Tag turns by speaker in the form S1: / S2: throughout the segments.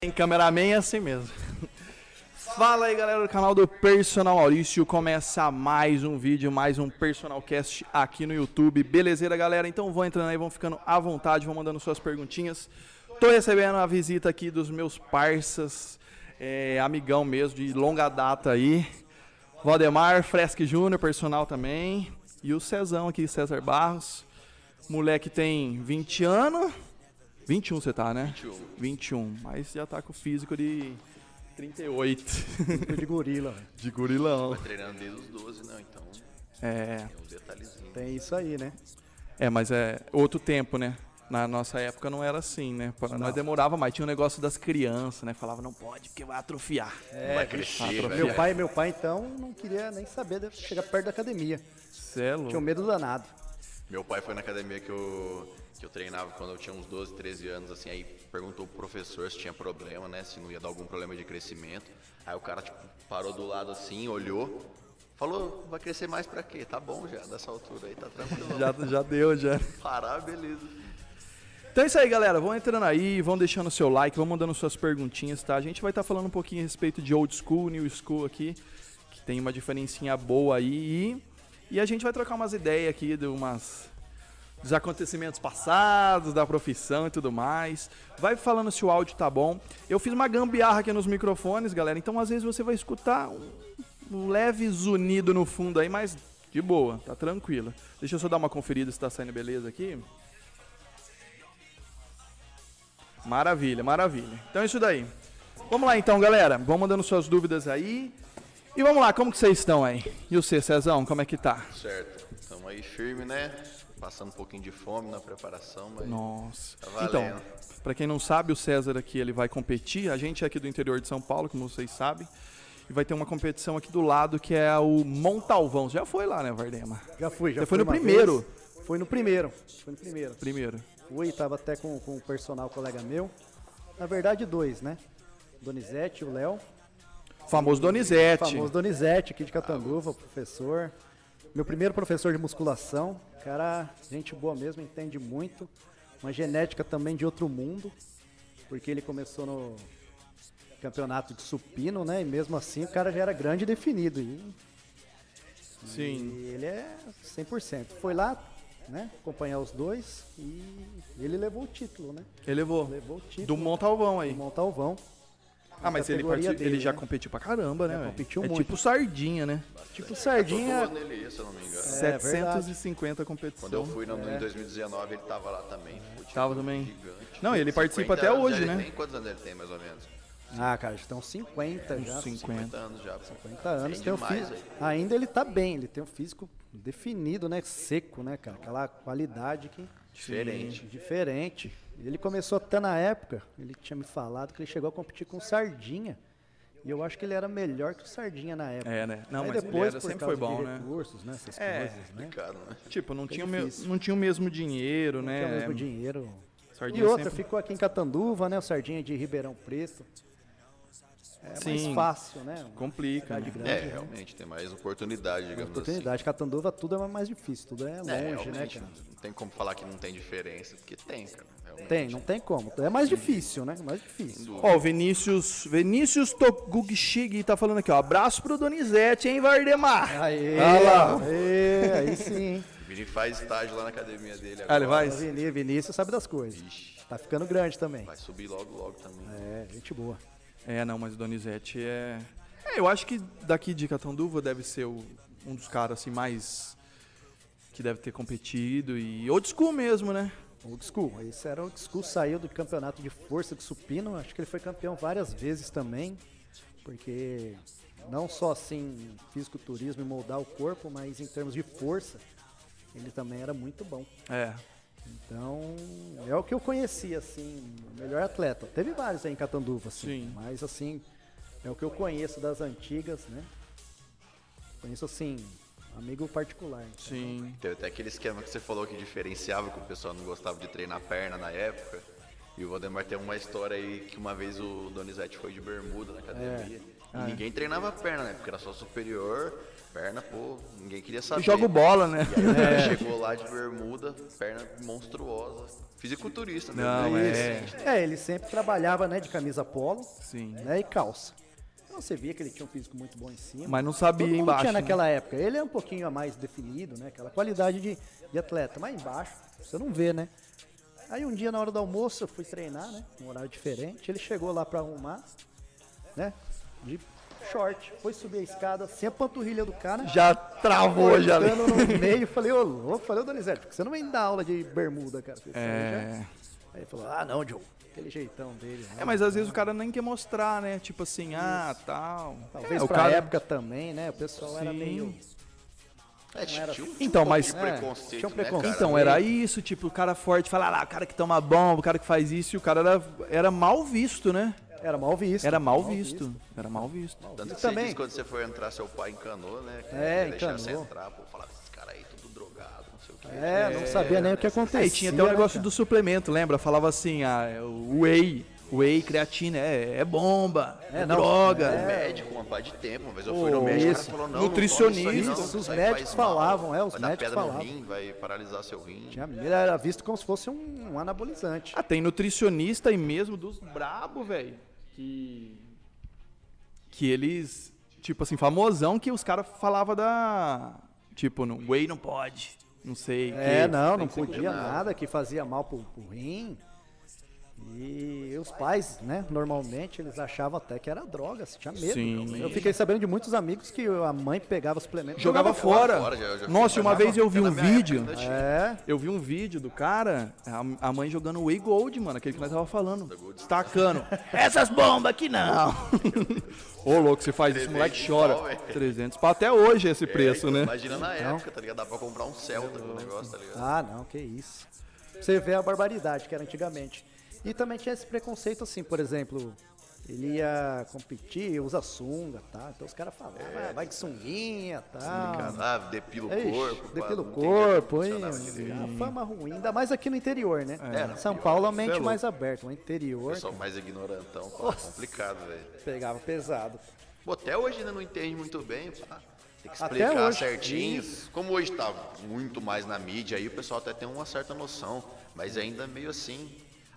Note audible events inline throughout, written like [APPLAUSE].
S1: Em cameraman é assim mesmo. Fala aí galera do canal do Personal Maurício, começa mais um vídeo, mais um Personal Cast aqui no YouTube, belezeira galera? Então vão entrando aí, vão ficando à vontade, vão mandando suas perguntinhas. Tô recebendo a visita aqui dos meus parças, é, amigão mesmo, de longa data aí. Valdemar, Fresque Júnior, personal também. E o Cezão aqui, César Barros. Moleque tem 20 anos. 21 você tá, né? 21. 21. Mas já tá com o físico de 38.
S2: de gorila. velho.
S1: [LAUGHS] De gorilão.
S3: Treinando desde os 12, não, então
S1: É.
S3: tem uns detalhezinhos.
S2: Tem isso aí, né?
S1: É, mas é outro tempo, né? Na nossa época não era assim, né? Pra Nós demorava mais. Tinha o negócio das crianças, né? Falava, não pode, porque vai atrofiar.
S3: É, vai crescer,
S1: atrofia.
S3: vai-
S2: Meu pai, meu pai então não queria nem saber de chegar perto da academia.
S1: Cê é
S2: Tinha um
S1: louco.
S2: medo danado.
S3: Meu pai foi na academia que eu, que eu treinava quando eu tinha uns 12, 13 anos, assim, aí perguntou pro professor se tinha problema, né? Se não ia dar algum problema de crescimento. Aí o cara, tipo, parou do lado assim, olhou, falou, vai crescer mais pra quê? Tá bom já, dessa altura aí, tá tranquilo.
S1: Já, já deu, já.
S3: Parar, beleza.
S1: Então é isso aí, galera. Vão entrando aí, vão deixando seu like, vão mandando suas perguntinhas, tá? A gente vai estar falando um pouquinho a respeito de old school, new school aqui, que tem uma diferencinha boa aí. E, e a gente vai trocar umas ideias aqui, de umas dos acontecimentos passados, da profissão e tudo mais. Vai falando se o áudio tá bom. Eu fiz uma gambiarra aqui nos microfones, galera. Então às vezes você vai escutar um, um leve zunido no fundo aí, mas de boa, tá tranquila. Deixa eu só dar uma conferida se tá saindo beleza aqui. Maravilha, maravilha. Então é isso daí. Vamos lá então, galera. Vão mandando suas dúvidas aí. E vamos lá, como que vocês estão aí? E você, Cezão, como é que tá?
S3: Certo, tamo aí firme, né? Passando um pouquinho de fome na preparação, mas...
S1: Nossa.
S3: Tá valendo.
S1: então, pra quem não sabe, o César aqui ele vai competir. A gente é aqui do interior de São Paulo, como vocês sabem. E vai ter uma competição aqui do lado que é o Montalvão. Já foi lá, né, Vardema?
S2: Já fui, já
S1: Você foi no
S2: uma
S1: primeiro.
S2: vez. Foi no primeiro. Foi no primeiro.
S1: Primeiro.
S2: Fui, tava até com, com um personal colega meu. Na verdade, dois, né? Donizete, o Léo.
S1: Famoso Donizete.
S2: Famoso Donizete aqui de Catanduva, professor. Meu primeiro professor de musculação. Cara, gente boa mesmo, entende muito. Uma genética também de outro mundo, porque ele começou no campeonato de supino, né? E mesmo assim o cara já era grande e definido. E
S1: Sim.
S2: e ele é 100%. Foi lá, né? Acompanhar os dois e ele levou o título, né?
S1: Ele levou.
S2: Levou o título
S1: Do Montalvão aí.
S2: do Montalvão.
S1: Ah, mas ele,
S2: categoria
S1: participou-
S2: dele,
S1: ele já
S2: né?
S1: competiu pra caramba, né?
S2: Já
S1: velho?
S2: competiu
S1: é
S2: muito.
S1: tipo sardinha, né?
S2: Tipo
S3: Todo
S2: Sardinha,
S3: ano ele ia, se eu não me engano.
S2: É,
S1: 750 competições.
S3: Quando eu fui no, em 2019, ele tava lá também. Foi, tipo,
S1: é. Tava também.
S3: Gigante.
S1: Não, ele participa
S3: 50
S1: até
S3: anos já
S1: hoje,
S3: ele
S1: né?
S3: Tem, quantos anos ele tem, mais ou menos?
S2: Ah, cara, já estão 50 já.
S1: 50.
S3: 50 anos já.
S2: 50 anos,
S3: Bem
S2: tem o
S3: é demais,
S2: físico.
S3: velho.
S2: Ainda ele tá bem, ele tem um físico definido, né? Seco, né, cara? Aquela qualidade que.
S3: Diferente.
S2: Diferente. Ele começou até na época, ele tinha me falado que ele chegou a competir com o Sardinha. E eu acho que ele era melhor que o Sardinha na época.
S1: É, né? Não,
S2: Aí
S1: mas ele
S2: depois,
S1: era-
S2: por
S1: sempre foi
S2: causa
S1: bom,
S2: de
S1: né?
S2: recursos, né? Essas
S1: É.
S2: coisas, né?
S3: Complicado, né?
S1: Tipo, não tinha, o me-
S2: difícil.
S1: não tinha o mesmo dinheiro,
S2: Não tinha o
S1: né?
S2: mesmo dinheiro.
S1: Sardinha
S2: e outra,
S1: sempre-
S2: ficou aqui em Catanduva, né? O Sardinha de Ribeirão Preto. É
S1: Sim.
S2: mais fácil, né?
S1: Complica. Né?
S3: É, realmente, tem mais oportunidade, digamos assim.
S2: Oportunidade. Catanduva tudo é mais difícil, tudo é
S3: É,
S2: longe, né,
S3: realmente,
S2: cara?
S3: não tem como falar que não tem diferença, porque tem, cara. realmente.
S2: Tem, não tem como. É mais difícil, né? Mais
S3: Sem
S2: difícil.
S3: dúvida.
S1: Ó, o Vinícius, Vinícius Togugshig tá falando aqui, ó. Abraço pro Donizete, hein, Vardemar?
S2: Aê,
S1: Ah lá.
S2: aê, aí
S1: [LAUGHS]
S2: sim.
S3: O Vini faz estágio lá na academia dele agora.
S1: Ah, ele vai?
S2: O Vini- Vinícius sabe das coisas.
S3: Ixi,
S2: Tá ficando grande também.
S3: vai subir logo, logo também.
S2: É, gente boa.
S1: É, não, mas o Donizete é... É, eu acho que daqui de Catanduva deve ser o- um dos caras, assim, mais... Que deve ter competido e old school mesmo, né?
S2: Old School. Esse era Old School, saiu do campeonato de força de supino. Acho que ele foi campeão várias vezes também. Porque não só assim, fisiculturismo e moldar o corpo, mas em termos de força, ele também era muito bom.
S1: É.
S2: Então, é o que eu conheci, assim, o melhor atleta. Teve vários aí em Catanduva, assim,
S1: Sim.
S2: mas, assim, é o que eu conheço das antigas, né? Conheço, assim, amigo particular.
S1: Sim.
S3: Teve até aquele esquema que você falou que diferenciava, que o pessoal não gostava de treinar perna na época. E o Valdemar tem uma história aí que uma vez o Donizete foi de bermuda na academia.
S2: É,
S3: E ninguém treinava perna, né? Porque era só superior, perna, pô, ninguém queria saber.
S1: E jogo bola, né?
S3: O cara
S2: É.
S3: chegou lá de bermuda, perna monstruosa. Fisiculturista, né?
S1: Não,
S3: Daí,
S1: é.
S3: assim,
S2: É, ele sempre trabalhava, né, de camisa polo,
S1: Sim.
S2: né, e calça. Então você via que ele tinha um físico muito bom em cima.
S1: Mas não sabia
S2: Todo mundo
S1: embaixo,
S2: tinha
S1: né?
S2: naquela época. Ele é um pouquinho a mais definido, né, aquela qualidade de, de atleta. Mas embaixo, você não vê, né. Aí um dia na hora do almoço eu fui treinar, né, um horário diferente. Ele chegou lá pra arrumar, né, de short. Foi subir a escada sem a panturrilha do cara.
S1: Já travou, já.
S2: cortando no meio, falei, ô louco, falei, ô Donizete, por que você não vem dar aula de bermuda, cara? Falei, "Você já-
S1: É...
S2: Aí ele falou, ah não, John. Aquele jeitão dele. né?
S1: é, mas às vezes o cara nem quer mostrar, né? Tipo assim, ah, tal.
S2: Talvez
S1: é, o
S2: pra
S1: cara...
S2: época também, né? O pessoal era
S1: Sim.
S2: meio.
S3: é, tinha,
S2: era- assim.
S3: tinha um,
S1: Então,
S3: um pouco
S1: mas-
S3: de
S1: é,
S3: preconceito,
S2: tinha um
S3: né, cara?
S2: preconceito.
S1: Então, era isso, tipo, o cara forte, fala lá, o cara que toma bomba, o cara que faz isso, e o cara era, era mal visto, né?
S2: Era mal visto.
S1: Era mal visto. Era mal visto.
S3: Tanto que
S2: E
S3: você
S2: também-
S3: disse quando você foi entrar, seu pai encanou, né? Que
S2: É,
S3: ele deixava você
S2: encanou.
S3: entrar, pô, falava, esses caras aí é tudo drogado, não sei o quê.
S2: É, não sabia nem o que acontecia.
S1: É, e tinha até o
S2: né,
S1: negócio
S2: cara?
S1: do suplemento, lembra? Falava assim, ah, o whey, whey, creatina, é, é bomba, é,
S2: É, não,
S1: droga.
S3: O médico, uma pá de tempo, uma vez eu fui no
S1: Pô,
S3: médico, o cara
S1: isso.
S3: falou, não, não toma
S1: Nutricionista.
S3: isso, aí, não,
S2: Isso, os
S3: isso aí
S2: médicos
S3: faz mal,
S2: falavam, é, os
S3: vai dar
S2: médicos
S3: pedra
S2: falavam.
S3: No rim, vai paralisar seu rim.
S2: Tinha- Ele era visto como se fosse um, um anabolizante.
S1: Ah, tem nutricionista e mesmo dos brabo, velho, que que eles, tipo assim, famosão que os caras falava da, tipo, no whey não pode, não sei.
S2: É,
S1: que-
S2: não,
S1: tem
S2: não
S1: que ser
S2: podia nada, que fazia mal pro, pro rim. E os pais, né, normalmente eles achavam até que era droga, assim, tinha medo.
S1: Sim.
S2: realmente. Eu fiquei sabendo de muitos amigos que a mãe pegava suplemento. e
S1: Jogava fora.
S3: fora, já- já fui
S1: Nossa, e uma
S3: jogar.
S1: vez eu vi
S3: É da
S1: um
S3: minha época,
S1: vídeo.
S3: ainda tinha.
S2: É,
S1: Eu vi um vídeo do cara, a, a mãe jogando Whey Gold, mano, aquele que nós tava falando.
S3: [LAUGHS]
S1: Estacando. Essas bombas aqui não! Ô, louco, você faz isso, o moleque
S3: 300
S1: chora.
S3: pau, velho.
S1: 300 pau, até hoje esse preço,
S3: É,
S1: né?
S3: Imagina na época, tá ligado? Dá pra comprar um Celta com o negócio, tá ligado?
S2: Então. Ah, não, que isso. Pra Você vê a barbaridade que era antigamente. E também tinha esse preconceito assim, por exemplo, ele ia competir, usa sunga, tá? Então os caras falavam, "Ah, vai de sunguinha, tá?
S3: Ah, depila o corpo.
S2: Ixi,
S3: pá,
S2: depila o
S3: não entendia como
S2: corpo, hein?
S3: funcionava aquele negócio.
S2: A fama ruim, ainda mais aqui no interior, né?
S3: Era
S2: São
S3: pior,
S2: Paulo é
S1: cê é
S2: mente
S1: louco.
S2: mais aberta, mas interior
S3: Pessoal mais ignorantão, pô, complicado, velho.
S2: pegava pesado.
S3: Pô, até hoje ainda não entende muito bem, pá. Tem que
S2: Até
S3: explicar
S2: hoje.
S3: certinho. Como hoje tá muito mais na mídia, aí o pessoal até tem uma certa noção, mas ainda meio assim.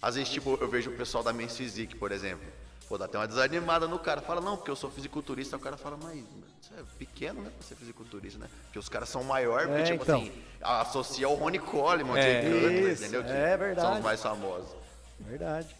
S3: Às vezes, tipo, eu vejo o pessoal da Men's Physique, por exemplo. Pô, dá até uma desanimada no cara. Fala, não, porque eu sou fisiculturista. O cara fala, mas mano, você é pequeno, né, pra ser fisiculturista, né? Porque os caras são maior, porque,
S2: É,
S3: tipo
S2: então.
S3: assim, associa ao Ronnie Coleman,
S1: É.
S3: Jay Cutler,
S2: Isso,
S3: entendeu? Que
S2: é verdade.
S3: São os mais famosos.
S2: Verdade.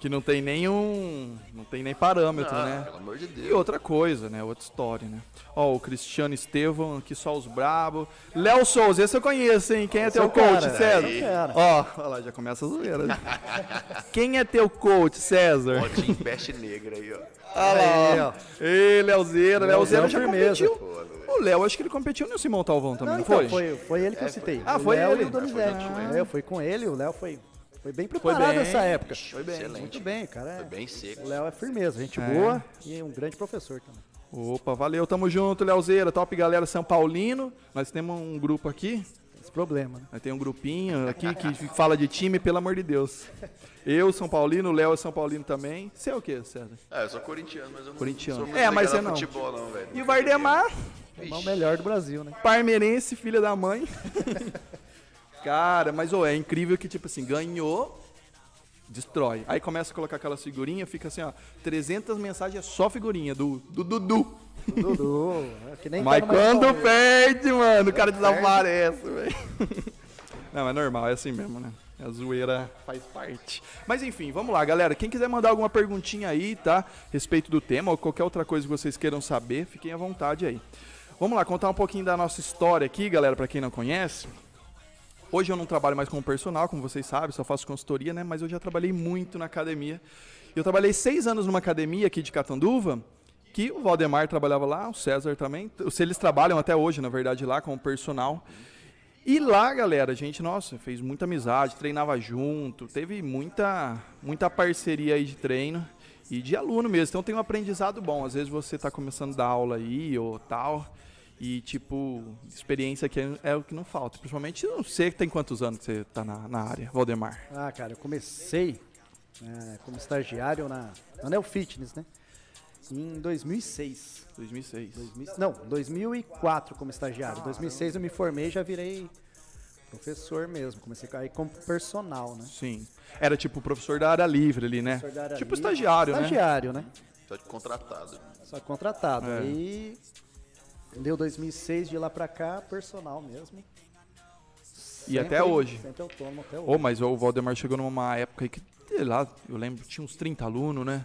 S1: Que não tem nenhum. Não tem nem parâmetro,
S2: Então,
S3: Ah,
S1: né?
S3: Pelo amor de Deus.
S1: E outra coisa, né? Outra história, né? Ó, o Cristiano Estevão, que só os brabo. Léo Souza, esse eu conheço, hein? Quem é teu
S2: Seu
S1: coach,
S2: cara, né?
S1: César?
S2: aí. Cara.
S1: Ó, olha lá, já começa a zoeira. né? [LAUGHS] Quem é teu coach, César?
S3: Ó, Tim Peste Negra aí, ó.
S2: Aí,
S1: Olha
S2: ó.
S1: lá. Ei, Leozeira. Leozeira
S2: Leozão
S1: já
S2: firmeza.
S1: competiu. O Léo, acho que ele competiu no Simão Talvão também,
S2: Não,
S1: não,
S2: então,
S1: foi?
S2: foi, foi ele que eu citei.
S1: Ah,
S2: O
S1: foi
S2: Léo
S1: ele?
S2: E o Donizete.
S3: Ah, foi ele.
S2: É, eu fui com ele, o Léo foi, foi bem preparado
S1: bem.
S2: nessa época.
S3: Foi bem. Excelente.
S2: Muito bem, cara.
S3: Foi bem
S2: O
S3: seco.
S2: Léo é firmeza, gente
S1: É.
S2: boa e um grande professor também.
S1: Opa, valeu, tamo junto, Leozeira. Top galera São Paulino. Nós temos um grupo aqui.
S2: Tem Esse problema, né?
S1: Nós temos um grupinho aqui que fala de time, pelo amor de Deus. Eu, São Paulino, o Léo é São Paulino também. Você é o quê, César?
S3: Ah, eu sou corintiano, mas eu não
S1: Corintiano.
S3: sou muito
S1: É, mas
S3: ligado
S1: você
S3: a
S1: não.
S3: futebol, não, velho. tá
S1: E o Vardemar,
S2: É o melhor do
S1: [LAUGHS]
S2: Brasil, né?
S1: parmeirense, filha da mãe. Cara, mas ô, é incrível que, tipo assim, ganhou, destrói. Aí começa a colocar aquela figurinha, fica assim, ó, 300 mensagens é só figurinha do do Dudu.
S2: O Dudu, é que nem tá
S1: Mas
S2: numa
S1: quando
S2: história.
S1: perde, mano, o cara desaparece, velho. [LAUGHS] Não, é normal, é assim mesmo, né? A zoeira faz parte. Mas enfim, vamos lá, galera. Quem quiser mandar alguma perguntinha aí, tá? A Respeito do tema ou qualquer outra coisa que vocês queiram saber, fiquem à vontade aí. Vamos lá, contar um pouquinho da nossa história aqui, galera, pra quem não conhece. Hoje eu não trabalho mais como personal, como vocês sabem, só faço consultoria, né? Mas eu já trabalhei muito na academia. Eu trabalhei seis anos numa academia aqui de Catanduva, que o Valdemar trabalhava lá, o César também. Se eles trabalham até hoje, na verdade, lá como personal. E lá, galera, a gente, nossa, fez muita amizade, treinava junto, teve muita, muita parceria aí de treino e de aluno mesmo. Então tem um aprendizado bom. Às vezes você tá começando a dar aula aí ou tal. E, tipo, experiência que é, é o que não falta. Principalmente, eu não sei que tem quantos anos que você tá na, na área, Valdemar.
S2: Ah, cara, eu comecei é, como estagiário na, na Neo Fitness, né? Em 2006.
S1: 2006.
S2: 2000 Não, 2004 como estagiário. 2006 eu me formei e já virei professor mesmo. Comecei a ir como personal, né?
S1: Sim. Era tipo professor da área livre ali, né?
S2: Professor da área
S1: Tipo
S2: livre.
S1: estagiário, né?
S2: Estagiário, né?
S3: Só de contratado.
S2: Só contratado.
S1: É.
S2: Aí deu 2006 de lá pra cá, personal mesmo. Sempre-
S1: até hoje.
S2: Sempre autônomo até hoje.
S1: Ô, mas o Valdemar chegou numa época aí que, sei lá, eu lembro, tinha uns 30 alunos, né?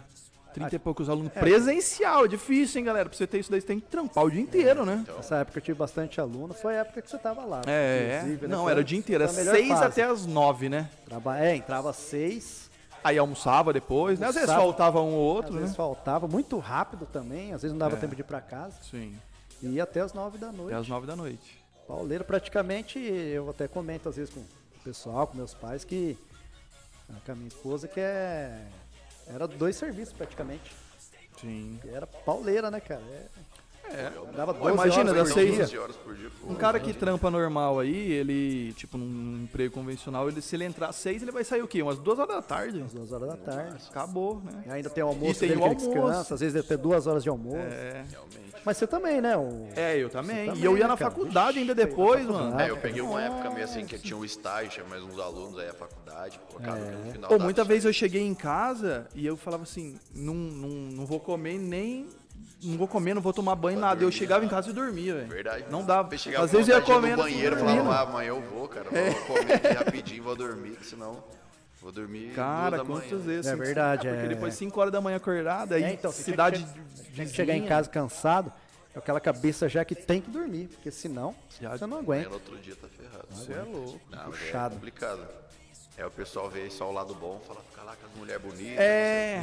S1: 30 e poucos alunos. É. Presencial, difícil, hein, galera? Pra você ter isso daí, você tem que trampar o dia inteiro, né?
S2: Nessa época eu tive bastante aluno, foi a época que você tava lá.
S1: É, é.
S2: inclusive, né?
S1: Não,
S2: Foi
S1: era
S2: a-
S1: o dia inteiro. Era
S2: foi a melhor
S1: 6
S2: fase.
S1: até as 9, né?
S2: Traba- É, entrava às seis,
S1: Aí almoçava depois, né? Às vezes
S2: Almoçava.
S1: faltava um ou
S2: às
S1: outro, né?
S2: vezes faltava, muito rápido também, às vezes não dava
S1: É.
S2: tempo de ir pra casa.
S1: Sim,
S2: E ia até as nove da noite.
S1: até as 9 da noite.
S2: Pauleiro praticamente, eu até comento às vezes com o pessoal, com meus pais, que com a minha esposa, que é. Era dois serviços praticamente.
S1: Sim.
S2: E Era pauleira, né, cara? É, Dava
S1: Pô,
S2: 12
S1: imagina,
S2: horas
S1: das
S2: por
S1: seis-
S2: dia.
S3: 12 horas por dia. pô.
S1: Um cara que trampa normal aí, ele, tipo, num emprego convencional, ele, se ele entrar às 6, ele vai sair o quê? Umas 2 horas da tarde?
S2: Duas horas da tarde.
S1: Acabou, né?
S2: E ainda tem o almoço,
S1: E tem
S2: dele
S1: o
S2: que ele
S1: almoço.
S2: descansa, às vezes até duas horas de almoço.
S1: É.
S3: Realmente.
S2: Mas você também, né? o-
S1: É, eu também.
S2: Você
S1: e eu
S2: também,
S1: ia na
S2: né, cara?
S1: faculdade ainda
S2: Vixe,
S1: depois,
S2: na
S1: mano.
S2: faculdade.
S3: É, eu peguei uma época meio assim que tinha um estágio, tinha mais uns alunos aí a faculdade, pô, acaba que no final
S1: Ou
S3: da-
S1: É. muita vez eu cheguei em casa e eu falava assim, não, não, não vou comer nem. Não vou comer, não vou tomar banho,
S3: Pra
S1: nada. Eu
S3: dormir, né?
S1: chegava em casa e dormia, velho.
S3: Verdade.
S1: Não dava.
S3: Eu chegava
S1: Às
S3: com
S1: vezes eu ia
S3: vontade de ir
S1: comer
S3: no banheiro,
S1: dormindo.
S3: falava, ah, amanhã eu vou, cara,
S1: É.
S3: vou comer aqui rapidinho, vou dormir, que senão vou dormir
S1: Cara,
S3: duas da manhã.
S1: quantas vezes.
S2: É
S1: assim,
S2: verdade,
S1: Porque
S2: é.
S1: depois 5 horas da manhã acordada, aí
S2: É, então, você
S1: cidade
S2: tinha que che-
S1: de
S2: tinha que chegar em casa cansado, é aquela cabeça já que tem que dormir, porque senão
S1: Já-
S2: você não
S3: Aí
S2: aguenta.
S3: no outro dia tá ferrado.
S1: Você é louco.
S3: Não, mas
S2: Puxado.
S3: É complicado. É, o pessoal vê só o lado bom, fala, caraca, as mulheres bonitas.
S1: É.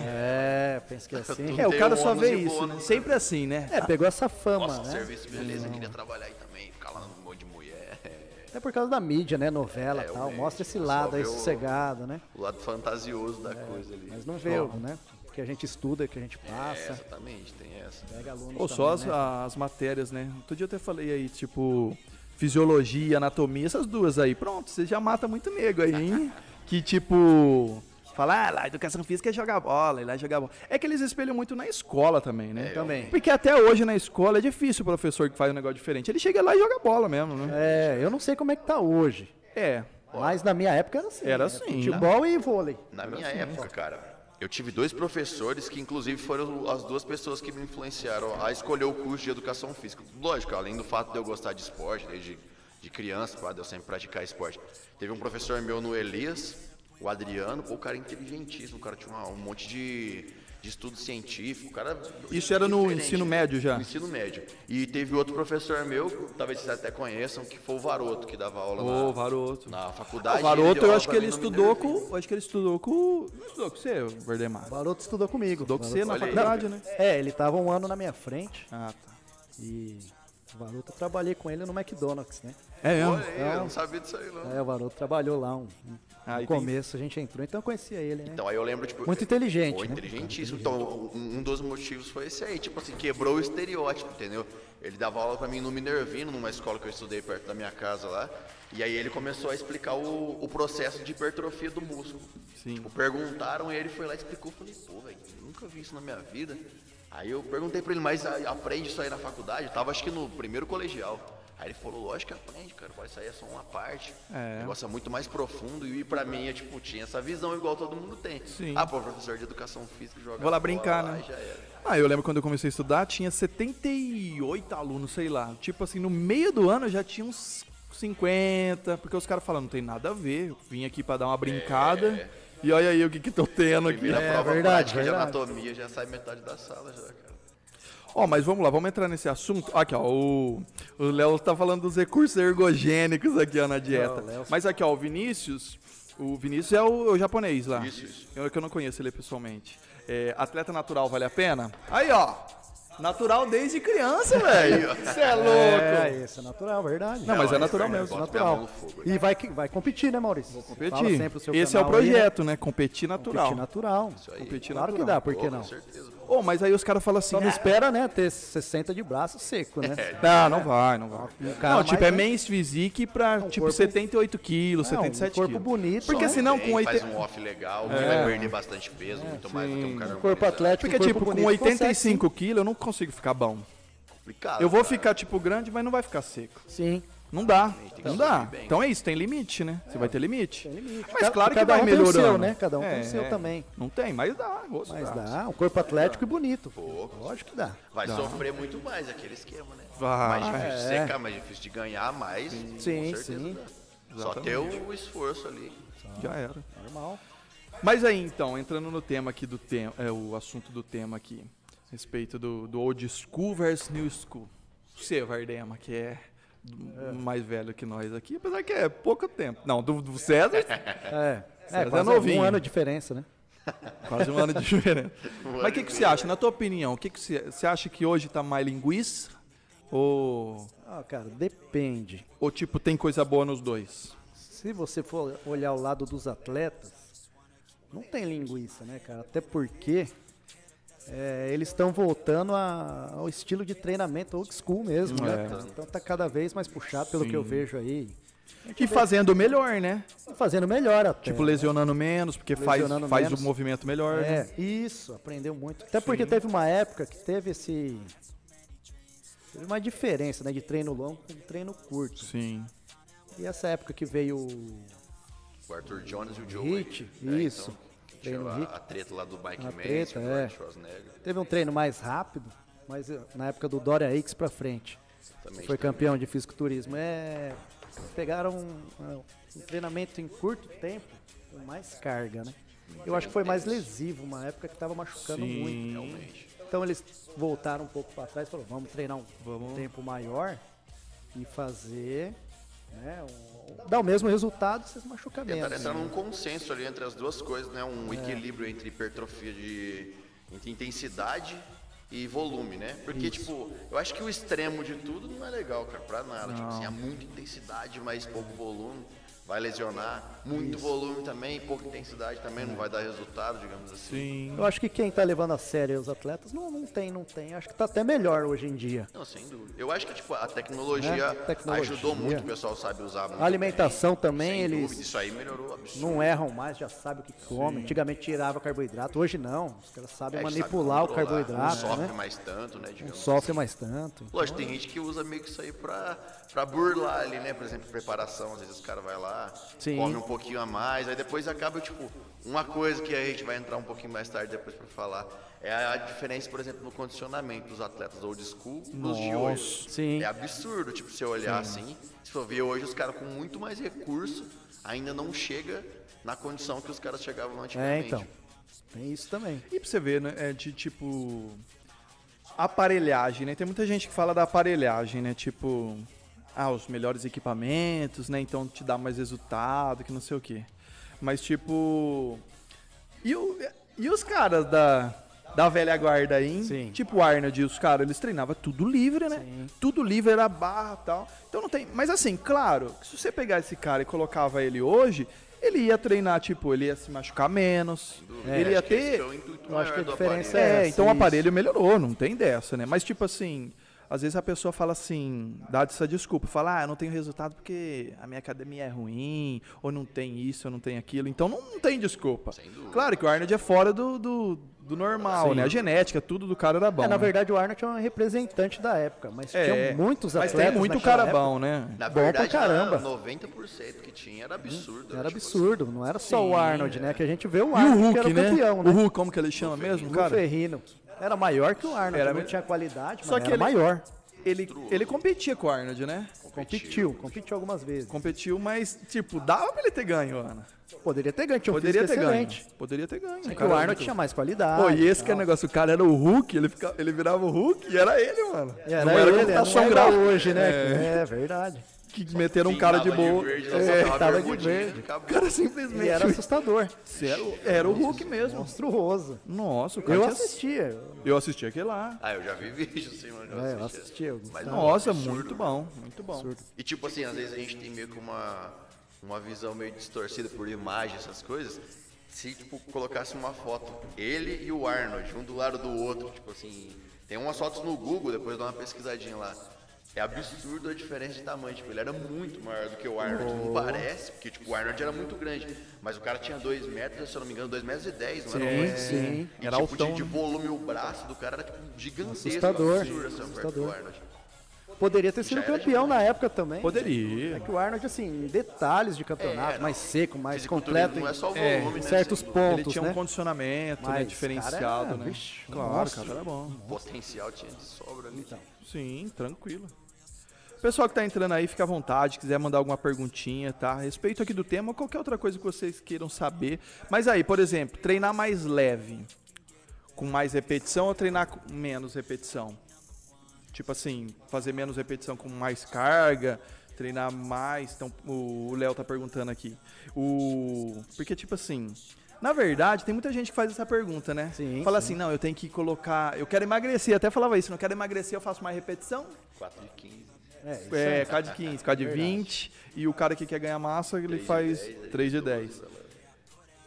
S2: É, pensa que é assim.
S3: Tem
S1: É, o cara
S3: um
S1: só vê
S3: ônus e
S1: isso,
S3: bônus,
S1: né?
S3: né?
S1: Sempre assim, né?
S2: É, pegou essa fama,
S3: Nossa,
S2: né?
S3: um serviço, beleza, queria trabalhar aí também, ficar lá num monte de mulher. [LAUGHS]
S2: Até É por causa da mídia, né? Novela e
S3: É,
S2: tal.
S3: realmente,
S2: Mostra esse
S3: só
S2: lado aí
S3: vê o-
S2: sossegado, né?
S3: O lado fantasioso da coisa ali.
S2: É, Mas não vê, o, né? O que a gente estuda, o que a gente
S3: É,
S2: passa.
S3: exatamente, tem essa.
S2: Pega aluno. né?
S1: Ou só as, as matérias, né? Outro dia eu até falei aí, tipo, fisiologia, anatomia, essas duas aí. Pronto, você já mata muito nego aí, [LAUGHS] hein? que tipo. Fala, ah, lá, educação física é jogar bola, e lá é jogar bola. É que eles espelham muito na escola também, né?
S2: Também.
S1: Porque até hoje na escola é difícil o professor que faz um negócio diferente. Ele chega lá e joga bola mesmo, né?
S2: É, eu não sei como é que tá hoje.
S1: É.
S2: Mas na minha época era assim.
S1: Era assim,
S2: Futebol e vôlei. assim.
S3: Na minha
S1: né?
S3: época, cara, eu tive dois professores que, inclusive, foram as duas pessoas que me influenciaram a escolher o curso de educação física. Lógico, além do fato de eu gostar de esporte, desde de criança, pá, de eu sempre praticar esporte. Teve um professor meu no Elias, o Adriano, pô, o cara é inteligentíssimo, o cara tinha uma- um monte de, de estudo científico, o cara...
S1: Isso era no
S3: diferente,
S1: ensino
S3: né?
S1: médio já?
S3: No ensino médio. E teve outro professor meu, talvez vocês até conheçam, que foi o Varoto, que dava aula
S1: Ô,
S3: na,
S1: Varoto.
S3: na
S1: É. O
S3: faculdade. Ele
S1: Varoto,
S3: deu
S1: eu
S3: aula
S1: acho que
S3: pra
S1: ele
S3: mim no
S1: estudou
S3: Minerva.
S1: com. Eu acho que ele estudou com. Não estudou com você, Verdemar.
S2: O Baroto estudou comigo.
S1: Estudou com você na
S3: Olha aí.
S1: faculdade, né?
S2: É, ele tava um ano na minha frente
S1: Ah, tá.
S2: e o Baroto eu trabalhei com ele no McDonald's, né?
S1: É mesmo?
S3: Olha aí, eu não sabia disso aí, não.
S2: É, o Baroto trabalhou lá um, um-
S1: Ah,
S2: no
S1: e tem-
S2: começo, a gente entrou, então eu conhecia ele, né?
S3: Então aí eu lembro, tipo.
S2: Muito inteligente,
S3: Pô,
S2: né?
S3: inteligentíssimo. Então, um, um dos motivos foi esse aí, tipo assim, quebrou o estereótipo, entendeu? Ele dava aula pra mim no Minervino, numa escola que eu estudei perto da minha casa lá. E aí ele começou a explicar o, o processo de hipertrofia do músculo.
S1: Sim.
S3: Tipo, perguntaram, ele foi lá e explicou. Eu falei, pô, velho, eu nunca vi isso na minha vida. Aí eu perguntei pra ele, mas a- aprende isso aí na faculdade? Eu tava acho que no primeiro colegial. Aí ele falou, lógico que aprende, cara, pô, isso aí é só uma parte.
S1: É.
S3: O negócio negócio é muito mais profundo e pra mim é tipo, tinha essa visão igual todo mundo tem.
S1: Sim.
S3: Ah, pô, professor de educação física joga.
S1: Vou lá
S3: bola
S1: brincar,
S3: lá,
S1: né?
S3: Já era.
S1: Ah, eu lembro quando eu comecei a estudar, tinha 78 alunos, sei lá. Tipo assim, no meio do ano já tinha uns 50, porque os caras falam, não tem nada a ver, eu vim aqui pra dar
S3: É,
S1: uma brincada. E olha aí o que que tô tendo aqui.
S3: Primeira
S2: É,
S3: prova
S2: verdade,
S3: prática
S2: verdade.
S3: de anatomia já sai metade da sala já, cara.
S1: Ó, mas vamos lá, vamos entrar nesse assunto. Aqui, ó, o o Léo tá falando dos recursos ergogênicos aqui, ó, na dieta. mas aqui, ó, o Vinícius, o Vinícius é o, o japonês lá.
S3: Isso, isso.
S1: Eu é que eu não conheço ele pessoalmente. É, atleta natural vale a pena? Aí, ó, natural desde criança, velho. Você é louco.
S2: É, isso é natural, verdade.
S1: Não, mas é natural
S3: Fernando,
S1: mesmo.
S3: bota
S2: natural.
S3: minha mão no fogo aí.
S2: E vai, que- vai competir, né, Maurício? Vou
S1: Competir. né? Esse é o projeto, né? Competir natural.
S2: Competir natural.
S3: Isso aí.
S1: Competir
S2: Claro que
S1: natural.
S2: dá, por que
S3: Pô,
S2: não?
S3: Com certeza. pô.
S1: Ô, mas aí os caras falam assim.
S2: Só não
S1: "Ah,
S2: espera, né, ter 60 de braço seco, né?
S1: Não, não vai, não vai.
S2: Um cara
S1: não, tipo,
S2: mais-
S1: é men's physique pra, tipo,
S2: corpo-
S1: 78 quilos,
S2: É, um
S1: 77
S2: corpo
S1: quilos.
S2: bonito,
S1: Porque assim,
S2: né?
S1: senão
S3: Bem,
S1: com É.
S3: Faz
S1: 80...
S3: um off legal, que vai perder bastante peso, muito mais do que um cara
S2: Um corpo
S3: organizado.
S2: atlético,
S1: Porque,
S2: um corpo
S1: tipo, com
S2: bonito, consegue, Ah,
S1: 85 quilos eu não consigo ficar bom.
S3: Complicado,
S1: Eu vou
S2: tá.
S3: cara.
S1: ficar, tipo, grande, mas não vai ficar seco.
S2: Sim.
S1: Não dá,
S3: tem que
S1: não dá.
S3: subir bem.
S1: Então é isso, tem limite, né? Você vai ter limite. Mas
S2: Ca-
S1: claro que
S2: É. cada
S1: vai
S2: um tem o
S1: melhorando.
S2: seu, né? Cada um
S1: É.
S2: tem o seu também.
S1: Não tem, mas dá, gosto
S2: Mas
S1: dá.
S2: dá, um corpo atlético e bonito.
S3: Pô,
S2: Lógico que dá.
S3: Vai sofrer muito mais aquele esquema, né?
S1: Vai.
S3: Mais difícil de
S2: É.
S3: secar, mais difícil de ganhar, mais.
S2: Sim,
S3: com certeza,
S2: sim.
S3: né? Só ter o esforço ali.
S1: Já era.
S2: Normal.
S1: Mas aí, então, entrando no tema aqui do tema, é o assunto do tema aqui, a respeito do, do old school versus new school. Você, Vardema, que é do- mais velho que nós aqui, apesar que é pouco tempo. Não, do, do César,
S2: [LAUGHS] É.
S1: César é
S2: É, quase
S1: novinho.
S2: um ano de diferença, né?
S1: quase um ano de diferença. Mas o que, que você acha, na tua opinião, o que, que você, você acha que hoje tá mais linguiça? Ou,
S2: Ah, cara, depende.
S1: ou, tipo, tem coisa boa nos dois?
S2: Se você for olhar o lado dos atletas, não tem linguiça, né, cara? Até porque é, eles estão voltando a- ao estilo de treinamento old school mesmo, né? cara? Então tá cada vez mais puxado pelo que eu vejo aí. É
S1: E fazendo melhor, né?
S2: E Fazendo melhor até.
S1: Tipo, lesionando menos, porque
S2: É. Lesionando
S1: faz, faz
S2: menos.
S1: o movimento melhor. né?
S2: É, isso, aprendeu muito. Até porque teve uma época que teve esse. Teve uma diferença, né? De treino longo com treino curto.
S1: Sim.
S2: E essa época que veio o
S3: O Arthur Jones e o Joe
S2: Hit,
S3: Wade.
S2: isso.
S3: então,
S2: Treino
S3: tinha
S2: Hit.
S3: a, a treta lá do Mike
S2: A
S3: Mansfield,
S2: treta,
S3: do
S2: é.
S3: Arnold Schwarzenegger.
S2: Teve um treino mais rápido, mas eh, na época do Dória X pra frente.
S3: Também
S2: Foi campeão de fisiculturismo. É, pegaram um, ah, um treinamento em curto tempo, com mais carga, né? Eu acho que foi mais lesivo, uma época que tava machucando
S1: Sim.
S2: muito.
S3: Realmente.
S2: Então eles voltaram um pouco pra trás e falaram, vamos treinar um
S1: Vamos.
S2: tempo maior e fazer, né? um- dar o mesmo resultado sem se machucar
S3: Tentaram
S2: menos.
S3: entrar num consenso ali entre as duas coisas, né?
S2: É.
S3: Um equilíbrio entre hipertrofia de. entre intensidade e volume, né? Porque, tipo, eu acho que o extremo de tudo não é legal, cara, pra nada. Tipo assim, há muita intensidade, mas pouco volume. Vai lesionar. Muito volume também, pouca intensidade também,
S2: É.
S3: não vai dar resultado, digamos assim.
S1: Sim.
S2: Eu acho que quem tá levando a sério os atletas não, não tem, não tem. Acho que tá até melhor hoje em dia.
S3: Não, sem dúvida. Eu acho que tipo, a tecnologia,
S2: Né? Tecnologia.
S3: ajudou muito, o pessoal sabe usar muito.
S2: A alimentação
S3: bem.
S2: também,
S3: Sem
S2: eles
S3: dúvida, isso aí melhorou absurdo.
S2: não erram mais, já sabem o que comem. Antigamente tirava carboidrato, hoje não. Os caras sabem
S3: É, eles sabem
S2: manipular o
S3: controlar,
S2: carboidrato,
S3: Não sofre
S2: né?
S3: mais tanto, né?
S2: Não
S3: digamos.
S2: sofre mais tanto.
S3: Lógico, tem gente que usa meio que isso aí pra, pra burlar ali, né? Por exemplo, preparação, às vezes o cara vai lá,
S2: Sim.
S3: come um pouquinho a mais, aí depois acaba, tipo, uma coisa que a gente vai entrar um pouquinho mais tarde depois pra falar, é a diferença, por exemplo, no condicionamento dos atletas old school dos de hoje.
S2: Sim.
S3: É absurdo, tipo, se eu olhar assim, se for ver hoje os caras com muito mais recurso, ainda não chega na condição que os caras chegavam
S2: É,
S3: antigamente.
S2: então. Tem isso também.
S1: E pra você ver, né? É de tipo. Aparelhagem, né? Tem muita gente que fala da aparelhagem, né? Tipo. Ah, os melhores equipamentos, né? Então te dá mais resultado, que não sei o quê. Mas tipo. E, o- e os caras da, da velha guarda aí, hein?
S2: Sim.
S1: tipo o Arnold e os caras, eles treinavam tudo livre, né? Tudo livre, era barra e tal. Então não tem. Mas assim, claro, que se você pegar esse cara e colocava ele hoje, ele ia treinar, tipo, ele ia se machucar menos. ele ia
S3: Acho que esse
S1: ter.
S3: que é o intuito
S2: Eu acho
S3: maior
S2: que a
S3: do
S2: diferença
S3: aparelho.
S1: É,
S2: É,
S1: então o
S2: sim,
S1: aparelho melhorou, não tem dessa, né? Mas tipo assim, às vezes a pessoa fala assim, dá essa desculpa, fala, ah, eu não tenho resultado porque a minha academia é ruim, ou não tem isso, ou não tem aquilo. Então não, não tem desculpa.
S3: Sem dúvida.
S1: Claro que o Arnold é fora do, do, do normal, né? A genética, tudo do cara era bom.
S2: é, na
S1: né?
S2: verdade, o Arnold é um representante da época, mas
S1: É,
S2: tinha muitos
S1: mas
S2: atletas.
S1: tem muito
S2: naquela
S1: cara
S2: época.
S1: bom, né?
S3: Na
S2: Bom pra
S3: verdade, na-
S2: caramba.
S3: 90% que tinha era absurdo.
S2: Era
S3: tipo
S2: absurdo, não era só o Arnold, né? Que a gente vê o
S1: E o
S2: Arnold que
S1: Hulk,
S2: era
S1: né?
S2: campeão,
S1: O
S2: né?
S1: Hulk, como que ele chama mesmo,
S2: O
S1: cara?
S2: Ferrino. Era maior que o Arnold,
S1: Era
S2: não
S1: mesmo.
S2: tinha qualidade, mas
S1: Só que
S2: era
S1: ele-
S2: maior.
S1: Ele, ele competia com o Arnold, né?
S2: Competiu, competiu algumas vezes.
S1: Competiu, mas, tipo, dava pra ele ter ganho, Ana.
S2: Poderia ter ganho, tinha um
S1: Poderia ter
S2: físico
S1: ganho.
S2: excelente.
S1: Poderia ter ganho.
S2: É que o Arnold tinha mais qualidade.
S1: Pô, e esse
S2: e
S1: que é o
S2: tal.
S1: negócio, o cara era o Hulk, ele, fica- ele virava o Hulk e era ele, mano.
S2: Era
S1: não
S2: ele,
S1: era tá
S2: ele, não
S1: computação
S2: era
S1: gráfica
S2: hoje, né? É, verdade.
S1: um que meteram um cara de
S3: pintava
S1: boa.
S3: verde,
S1: É,
S3: lançava
S2: tava de
S3: bermudinha,
S2: verde.
S1: o
S3: acabou.
S1: cara
S2: E
S1: simplesmente...
S2: era assustador.
S1: Era, o- era o Hulk mesmo.
S2: Monstruoso.
S1: Nossa, o cara
S2: Eu
S1: tinha-
S2: assistia.
S1: Eu assisti aquele lá.
S3: Ah, eu já vi [LAUGHS] vídeo, sim, mano.
S2: É, eu assistia. eu
S3: Mas
S2: gostava.
S1: Nossa, muito bom, muito bom.
S3: E tipo assim, às vezes a gente tem meio que uma, uma visão meio distorcida por imagem, essas coisas. se, tipo, colocasse uma foto, ele e o Arnold, um do lado do outro, tipo assim, tem umas fotos no Google, depois dá uma pesquisadinha lá. É absurdo a diferença de tamanho, tipo, ele era muito maior do que o Arnold,
S2: Oh.
S3: não parece, porque, tipo, o Arnold era muito grande, mas o cara tinha 2 metros, se eu não me engano, 2 metros e 10, não
S2: Sim,
S3: era?
S2: sim.
S3: E,
S1: Era
S3: tipo,
S1: altão,
S3: de, de
S1: né?
S3: volume, o braço do cara era, tipo, gigantesco,
S2: Assustador,
S3: absurdo, assim, perto do
S2: assustador.
S3: Arnold.
S2: Poderia ter sido
S3: Já era
S2: campeão na época também. É
S1: Poderia.
S2: que o Arnold, assim, em detalhes de campeonato,
S3: É, não.
S2: mais seco, mais
S3: Fisiculturismo
S2: completo,
S3: Não é só o
S1: é,
S3: volume,
S2: em
S3: né?
S2: certos
S3: assim,
S1: Ele
S2: pontos,
S1: tinha
S2: né?
S1: um condicionamento né,
S2: Mas,
S1: diferenciado,
S2: cara,
S1: né?
S2: vixe, um
S1: claro,
S2: monstro.
S1: cara, era bom.
S3: Potencial tinha de sobra ali.
S1: Sim, tranquilo. Pessoal que tá entrando aí, fica à vontade, quiser mandar alguma perguntinha, tá? A respeito aqui do tema, qualquer outra coisa que vocês queiram saber. Mas aí, por exemplo, treinar mais leve, com mais repetição ou treinar com menos repetição? Tipo assim, fazer menos repetição com mais carga, treinar mais. Então, o o Léo tá perguntando aqui. O porque tipo assim, na verdade, tem muita gente que faz essa pergunta, né?
S2: Sim,
S1: Fala assim: "Não, eu tenho que colocar, eu quero emagrecer". Até falava isso, não quero emagrecer, eu faço mais repetição.
S3: 4 de 15.
S2: É, isso
S1: É,
S2: aí.
S1: K de 15, K de 20. E o cara que quer ganhar massa, ele faz 3 de 10.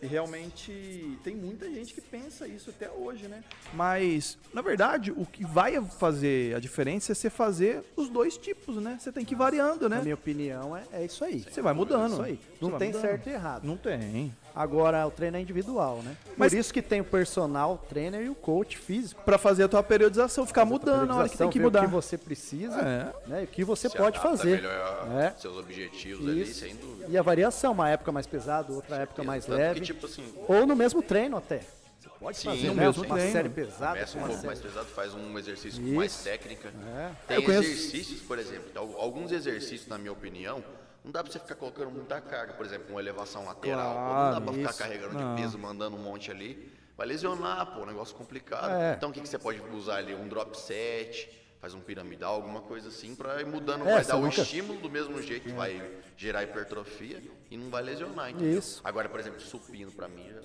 S1: E realmente tem muita gente que pensa isso até hoje, né? Mas, na verdade, o que vai fazer a diferença é você fazer os dois tipos, né? Você tem que ir variando,
S2: Na
S1: né?
S2: minha opinião, é, é isso aí.
S1: Você vai mudando.
S2: Isso aí.
S1: Você
S2: Não
S1: vai
S2: tem
S1: mudando.
S2: certo e errado.
S1: Não tem.
S2: Agora, o treino é individual, né?
S1: Mas-
S2: Por isso que tem o personal trainer e o coach físico.
S1: Pra fazer a tua periodização, ficar
S2: Periodização,
S1: mudando a hora que tem que
S2: ver
S1: mudar.
S2: O que você precisa
S1: É.
S2: né, e o que você
S3: Se
S2: pode
S3: adapta
S2: fazer.
S3: melhor
S2: né?
S3: seus objetivos ali,
S2: Isso.
S3: sem dúvida.
S2: E a variação, uma época mais pesada, outra época mais
S3: Tanto
S2: leve.
S3: Que, tipo assim,
S2: Ou no mesmo treino até. Você pode
S3: Sim,
S2: fazer
S3: no
S2: né,
S1: mesmo
S2: uma
S1: treino.
S2: série pesada.
S3: começa um
S2: uma
S3: pouco
S2: série-
S3: mais pesado, faz um exercício com mais
S2: Isso.
S3: técnica.
S2: É.
S3: Tem
S2: Eu conheço-
S3: exercícios, por exemplo, tem al- alguns exercícios, na minha opinião, não dá pra você ficar colocando muita carga. Por exemplo, uma elevação lateral, não dá
S1: Claro,
S3: pra ficar
S1: isso.
S3: carregando
S1: Não.
S3: de peso, mandando um monte ali. Vai lesionar, pô, um negócio complicado.
S2: É.
S3: Então o que, que você pode usar ali? Um drop set, faz um piramidal, alguma coisa assim, pra ir mudando.
S2: É,
S3: vai
S2: você
S3: dar o
S2: nunca- É.
S3: estímulo do mesmo jeito, vai gerar hipertrofia e não vai lesionar. entendeu?
S2: Isso.
S3: Agora, por exemplo, supino pra mim, já-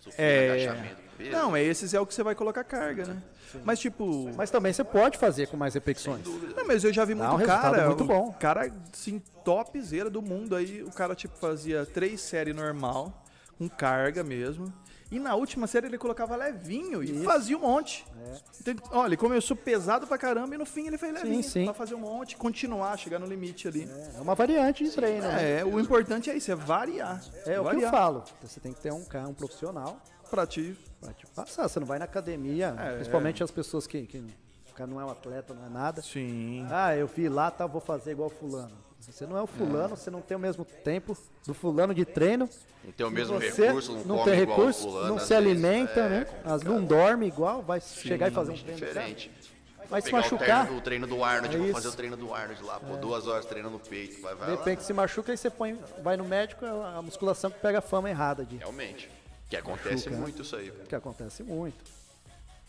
S3: supino,
S1: É.
S3: agachamento, peso.
S1: Não, é esses é o que você vai colocar carga, né? Mas tipo,
S2: Mas também você pode fazer com mais repetições.
S1: Não, mas eu já vi
S2: Dá
S1: muito
S2: um resultado
S1: cara,
S2: muito
S1: o
S2: bom.
S1: cara assim, topzera do mundo aí, o cara tipo fazia três séries normal, com carga mesmo. E na última série ele colocava levinho e fazia um monte. Então, olha, ele começou pesado pra caramba e no fim ele fez levinho
S2: É. sim.
S1: pra fazer um monte, continuar, chegar no limite ali.
S2: É uma variante de treino. né?
S1: É, o importante é isso, é variar.
S2: É o que eu
S1: variar
S2: falo. Você tem que ter um cara, um profissional
S1: pra ti.
S2: pra te passar. Você não vai na academia,
S1: É.
S2: principalmente as pessoas que, que o cara não é um atleta, não é nada.
S1: Sim.
S2: Ah, eu vi lá, tá, vou fazer igual fulano. Se Você não é o fulano, você não tem o mesmo tempo do fulano de treino.
S3: Não tem o mesmo
S2: você
S3: recurso, não,
S2: não
S3: come
S2: tem
S3: igual
S2: recurso,
S3: o fulano,
S2: não
S3: às
S2: se
S3: vezes,
S2: alimenta,
S3: é
S2: né?
S3: complicado,
S2: As não dorme igual, vai chegar e fazer um treino.
S3: Diferente.
S2: Vai se
S3: Pegar O
S2: machucar,
S3: treino, o treino do Arnold,
S2: É
S3: vou
S2: isso. É.
S3: fazer o treino do Arnold lá, pô, duas horas treinando o peito, vai, vai
S2: de
S3: lá.
S2: repente se machuca e você põe, vai no médico, é a musculação que pega a fama errada de
S3: Realmente. Que acontece
S2: Machuca, né?
S3: muito isso aí, pô.
S2: que acontece muito.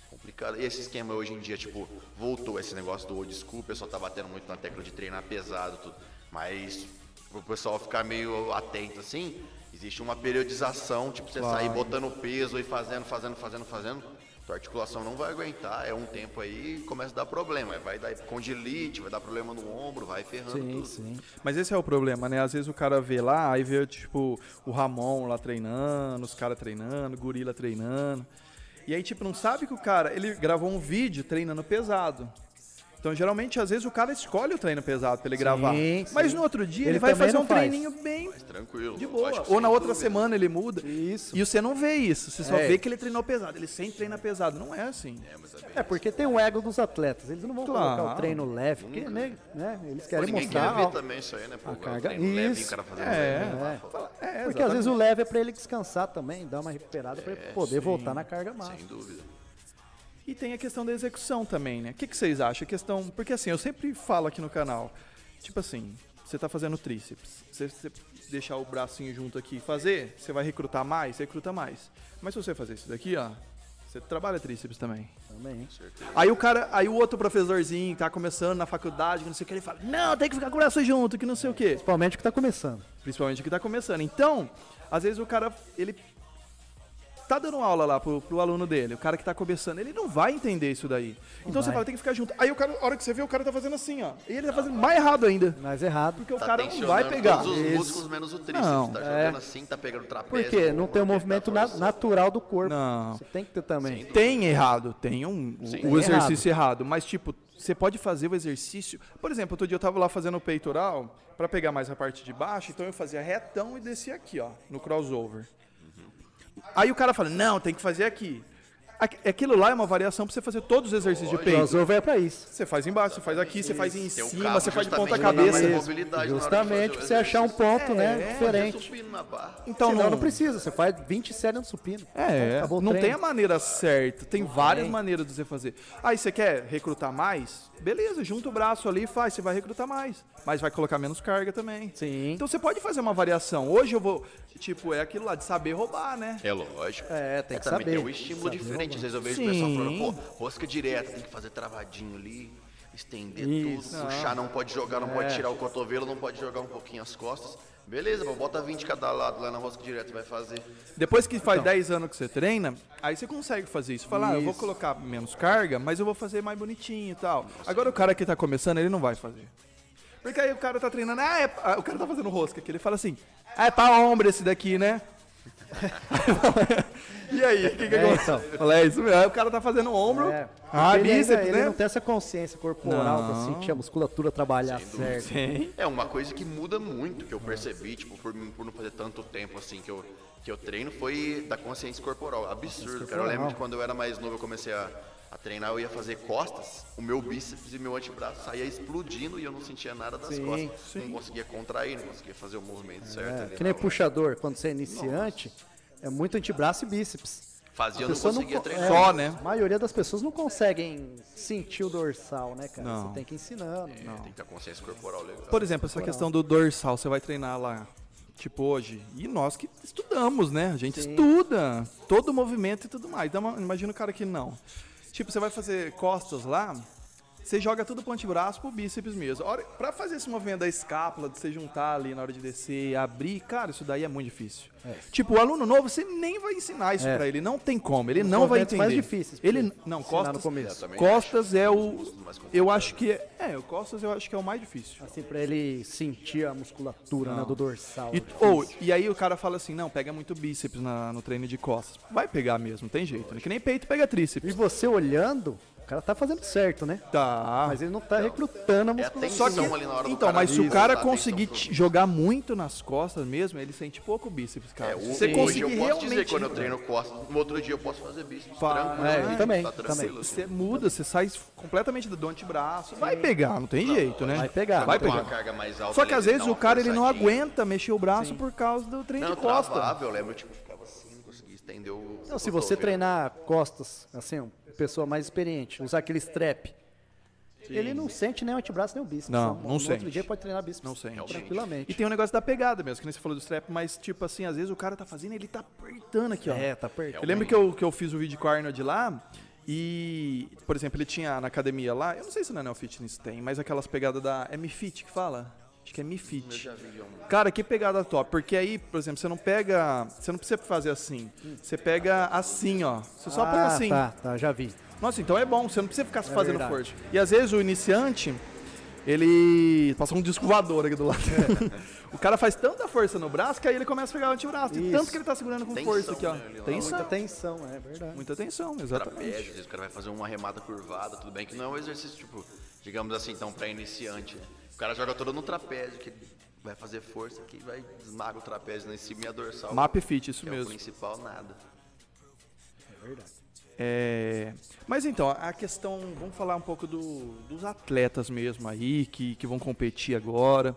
S3: complicado. E esse esquema hoje em dia, tipo, voltou esse negócio do old school, o pessoal tá batendo muito na tecla de treinar pesado, tudo. Mas pro pessoal ficar meio atento assim, existe uma periodização, tipo, você sair botando peso e fazendo, fazendo, fazendo, fazendo. Tua articulação não vai aguentar, é um tempo aí e começa a dar problema. Vai dar condilite, vai dar problema no ombro, vai ferrando tudo.
S1: Mas esse é o problema, né? Às vezes o cara vê lá, aí vê, tipo, o Ramon lá treinando, os caras treinando, o gorila treinando. E aí, tipo, não sabe que o cara, ele gravou um vídeo treinando pesado. Então, geralmente, às vezes o cara escolhe o treino pesado pra ele gravar.
S2: sim.
S1: Mas no outro dia ele,
S2: Ele
S1: vai
S2: também
S1: fazer
S2: não
S1: um
S2: faz.
S1: treininho bem
S3: Mas tranquilo.
S1: de
S3: acho
S1: boa.
S3: que
S1: Ou
S3: sem
S1: na outra
S3: dúvida.
S1: semana ele muda.
S2: Isso.
S1: E você não vê isso. Você só
S2: É.
S1: vê que ele treinou pesado. Ele sempre treina pesado. Não é assim.
S3: É, mas é bem-
S2: É porque tem o ego dos atletas, eles não vão
S1: Claro.
S2: colocar o treino leve, porque né, né, eles querem
S3: Ninguém quer
S2: mostrar. ó,
S3: ver também isso aí, né? Pô,
S2: a
S3: o
S2: carga-
S3: treino leve,
S2: Isso.
S3: o cara fazendo
S1: É.
S3: treino lá,
S2: É.
S3: pô,
S1: É,
S2: porque às vezes o leve é pra ele descansar também, dar uma recuperada pra
S1: É,
S2: ele poder voltar na carga máxima.
S3: Sem dúvida.
S1: E tem a questão da execução também, né? O que, que vocês acham? A questão. Porque assim, eu sempre falo aqui no canal. Tipo assim, você tá fazendo tríceps. Se você deixar o bracinho junto aqui e fazer, você vai recrutar mais, recruta mais. Mas se você fazer isso daqui, ó, você trabalha tríceps também.
S2: Também.
S1: Aí o cara, aí o outro professorzinho que tá começando na faculdade, que não sei o que, ele fala, não, tem que ficar com o braço junto, que não sei o quê.
S2: Principalmente o que tá começando.
S1: Principalmente o que tá começando. Então, às vezes o cara, ele tá dando aula lá pro, pro aluno dele, o cara que tá começando, ele não vai entender isso daí. Então você
S2: vai.
S1: fala, tem que ficar junto. Aí o cara, a hora que você vê, o cara tá fazendo assim, ó. E ele tá fazendo mais errado ainda.
S2: Mas errado.
S1: Porque o
S3: Tá
S1: cara não vai
S3: tensionando
S1: pegar.
S3: Todos os
S2: Isso.
S3: músculos menos o tríceps.
S1: Não,
S3: tá
S2: é.
S3: jogando assim, tá pegando o trapézio.
S2: Porque não
S3: ombro,
S2: tem o
S3: tá
S2: movimento na-
S3: forçando.
S2: natural do corpo.
S1: Não.
S2: Você tem que ter também.
S1: Tem errado, tem um, o-
S3: Sim.
S1: o exercício errado. mas tipo, você pode fazer o exercício. Por exemplo, outro dia eu tava lá fazendo o peitoral pra pegar mais a parte de baixo, então eu fazia retão e descia aqui, ó, no crossover.
S3: Uhum.
S1: Aí o cara fala: "Não, tem que fazer aqui". Aqu- Aquilo lá é uma variação pra você fazer todos os exercícios de
S2: O
S1: peito.
S2: crossover é pra isso.
S1: Você faz embaixo, você faz aqui, você faz em
S3: Tem o
S1: cima,
S3: cabo
S1: você faz de
S3: justamente
S1: ponta
S3: pra dar mais
S1: cabeça.
S3: mobilidade na hora de
S2: Justamente
S3: fazer o
S2: pra você achar um ponto, né?
S1: É,
S2: diferente.
S3: Supino na barra.
S1: Então
S2: Senão não precisa, você faz 20 séries no supino.
S1: É,
S2: Acabou o
S1: não tem a
S2: treino.
S1: maneira certa, tem várias
S2: tem.
S1: maneiras de você fazer. Aí você quer recrutar mais? Beleza, junta o braço ali e faz, você vai recrutar mais. Mas vai colocar menos carga também.
S2: Sim.
S1: Então você pode fazer uma variação. Hoje eu vou. Tipo, é aquilo lá de saber roubar, né?
S3: É lógico.
S2: É, tem que
S3: também
S2: saber.
S3: Tem um estímulo
S2: Saber,
S3: diferente. Às vezes eu vejo
S1: Sim.
S3: o pessoal falando, pô, rosca direta, tem que fazer travadinho ali, estender
S2: Isso. ah, é.
S3: tudo, puxar, não pode jogar, não pode tirar o cotovelo, não pode jogar um pouquinho as costas. Beleza, pô, bota 20 cada lado lá na rosca direta e vai fazer.
S1: Depois que
S2: Então.
S1: faz 10 anos que você treina, aí você consegue fazer isso. Falar, ah, eu vou colocar menos carga, mas eu vou fazer mais bonitinho e tal. Agora o cara que tá começando, ele não vai fazer. Porque aí o cara tá treinando, ah, é... ah, o cara tá fazendo rosca aqui, ele fala assim, ah, é pra ombro esse daqui, né? [LAUGHS] e aí, o que que
S2: É,
S1: acontece? Fala, É isso mesmo, aí o cara tá fazendo ombro,
S2: É,
S1: ah,
S2: porque ele, ainda-
S1: bíceps,
S2: ele
S1: né?
S2: não tem essa consciência corporal pra
S1: Não.
S2: sentir a musculatura trabalhar certo.
S1: Sim.
S3: É uma coisa que muda muito, que eu percebi, tipo, por, mim- por não fazer tanto tempo assim que eu, que eu treino, foi da consciência corporal. Absurdo, cara. Eu lembro de quando eu era mais novo, eu comecei a, a treinar, eu ia fazer costas, o meu bíceps e meu antebraço saía explodindo e eu não sentia nada das
S2: Sim,
S3: costas. Não conseguia contrair, não conseguia fazer o
S1: É,
S3: movimento certo ali.
S2: Que nem
S3: na hora.
S2: puxador, quando você é iniciante, é muito antebraço e bíceps.
S3: Fazia,
S2: A
S3: eu não
S2: pessoa
S3: conseguia
S2: co-
S3: treinar.
S1: Só, né?
S2: A maioria das pessoas não conseguem sentir o dorsal, né, cara?
S1: Não.
S2: Você tem que ir ensinando. né?
S3: Tem que ter consciência corporal né? legal.
S1: Por exemplo, essa questão do dorsal, você vai treinar lá, tipo hoje. E nós que estudamos, né? A gente estuda todo o movimento e tudo mais. Dá uma- imagina o cara que não. Tipo, você vai fazer costas lá, você joga tudo pro antebraço, pro bíceps mesmo. A Hora, pra fazer esse movimento da escápula, de você juntar ali na hora de descer e abrir, cara, isso daí é muito difícil. Tipo, o aluno novo, você nem vai ensinar isso pra ele. Não tem como, ele
S2: É. Os
S1: não vai
S2: movimentos
S1: entender.
S2: mais difíceis pra
S1: Ele,
S2: ele
S1: não,
S2: ensinar no
S1: costas,
S2: começo.
S3: Eu também
S1: costas é o...
S3: mais complicado.
S1: Eu acho que é... É, o costas eu acho que é o mais difícil.
S2: Assim, pra ele sentir a musculatura né, do dorsal.
S1: E,
S2: É difícil.
S1: ou, e aí o cara fala assim, não, pega muito bíceps na- no treino de costas. Vai pegar mesmo, tem jeito. né? Que nem peito pega
S2: E
S1: tríceps.
S2: você olhando, o cara tá fazendo certo, né?
S1: Tá.
S2: Mas ele não tá recrutando a
S3: É
S2: musculatura.
S3: atenção
S1: Só que,
S3: ali na hora do
S1: então, mas se o
S3: isso,
S1: cara
S3: dá
S1: conseguir
S3: atenção
S1: te- jogar muito nas costas mesmo, ele sente pouco bíceps, cara. Se
S3: É, o-
S1: você
S3: hoje eu
S1: conseguir
S3: posso
S1: realmente...
S3: dizer quando eu treino costas, no outro dia eu posso fazer bíceps
S1: Pá,
S3: tranquilo.
S1: é,
S3: né?
S2: também,
S3: tá tranquilo. assim.
S1: Você muda, você sai completamente do antebraço. Vai pegar, não tem jeito, né?
S2: vai pegar.
S1: Vai
S3: Com uma
S1: pegar.
S3: carga mais alta,
S1: Só que
S3: ele
S1: às
S3: dá
S1: vezes
S3: uma
S1: o cara ele não
S3: forçadinha.
S1: aguenta mexer o braço por causa do treino
S3: Não,
S1: de costa.
S3: travava, eu lembro, tipo, ficava assim, não conseguia estender o.
S2: Não, então, se você treinar costas, assim, uma pessoa mais experiente, usar aquele strap, ele não sente nem o antebraço nem o bíceps.
S1: Não,
S2: né?
S1: não
S2: no
S1: sente.
S2: outro dia pode treinar bíceps.
S1: Não sente. E
S2: Tranquilamente.
S1: tem o negócio da pegada mesmo, que nem você falou do strap, mas tipo assim, às vezes o cara tá fazendo ele tá apertando aqui, ó.
S2: É, tá perto.
S1: Eu lembro que eu, que eu fiz o vídeo com o Arnold lá e, por exemplo, ele tinha na academia lá, eu não sei se na Neo Fitness tem, mas aquelas pegadas da. É Mi Fit que fala? Acho que é Mi Fit. Cara, que pegada top. Porque aí, por exemplo, você não pega. Você não precisa fazer assim. Você pega assim, ó. Você só põe
S2: ah,
S1: assim.
S2: tá, tá, já vi.
S1: Nossa, então é bom, você não precisa ficar se fazendo
S2: verdade.
S1: força. E às vezes o iniciante, ele. Passou um disco voador aqui do
S2: [LAUGHS]
S1: lado. o cara faz tanta força no braço que aí ele começa a pegar o antebraço. E
S2: Isso.
S1: tanto que ele tá segurando com
S3: Tensão,
S1: força aqui, ó.
S3: né, ele lá.
S1: Tensão.
S2: Muita tensão, é verdade.
S1: Muita tensão,
S3: Trapézio, às
S1: exatamente.
S3: vezes o cara vai fazer uma remada curvada, tudo bem, que não é um exercício, tipo, digamos assim, então, pra iniciante. né? O cara joga todo no trapézio, que ele vai fazer força, que vai esmaga o trapézio na cima e a dorsal.
S1: Map fit, isso
S3: que é o
S1: mesmo.
S3: principal, nada.
S1: É, Mas então, a questão, vamos falar um pouco do- dos atletas mesmo aí, que, que vão competir agora.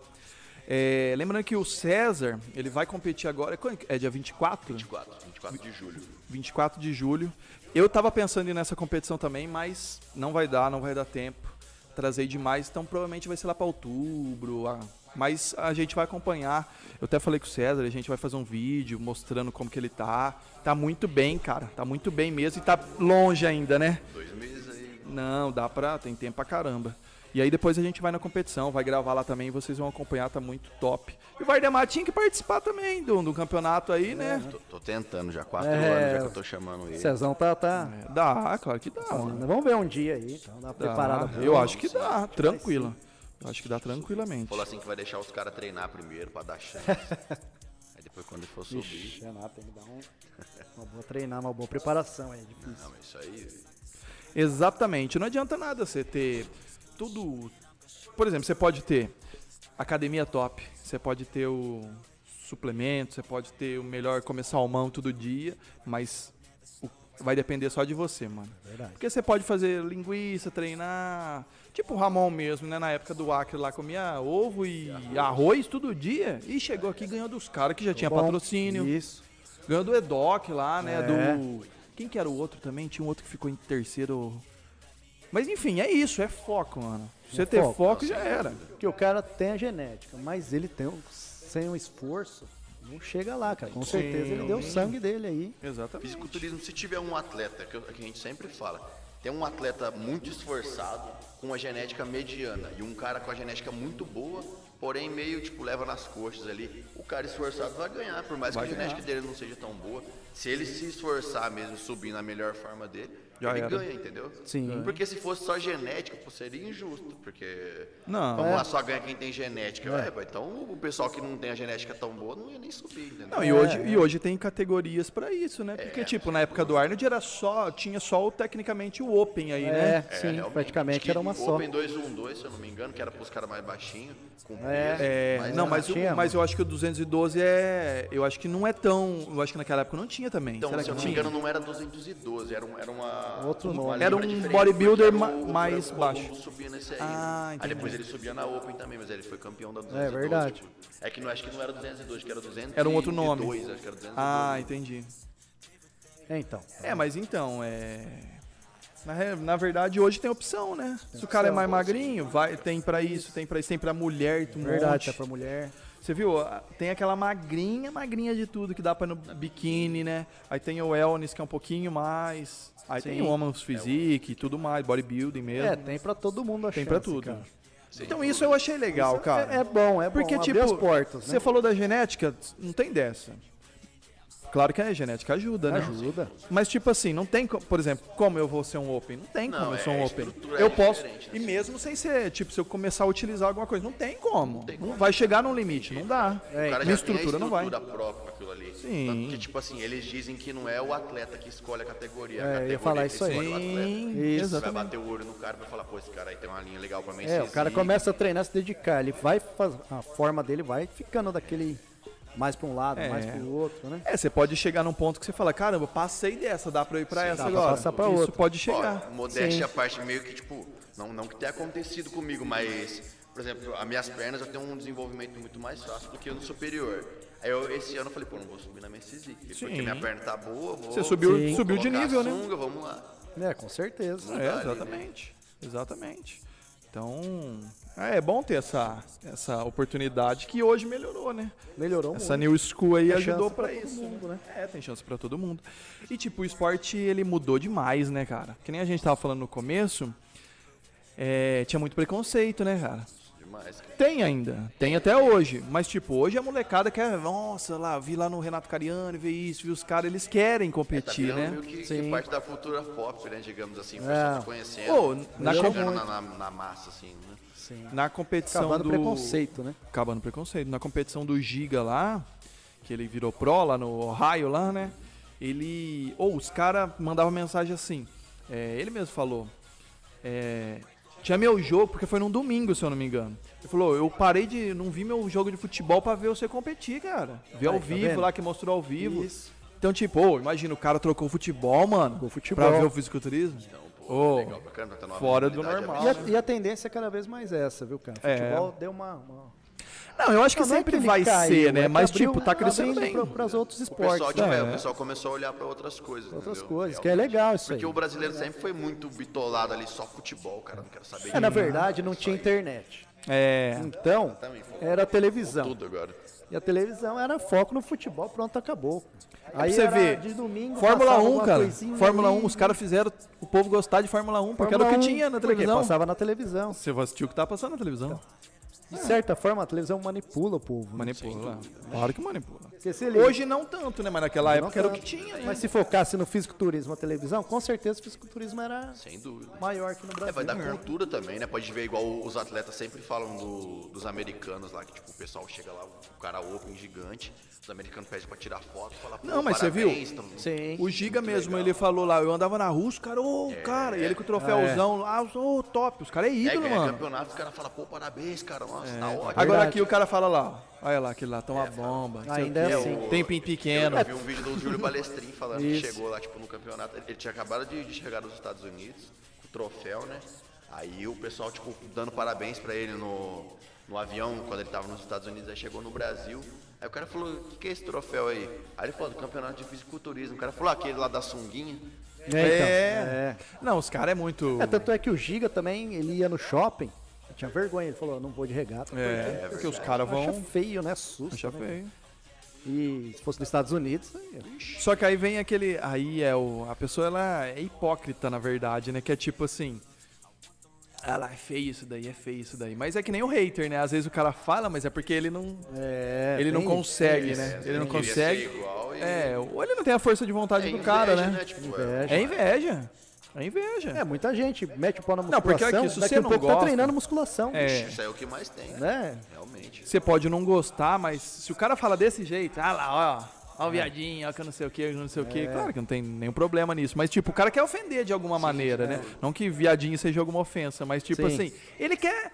S1: É, lembrando que o César, ele vai competir agora, é quando que- é dia 24?
S3: 24, 24 de julho.
S1: 24 de julho. Eu tava pensando em ir nessa competição também, mas não vai dar, não vai dar tempo. Trazei demais, então provavelmente vai ser lá pra outubro. ah, Mas a gente vai acompanhar. Eu até falei com o César, a gente vai fazer um vídeo mostrando como que ele tá. Tá muito bem, cara. Tá muito bem mesmo e tá longe ainda, né?
S3: Dois meses aí.
S1: Não, dá pra. Tem tempo pra caramba. E aí depois a gente vai na competição, vai gravar lá também, vocês vão acompanhar, tá muito top. E o Vardemar tinha que participar também do, do campeonato aí, né?
S3: Tô, tô tentando já, quatro
S2: É.
S3: anos já que eu tô chamando ele.
S2: Cezão tá. tá
S1: É, Dá, claro que dá. né? mano.
S2: Vamos ver um dia aí, então, dá uma
S1: Dá.
S2: preparada boa.
S1: Eu acho que dá, tranquilo. Eu acho que dá tranquilamente.
S3: Falou assim que vai deixar os caras treinar primeiro pra
S2: [LAUGHS]
S3: dar chance. Aí depois quando ele for subir.
S2: Ixi, Renato, tem que dar um, uma boa treinar, uma boa preparação aí, é difícil.
S3: Não, mas isso aí.
S1: Exatamente. Não adianta nada você ter tudo. Por exemplo, você pode ter academia top, você pode ter o suplemento, você pode ter o melhor comer salmão todo dia, mas o- vai depender só de você, mano.
S2: Verdade.
S1: Porque você pode fazer linguiça, treinar. Tipo o Ramon mesmo, né? Na época do Acre lá comia ovo e arroz todo dia. E chegou aqui ganhando dos caras que já tinha
S2: Bom,
S1: patrocínio.
S2: Isso.
S1: Ganhou do Edoc lá, né?
S2: É.
S1: Do. Quem que era o outro também? Tinha um outro que ficou em terceiro. Mas enfim, é isso, é foco, mano. Você
S2: É
S1: ter
S2: foco.
S1: foco já era.
S2: Porque o cara tem a genética, mas ele tem um- sem o esforço, não chega lá, cara. Com certeza ele deu o sangue dele aí.
S1: Exatamente.
S3: Fisiculturismo, se tiver um atleta, que, eu- que a gente sempre fala, tem um atleta muito esforçado, com a genética mediana, e um cara com a genética muito boa, porém meio, tipo, leva nas coxas ali, o cara esforçado vai ganhar, por mais que a genética dele não seja tão boa. Se ele se esforçar mesmo, subir na melhor forma dele,
S1: Já
S3: ele
S1: era.
S3: ganha, entendeu?
S2: Sim.
S3: Porque se fosse só genética, pô, seria injusto, porque...
S1: Não,
S3: Vamos
S1: é.
S3: lá, só ganha quem tem genética. Ué, pô, então o pessoal que não tem a genética tão boa não ia nem subir, entendeu?
S1: Não, e
S2: É.
S1: hoje, e hoje tem categorias pra isso, né?
S3: É.
S1: Porque, tipo, na época do Arnold era só. Tinha só o, tecnicamente o Open aí,
S2: É,
S1: né?
S2: sim,
S3: realmente. Acho
S2: praticamente
S3: que
S2: era uma
S3: o
S2: só.
S3: Open 212, se eu não me engano, que era pros caras mais baixinhos, com peso.
S1: É, não, mas, o-
S2: tinha,
S1: mas eu acho que o 212 é. Eu acho que não é tão. Eu acho que naquela época não tinha também.
S3: Então,
S1: Será
S3: se
S1: que
S3: eu não me
S1: tinha?
S3: engano, não era 212, era, um- era uma...
S2: Outro
S3: uma
S2: nome.
S3: libra
S1: Era um
S3: diferente,
S1: bodybuilder
S3: porque
S1: ma-
S3: o-
S1: mais
S3: o- o-
S1: baixo.
S3: subia nesse aí.
S1: Ah,
S3: né? aí
S1: entendi.
S3: depois ele subia na Open também, mas ele foi campeão da 212.
S2: É verdade.
S3: É que não, acho que não era 212, que era 202.
S1: Era um outro nome.
S3: Acho que era 202.
S1: Ah, entendi.
S2: É, então.
S1: É, mas então, é. Na, re- na verdade, hoje tem opção, né? Se o cara é mais magrinho, vai, tem pra isso, tem pra isso, tem pra mulher, tu
S2: Verdade,
S1: monte.
S2: tá pra mulher.
S1: Você viu? Ah, Tem aquela magrinha, magrinha de tudo que dá pra ir no biquíni, né? Aí tem o wellness, que é um pouquinho mais. Aí tem o Woman's Physique e tudo mais, bodybuilding mesmo.
S2: É, tem pra todo mundo a
S1: tem
S2: chance,
S1: pra tudo.
S2: cara.
S1: Então isso eu achei legal, cara.
S2: É, é bom, é bom.
S1: Porque,
S2: abrir
S1: tipo,
S2: as portas,
S1: você
S2: né?
S1: falou da genética, não tem dessa. Claro que a genética ajuda, né?
S2: Ajuda.
S1: Mas, tipo assim, não tem, co- por exemplo, como eu vou ser um open? Não tem
S3: Não,
S1: como eu
S3: é,
S1: ser um
S3: a
S1: open.
S3: estrutura é
S1: Eu posso,
S3: diferente, né?
S1: e mesmo sem ser, tipo, se eu começar a utilizar alguma coisa, não tem como. Não, vai chegar num limite, não dá.
S2: É,
S3: O cara
S1: Minha
S3: já
S1: estrutura
S3: tem a
S1: não vai.
S3: estrutura própria pra aquilo ali.
S1: Sim.
S3: Tanto que, tipo assim, eles dizem que não é o atleta que escolhe a categoria. a
S2: É, eu ia
S3: categoria
S2: falar
S3: que
S2: isso aí.
S3: escolhe o atleta.
S1: Sim,
S2: Isso.
S3: Você vai
S1: exatamente.
S3: bater o olho no cara e vai falar, pô, esse cara aí tem uma linha legal pra mim.
S2: É, o
S3: esse
S2: cara
S3: zica.
S2: começa a treinar, se dedicar, ele vai faz... a forma dele vai ficando daquele mais pra um lado, mais
S1: É.
S2: pro outro, né?
S1: É, você pode chegar num ponto que você fala, caramba, passei dessa, dá pra eu ir pra essa
S2: dá pra
S1: agora.
S2: passar pra
S1: Isso
S2: outra.
S1: pode
S3: Ó,
S1: chegar.
S3: modéstia à parte, meio que, tipo, não, não que tenha acontecido comigo, mas, por exemplo, as minhas pernas já têm um desenvolvimento muito mais fácil do que no superior. Aí eu, esse ano, eu falei, pô, não vou subir na minha CISIC, porque
S1: Sim.
S3: minha perna tá boa, vou...
S1: Você subiu-
S3: vou
S1: subiu de
S3: colocar a
S1: nível, né?
S3: sunga, Vamos lá.
S2: É, com certeza.
S1: É,
S3: né?
S1: exatamente. Exatamente. Então, é, é bom ter essa, essa oportunidade que hoje melhorou, né?
S2: Melhorou
S1: Essa
S2: muito.
S1: new school aí
S2: Tem
S1: ajudou
S2: chance
S1: pra
S2: pra todo
S1: isso.
S2: mundo,
S1: né? É, tem chance pra todo mundo. E tipo, o esporte ele mudou demais, né, cara? Que nem a gente tava falando no começo, é, tinha muito preconceito, né, cara?
S3: Demais, cara.
S1: Tem ainda, tem até hoje. Mas, tipo, hoje a molecada quer. Nossa, lá, vi lá no Renato Cariani, vi isso, vi os caras, eles querem
S3: Tá
S1: competir,
S3: virando
S1: né?
S3: meio que, que
S2: Sim.
S3: parte da cultura pop, né, digamos assim, o
S2: É.
S3: pessoal tá conhecendo,
S1: Pô, na
S3: chegando
S1: com-
S3: na, na- na massa, assim, né?
S2: Sim.
S1: Na competição
S2: Acabando
S1: do.
S2: o preconceito, né?
S1: Acabando o preconceito. Na competição do Giga lá, que ele virou pro lá no Ohio lá, né? Ele. Ou os caras mandavam mensagem assim. é, ele mesmo falou. É, tinha meu jogo, porque foi num domingo, se eu não me engano. Ele falou, eu parei de. não vi meu jogo de futebol pra ver você competir, cara. Vi ao
S2: tá
S1: vivo
S2: vendo?
S1: lá que mostrou ao vivo.
S2: Isso.
S1: Então, tipo, ô, imagina, o cara trocou o futebol, mano.
S2: Trocou o futebol.
S1: Pra ver o fisiculturismo. Ô,
S3: Legal pra caramba, tá numa
S1: fora do
S3: habilidade
S1: normal,
S3: absurda.
S2: E a, e a tendência é cada vez mais essa, viu, cara?
S1: É.
S2: Futebol deu uma. uma-
S1: Não, eu acho que
S2: Não, não é
S1: sempre
S2: ele
S1: vai
S2: caiu,
S1: ser,
S2: é
S1: né?
S2: que
S1: Mas,
S2: abriu- um
S1: tipo, tá crescendo
S2: abrindo
S1: bem.
S2: pra- pras outros
S3: O pessoal,
S2: esportes.
S3: tipo,
S2: né?
S3: é, o pessoal começou a olhar pra outras coisas.
S2: Outras
S3: entendeu?
S2: coisas, que é legal isso
S3: Porque
S2: aí.
S3: o brasileiro sempre foi muito bitolado ali, só futebol, cara. Não quero saber
S2: É, na verdade, não tinha internet.
S1: É.
S2: Então, era televisão.
S3: tudo agora.
S2: E a televisão era foco no futebol, pronto, acabou. Aí
S1: É pra você
S2: era
S1: ver.
S2: de domingo,
S1: Fórmula
S2: passava
S1: 1,
S2: alguma
S1: cara.
S2: coisinha
S1: Fórmula
S2: ali.
S1: 1, os caras fizeram o povo gostar de Fórmula 1, porque era o
S2: Fórmula
S1: que
S2: 1,
S1: tinha na
S2: porque
S1: televisão.
S2: Passava na televisão.
S1: Você vai assistir o que tá passando na televisão.
S2: De certa forma, a televisão manipula o povo. né?
S1: Manipula. Claro que manipula.
S2: Porque se ele-
S1: Hoje não tanto, né? Mas naquela
S2: Não
S1: época era o que
S2: tanto.
S1: tinha, né?
S2: Mas se focasse no fisiculturismo, a televisão, com certeza o fisiculturismo era
S3: Sem dúvida.
S2: maior que no Brasil.
S3: É, vai dar cultura também, né? Pode ver igual os atletas sempre falam do- dos americanos lá, que tipo, o pessoal chega lá, o cara open gigante, os americanos pedem pra tirar foto, fala, pô,
S1: Não, mas você viu?
S3: parabéns, tamo-
S2: Sim.
S1: O Giga
S3: Muito
S1: mesmo,
S3: legal.
S1: ele falou lá, eu andava na rua, os caras, ô,
S2: É.
S1: cara, e ele com o troféuzão lá, ô, top, os caras é
S3: É,
S1: ídolo,
S3: ganha
S1: mano. É,
S3: campeonato, os caras falam, pô, parabéns, cara, nossa, tá ótimo.
S1: Agora
S2: Verdade.
S1: aqui o cara fala lá, ó, olha lá, aquele lá, tem uma bomba. não sei
S2: é. Ainda
S1: o quê,
S2: é então. assim.
S1: Tem pin pequeno.
S3: Eu vi um vídeo do Júlio Balestrin falando que
S2: Isso.
S3: chegou lá, tipo, no campeonato. Ele ele tinha acabado de, de chegar dos Estados Unidos, com o troféu, né? Aí o pessoal, tipo, dando parabéns pra ele no, no avião, quando ele tava nos Estados Unidos, aí chegou no Brasil. Aí o cara falou, o que, que é esse troféu aí? Aí ele falou, do campeonato de fisiculturismo. O cara falou, "Ah, aquele lá da sunguinha.
S2: É,
S1: É,
S2: então, é.
S1: Não, os caras é muito...
S2: É, tanto é que o Giga também, ele ia no shopping, tinha vergonha, ele falou, não vou de regata.
S1: É, porque os caras
S2: porque Acha
S1: vão...
S2: feio, né? Susto.
S1: Acha
S2: né?
S1: feio.
S2: E se fosse nos Estados Unidos, aí,
S1: Só que aí vem aquele. Aí é o. A pessoa ela é hipócrita, na verdade, né? Que é tipo assim. Ah lá, é feio isso daí, é feio isso daí. Mas é que nem o hater, né? Às vezes o cara fala, mas é porque ele não.
S2: é,
S1: ele não
S2: bem-
S1: consegue, né? Ele não
S3: Queria ser
S1: consegue.
S3: igual e-
S1: É, ou ele não tem a força de vontade do
S3: inveja,
S1: cara, né?
S3: Tipo,
S2: Inveja.
S1: É inveja. É inveja.
S2: É, muita gente mete o pau na
S1: Não,
S2: musculação,
S1: porque aqui, se
S2: daqui
S1: você
S2: a
S1: não
S2: pouco tá
S1: gosta-
S2: treinando musculação.
S1: É.
S3: Isso aí é o que mais tem, né?
S2: Né?
S3: Realmente.
S1: Você pode não gostar, mas se o cara fala desse jeito, ah lá, ó, ó o viadinho, ó que eu não sei o que, eu não sei o que, claro que não tem nenhum problema nisso. Mas, tipo, o cara quer ofender de alguma maneira, né? Não que viadinho seja alguma ofensa, mas, tipo
S2: Sim.
S1: assim, ele quer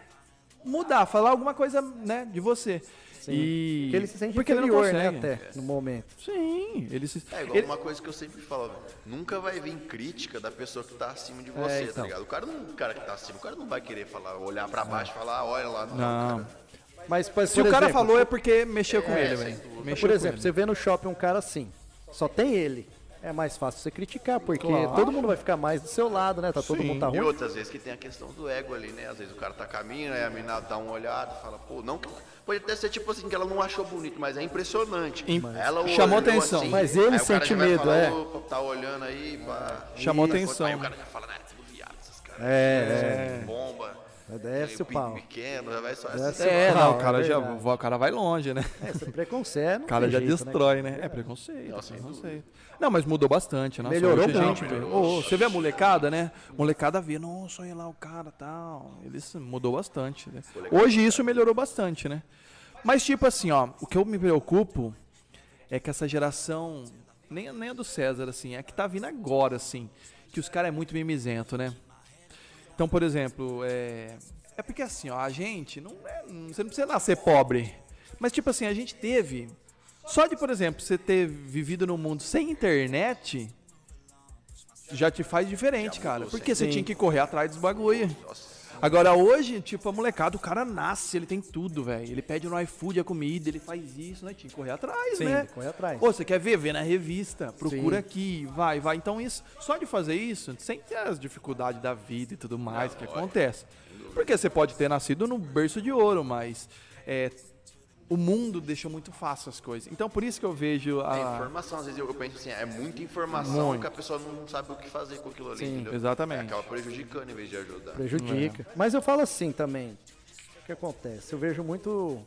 S1: mudar, falar alguma coisa, né, de você. E...
S2: Porque ele se sente
S1: porque ele não
S2: inferior, né,
S1: consegue.
S2: até, no momento.
S1: Sim, ele se...
S3: É igual
S1: ele-
S3: uma coisa que eu sempre falo, velho. Nunca vai vir crítica da pessoa que tá acima de você, tá
S2: então.
S3: ligado? O cara, não, o cara que tá acima, o cara não vai querer falar, olhar pra baixo e falar, "Ah, olha lá.
S1: Não.
S3: cara.
S2: Mas, mas,
S1: Se
S2: por
S1: o cara
S2: exemplo,
S1: falou é porque mexeu com
S3: É,
S1: ele,
S3: sem
S1: velho.
S3: dúvida.
S1: Mexeu
S2: Por
S1: com
S2: exemplo,
S1: ele.
S2: você vê no shopping um cara assim, só tem ele. É mais fácil você criticar, porque
S1: Claro.
S2: todo mundo vai ficar mais do seu lado, né? Tá todo
S1: Sim.
S2: mundo tá
S3: E
S2: ruim.
S3: outras vezes que tem a questão do ego ali, né? Às vezes o cara tá caminhando, aí a mina dá uma olhada, fala, pô, não. que- Pode até ser tipo assim, que ela não achou bonito, mas é impressionante.
S1: Im-
S3: Ela
S1: Chamou
S3: olhou
S1: atenção.
S3: assim,
S2: Mas ele
S3: aí o cara
S2: sente
S3: já vai
S2: medo,
S3: falar,
S2: é.
S3: "Opa, Tá olhando aí, pá.
S1: Chamou
S3: Aí
S1: atenção.
S3: Aí o cara já fala, né? Tudo viado, esses caras.
S2: É,
S3: Bomba.
S2: Mas desce o
S3: pi-
S2: pau.
S3: Pequeno, já vai só
S2: Desce
S3: assim,
S2: o
S1: É,
S2: Não,
S1: não, o
S2: é
S1: cara, já,
S2: verdade.
S1: o cara vai longe, né?
S2: É, esse preconceito. não
S1: O cara
S2: tem
S1: já
S2: jeito, né?
S1: destrói, né? É preconceito,
S3: Nossa, sem
S1: preconceito. Não, mas mudou bastante. Nossa,
S2: Melhorou
S1: hoje a
S2: muito,
S1: gente,
S3: melhorou.
S1: Ô, ô, você vê a molecada, né? Molecada vê, nossa, olha lá o cara tal. Eles mudou bastante, né? Hoje isso melhorou bastante, né? Mas tipo assim, ó, o que eu me preocupo é que essa geração, nem, nem a do César, assim, é a que tá vindo agora, assim, que os caras é muito mimizento, né? Então, por exemplo, é. É porque assim, ó, a gente não é. não- Você não precisa nascer pobre. Mas, tipo assim, a gente teve. Só de, por exemplo, você ter vivido num mundo sem internet. Já te faz diferente, cara. Porque você tinha que correr atrás dos bagulho. Agora hoje, tipo, a molecada, o cara nasce, ele tem tudo, velho. Ele pede no iFood a comida, ele faz isso, né? Tinha que correr atrás,
S2: Sim,
S1: né?
S2: correr atrás.
S1: Ô, você quer ver? Vê na revista. Procura
S2: Sim.
S1: aqui, vai, vai. Então, isso, só de fazer isso, sem ter as dificuldades da vida e tudo mais que acontece. Porque você pode ter nascido no berço de ouro, mas é, o mundo deixou muito fácil as coisas. Então, por isso que eu vejo
S3: É
S2: Ah.
S1: a.
S3: informação, às vezes eu eu penso assim, é muita informação
S1: Muito.
S3: que a pessoa não sabe o que fazer com aquilo ali, entendeu?
S1: exatamente.
S3: É, acaba prejudicando em vez de ajudar.
S2: Prejudica.
S1: É.
S2: Mas eu falo assim também. O que acontece? Eu vejo muito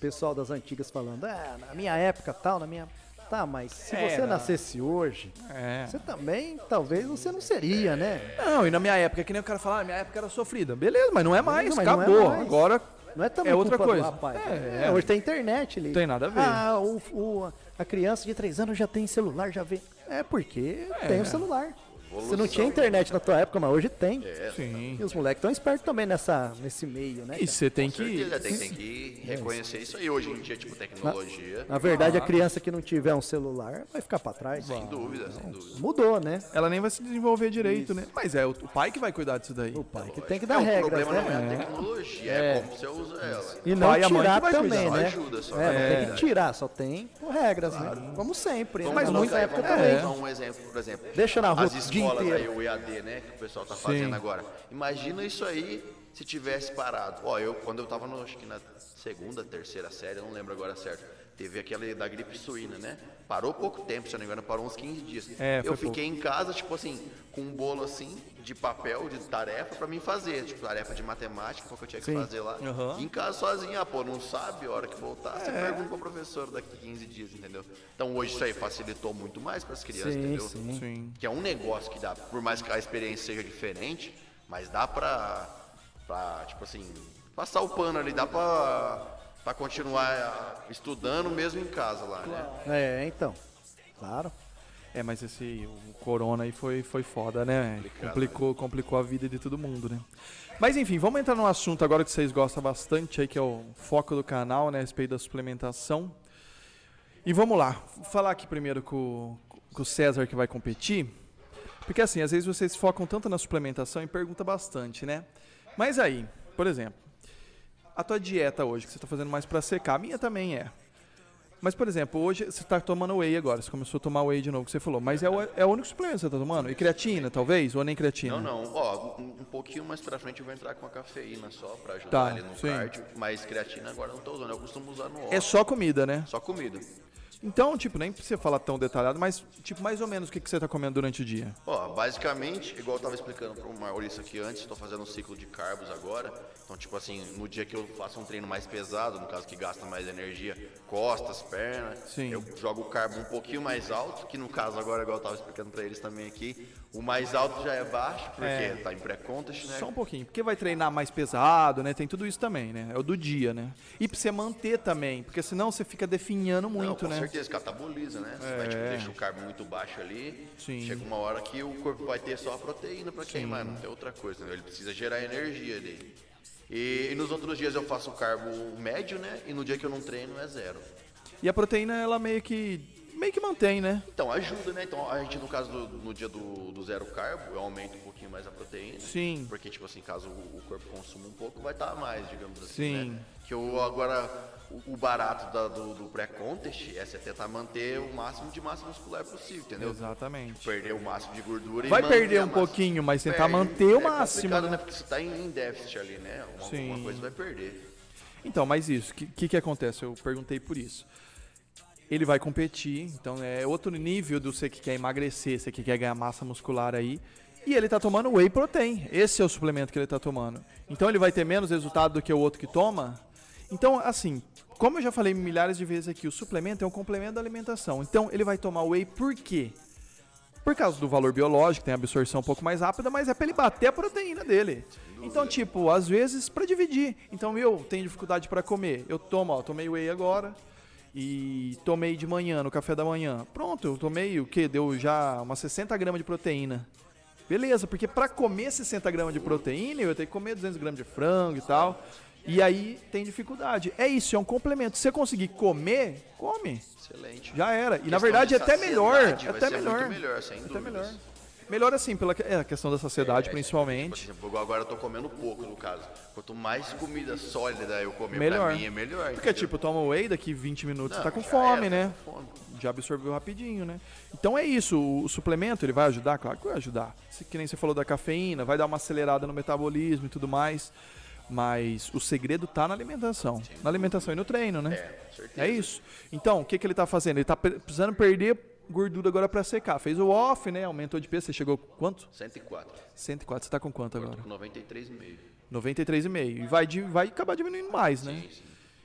S2: pessoal das antigas falando, ah, na minha época tal, na minha. Tá, mas se
S1: É,
S2: você
S1: não.
S2: nascesse hoje,
S1: É.
S2: você também, talvez você não seria, né?
S1: Não, e na minha época, que nem o cara falar, ah, minha época era sofrida. Beleza, mas não é mais,
S2: mas não é
S1: acabou.
S2: mais.
S1: Agora.
S2: Não é também
S1: É outra
S2: culpa
S1: coisa.
S2: do rapaz.
S1: É,
S2: É,
S1: é.
S2: Hoje tem internet ali.
S1: Tem nada a ver.
S2: Ah, o, o- a criança de 3 anos já tem celular, já vê. É porque tem o celular. Você não tinha internet
S3: né?
S2: na tua época, mas hoje tem.
S3: É.
S1: Sim.
S2: E os moleques estão espertos também nessa, nesse meio, né?
S1: E
S2: cara?
S1: você tem
S3: Com
S1: que.
S3: certeza, tem, tem que reconhecer isso aí. Hoje em dia, tipo, tecnologia,
S2: Na verdade, a criança que não tiver um celular vai ficar pra trás.
S3: Ah. sem dúvida, sem dúvida.
S2: Mudou, né?
S1: Ela nem vai se desenvolver direito, né? Mas é o, o pai que vai cuidar disso daí.
S2: O pai que tem que
S3: é,
S2: dar
S3: o
S2: regras,
S3: problema não é
S2: né?
S3: a tecnologia, é, como você usa ela.
S2: E não
S1: pai e a mãe que
S2: tirar
S1: vai cuidar.
S2: também,
S3: Só
S2: né?
S3: ajuda, só
S2: é,
S3: ajuda.
S2: não tem que tirar, só tem com regras, né? Como sempre. né?
S1: Mas
S2: Na
S1: muito-
S2: nossa época
S3: vamos
S2: também.
S3: dar um exemplo, por exemplo.
S2: Deixa na rua
S3: As
S2: o dia
S3: escolas
S2: inteiro.
S3: aí, o EAD, né, que o pessoal tá fazendo agora. Imagina isso aí se tivesse parado. Ó, eu, quando eu tava, no, acho que na segunda, terceira série, eu não lembro agora certo. Teve aquele da gripe suína, né? Parou pouco tempo, se eu não me engano, parou uns 15 dias.
S1: É,
S3: eu
S1: foi
S3: fiquei em casa, tipo assim, com um bolo assim, de papel, de tarefa pra mim fazer. Tipo, tarefa de matemática, foi o que eu tinha que
S2: Sim.
S3: fazer lá.
S1: Aham.
S3: E em casa sozinho, ah, pô, não sabe a hora que voltar, você
S2: É.
S3: pergunta pro professor daqui 15 dias, entendeu? Então hoje isso aí facilitou muito mais pras crianças,
S2: É. Sim,
S3: entendeu?
S2: sim.
S1: Sim.
S3: Que é um negócio que dá, por mais que a experiência seja diferente, mas dá pra, pra tipo assim, passar o pano ali, dá pra, pra continuar ah, estudando mesmo em casa lá, né?
S2: É, então. Claro.
S1: É, mas esse o corona aí foi, foi foda, né? velho?
S3: Complicado,
S1: complicou, complicou a vida de todo mundo, né? Mas enfim, vamos entrar num assunto agora que vocês gostam bastante aí, que é o foco do canal, né? A respeito da suplementação. E vamos lá, vou falar aqui primeiro com, com o César que vai competir. Porque assim, às vezes vocês focam tanto na suplementação e pergunta bastante, né? Mas aí, por exemplo, a tua dieta hoje, que você tá fazendo mais pra secar, a minha também é. Mas, por exemplo, hoje você tá tomando whey agora, você começou a tomar whey de novo, que você falou. Mas é o, é o único suplemento que você tá tomando? E creatina, talvez? Ou nem creatina?
S3: Não, não, ó, um, um pouquinho mais pra frente eu vou entrar com a cafeína só pra ajudar
S1: Tá,
S3: ali no
S1: sim.
S3: cardio, mas creatina agora eu não tô usando, eu costumo usar no óleo,
S1: É só comida, né?
S3: só comida.
S1: Então, tipo, nem precisa falar tão detalhado, mas, tipo, mais ou menos o que, que você tá comendo durante o dia.
S3: Ó, basicamente, igual eu tava explicando pro Maurício aqui antes, tô fazendo um ciclo de carbos agora. Então, tipo assim, no dia que eu faço um treino mais pesado, no caso que gasta mais energia, costas, pernas,
S1: Sim.
S3: eu jogo o carbo um pouquinho mais alto, que no caso agora, igual eu tava explicando pra eles também aqui, o mais alto já é baixo, porque
S1: É.
S3: tá em pré-contest, né?
S1: Só um pouquinho, porque vai treinar mais pesado, né? Tem tudo isso também, né? É o do dia, né? E pra você manter também, porque senão você fica definhando
S3: Não,
S1: muito,
S3: com
S1: né? É.
S3: certeza, cataboliza, né? Você vai, tipo, deixa o carbo muito baixo ali.
S1: Sim.
S3: Chega uma hora que o corpo vai ter só a proteína pra queimar, não tem outra coisa, entendeu? Ele precisa gerar energia ali. E, e nos outros dias eu faço o carbo médio, né? E no dia que eu não treino é zero.
S1: E a proteína, ela meio que. meio que mantém, né?
S3: Então ajuda, né? Então a gente, no caso, do, no dia do, do zero carbo, eu aumento um pouquinho mais a proteína.
S1: Sim.
S3: Porque, tipo assim, caso o o corpo consuma um pouco, vai estar mais, digamos assim,
S1: Sim.
S3: né? Que eu agora... o- O barato da- do, do pré-contest é você tentar manter o máximo de massa muscular possível, entendeu?
S1: Exatamente.
S3: perder o máximo de gordura
S1: Vai
S3: e manter
S1: perder
S3: a
S1: um
S3: massa.
S1: pouquinho, mas tentar manter o máximo,
S3: complicado,
S1: né?
S3: né? Porque você tá em em déficit ali, né? Uma,
S1: Sim.
S3: alguma coisa vai perder.
S1: Então, mas isso, o que, que, que acontece? Eu perguntei por isso. Ele vai competir, então é outro nível do você que quer emagrecer, você que quer ganhar massa muscular aí. E ele tá tomando whey protein. Esse é o suplemento que ele tá tomando. Então ele vai ter menos resultado do que o outro que toma. Então, assim, como eu já falei milhares de vezes aqui, o suplemento é um complemento da alimentação. Então ele vai tomar whey por quê? Por causa do valor biológico, tem a absorção um pouco mais rápida, mas é pra ele bater a proteína dele. Então, tipo, às vezes pra dividir. Então eu tenho dificuldade pra comer. Eu tomo, ó, tomei whey agora e tomei de manhã, no café da manhã. Pronto, eu tomei o que? Deu já umas 60 gramas de proteína. Beleza, porque pra comer 60 gramas de proteína, eu ia ter que comer 200 gramas de frango e tal. E aí tem dificuldade. É isso, é um complemento. Se você conseguir comer, come.
S3: Excelente.
S1: Já era. E na
S3: Questão
S1: verdade é
S3: de
S1: até
S3: saciedade
S1: melhor. É
S3: vai
S1: até
S3: ser
S1: melhor.
S3: Muito melhor, sem
S1: Até
S3: dúvidas.
S1: melhor. Melhor assim, pela que- é, a questão da saciedade,
S3: Por
S1: principalmente.
S3: exemplo, igual tipo assim, agora eu tô comendo pouco, no caso. Quanto mais comida sólida eu comer
S1: Melhor.
S3: pra mim, é melhor.
S1: Porque,
S3: entendeu?
S1: tipo, toma whey, daqui 20 minutos
S3: Não,
S1: você tá com
S3: já
S1: fome,
S3: era,
S1: né?
S3: tá com fome.
S1: Já absorveu rapidinho, né? Então é isso, o, o suplemento ele vai ajudar? Claro que vai ajudar. Se- Que nem você falou da cafeína, vai dar uma acelerada no metabolismo e tudo mais. Mas o segredo tá na alimentação. Na alimentação e no treino, né?
S3: É, com certeza.
S1: É isso. Então, o que, que ele tá fazendo? Ele tá pre- precisando perder gordura agora pra secar. Fez o off, né? Aumentou de peso. Você chegou com quanto?
S3: 104,
S1: 104. Você tá com quanto agora?
S3: com 93,5.
S1: 93,5. E vai, di- vai acabar diminuindo mais, né?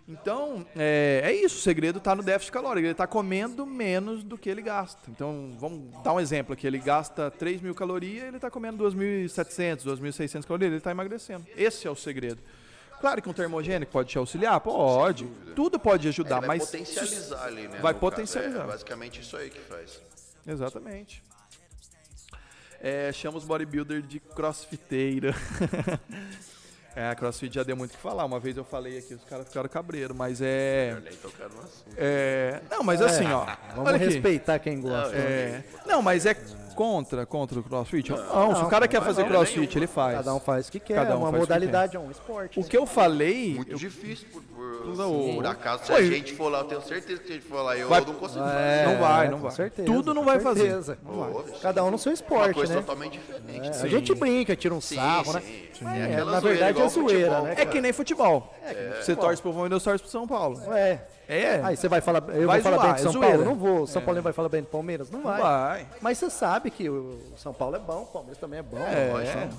S1: Então, é, é isso. O segredo tá no déficit calórico. Ele tá comendo menos do que ele gasta. Então, vamos dar um exemplo aqui. Ele gasta 3 mil calorias, ele tá comendo 2.700, 2.600 calorias. Ele tá emagrecendo. Esse é o segredo. Claro que um termogênico pode te auxiliar? Pode. Tudo pode
S3: Ele
S1: ajudar,
S3: vai
S1: mas.
S3: potencializar ali, né?
S1: vai
S3: no caso. É
S1: potencializar.
S3: basicamente isso aí que faz.
S1: Exatamente. É, chama os bodybuilder de crossfiteiro. [LAUGHS] é, a crossfit já deu muito o que falar. Uma vez eu falei aqui, os caras ficaram cabreiro, mas é.
S3: Olha aí, tocaram no assunto.
S1: é- não, mas assim, ó.
S2: Vamos
S1: olha aqui.
S2: respeitar quem gosta.
S1: É, não, mas é contra, contra o crossfit? Não, se o cara quer fazer
S3: não,
S1: crossfit,
S3: nenhuma.
S1: ele faz.
S2: Cada um faz o que quer,
S1: Cada
S2: é
S1: um
S2: uma
S1: faz o que
S2: modalidade, é um esporte.
S1: O que eu falei.
S3: Muito
S1: eu-
S3: difícil, por, por,
S1: o-
S3: por acaso, se
S1: Oi.
S3: a gente for lá, eu tenho certeza que se a gente for lá, eu
S1: Vai-
S3: não consigo
S2: É,
S1: não vai, não
S2: com
S1: vai.
S2: certeza,
S1: Tudo não
S2: com
S1: vai fazer.
S2: certeza.
S3: fazer.
S2: Cada um no seu
S3: Uma
S2: esporte,
S3: coisa
S2: né?
S3: totalmente
S1: É,
S3: diferente.
S2: A gente brinca, tira um
S3: Sim,
S2: sarro, né?
S3: sim. Sim.
S2: Mas,
S3: É
S2: é,
S3: aquela
S2: na
S3: zoeira,
S2: verdade é
S3: igual
S2: zoeira,
S3: futebol.
S2: né?
S1: É que nem futebol. Você torce pro Palmeiras, eu torço pro São Paulo.
S2: É.
S1: É.
S2: Aí você vai falar, eu
S1: Vai
S2: vou falar
S1: zoar,
S2: bem do
S1: é
S2: São
S1: zoeira.
S2: Paulo? Não vou. O São Paulo vai falar bem do Palmeiras? Não vai.
S1: Vai.
S2: Mas você sabe que o São Paulo é bom, o Palmeiras também é bom.
S1: É.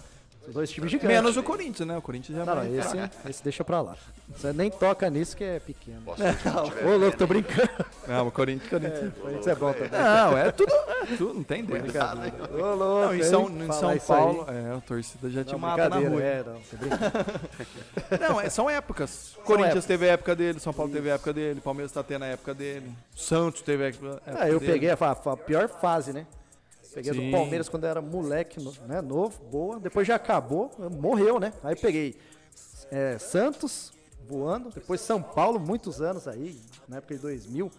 S2: Os dois times gigantes.
S1: Menos o Corinthians, né? O Corinthians já
S2: Não, não,
S1: vai-
S2: esse, esse deixa pra lá. Você nem toca nisso que é pequeno.
S3: Posso dizer que se tiver
S2: [LAUGHS] Ô, louco, tô brincando.
S1: Não, o Corinthians. Corinthians.
S2: Corinthians é bom também.
S1: Não, é tudo. É tudo, não tem dúvida.
S2: Ô, louco.
S1: Não, em
S2: hein?
S1: São, em
S2: Falar
S1: São
S2: isso aí.
S1: Paulo, é, a torcida já te
S2: Não,
S1: mata na rua.
S2: brincadeira, É, [LAUGHS] não, tô brincando.
S1: Não, é- são épocas. Corinthians
S2: épocas.
S1: teve a época dele, São Paulo teve a época dele, Palmeiras tá tendo a época dele, Santos teve a época época
S2: Ah, eu
S1: dele.
S2: peguei a, fa- fa- a pior fase, né? Peguei a
S1: Sim.
S2: do Palmeiras quando eu era moleque, no- né? Novo, boa. Depois já acabou, morreu, né? Aí peguei é, Santos voando, depois São Paulo, muitos anos aí, na época de 2000.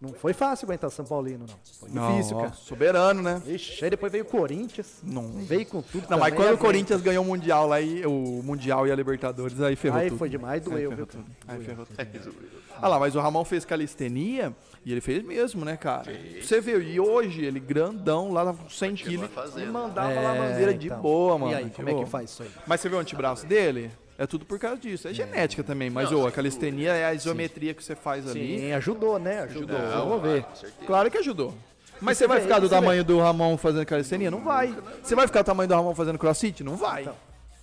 S2: Não foi fácil aguentar São Paulino, não. Foi
S1: Não,
S2: difícil,
S1: ó,
S2: cara.
S1: Soberano, né?
S2: Ixi, aí depois veio o Corinthians.
S1: Não.
S2: Veio com
S1: Não,
S2: tudo. também, né, é
S1: mas quando o
S2: amém.
S1: Corinthians ganhou o Mundial lá, aí, o Mundial e a Libertadores, aí ferrou
S2: Aí
S1: tudo.
S2: foi demais, doeu,
S1: ferrou
S2: viu?
S1: tudo.
S2: cara?
S1: Aí ferrou tudo.
S3: resolvido.
S1: Ah lá, mas o Ramon fez calistenia e ele fez mesmo, né, cara? Você viu, e hoje ele grandão, lá com 100
S3: Continua
S1: quilos, e
S3: fazendo.
S1: mandava
S2: É,
S1: lá bandeira de
S2: então.
S1: boa, mano.
S2: E aí,
S1: de
S2: como é que
S1: boa.
S2: faz isso aí?
S1: Mas você vê o antebraço dele? É tudo por causa disso. É genética também, mas ô, a calistenia é a isometria que você faz ali.
S2: Sim, ajudou, né? Ajudou.
S3: Não,
S2: Vamos
S3: vai,
S2: ver.
S3: com certeza.
S1: Claro que ajudou. Mas você né? vai
S2: vê,
S1: ficar do
S2: isso vê.
S1: tamanho do Ramon fazendo calistenia? Não vai. Você vai ficar do tamanho do Ramon fazendo crossfit? Não vai.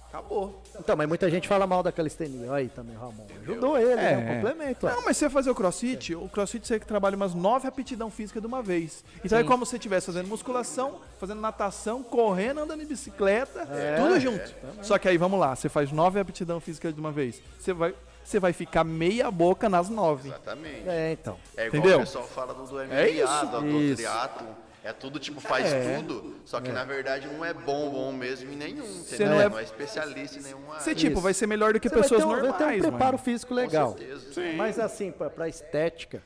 S1: Acabou.
S2: Então, mas muita gente fala mal da calistenia. Olha aí também, Ramon. Ajudou ele,
S1: É.
S2: né? Um complemento. ó.
S1: Não, mas você fazer o crossfit, o crossfit você trabalha umas nove aptidão física de uma vez. Então é como se você estivesse fazendo musculação, fazendo natação, correndo, andando de bicicleta, tudo junto. Só que aí, vamos lá, você faz nove aptidão física de uma vez. Você vai, você vai ficar meia boca nas nove.
S3: Exatamente.
S2: É, então.
S3: É igual
S1: Entendeu?
S3: o pessoal fala do, do MMA,
S1: É isso.
S3: do, do
S2: Isso.
S3: triatlon. É tudo, tipo, faz tudo. Só que, na verdade, não é bom, bom mesmo em nenhum. entendeu?
S1: não
S3: não
S1: é-
S3: é... especialista em nenhuma
S1: Você,
S3: área.
S1: tipo,
S2: Isso.
S1: vai ser melhor do que
S2: Você vai
S1: pessoas
S2: ter um, vai
S1: normais,
S2: ter um preparo
S1: mano.
S2: físico legal.
S3: certeza.
S2: Mas assim, pra, pra estética,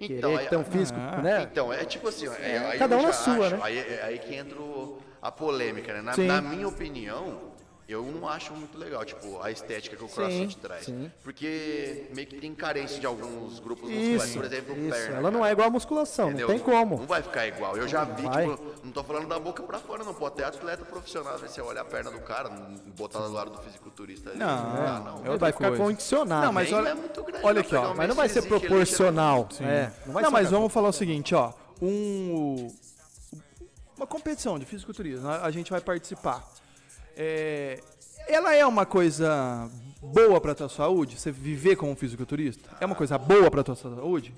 S3: Então,
S2: querer
S3: aí-
S2: ter um físico,
S1: Ah.
S2: né?
S3: Então, é tipo assim, ó, é, aí
S2: Cada
S3: eu
S2: um na
S3: já
S2: sua,
S3: acho,
S2: né?
S3: Aí, é- aí que entra o- a polêmica, né? Na,
S2: Sim.
S3: na minha opinião, eu não acho muito legal, tipo, a estética que o CrossFit traz.
S2: sim.
S3: Porque meio que tem carência de alguns grupos musculares,
S2: Isso,
S3: por exemplo, um
S2: isso.
S3: perna.
S2: Ela não
S3: cara.
S2: é igual a musculação,
S3: Entendeu?
S2: não tem
S3: Não
S2: como.
S3: vai ficar igual. Eu já vi,
S2: vai.
S3: tipo, não tô falando da boca pra fora, não. Pô, até atleta profissional, né? você olha a perna do cara, não botar do lado do fisiculturista. ali,
S1: Não,
S3: dá,
S1: é
S3: não.
S1: outra
S2: Ele vai ficar
S1: coisa.
S2: condicionado.
S1: Não, mas
S3: Nem
S1: olha-
S3: é muito grande,
S1: olha
S3: não,
S1: aqui,
S3: pegar
S1: ó,
S3: um
S2: Mas não vai ser
S3: Messias, ele
S2: proporcional. É, não
S1: Não,
S2: vai ser
S1: mas
S2: uma-
S1: vamos falar o seguinte, ó. Um, uma competição de fisiculturismo, a a gente vai participar. É, ela é uma coisa boa pra tua saúde? Você viver como um fisiculturista? É uma coisa boa pra tua saúde?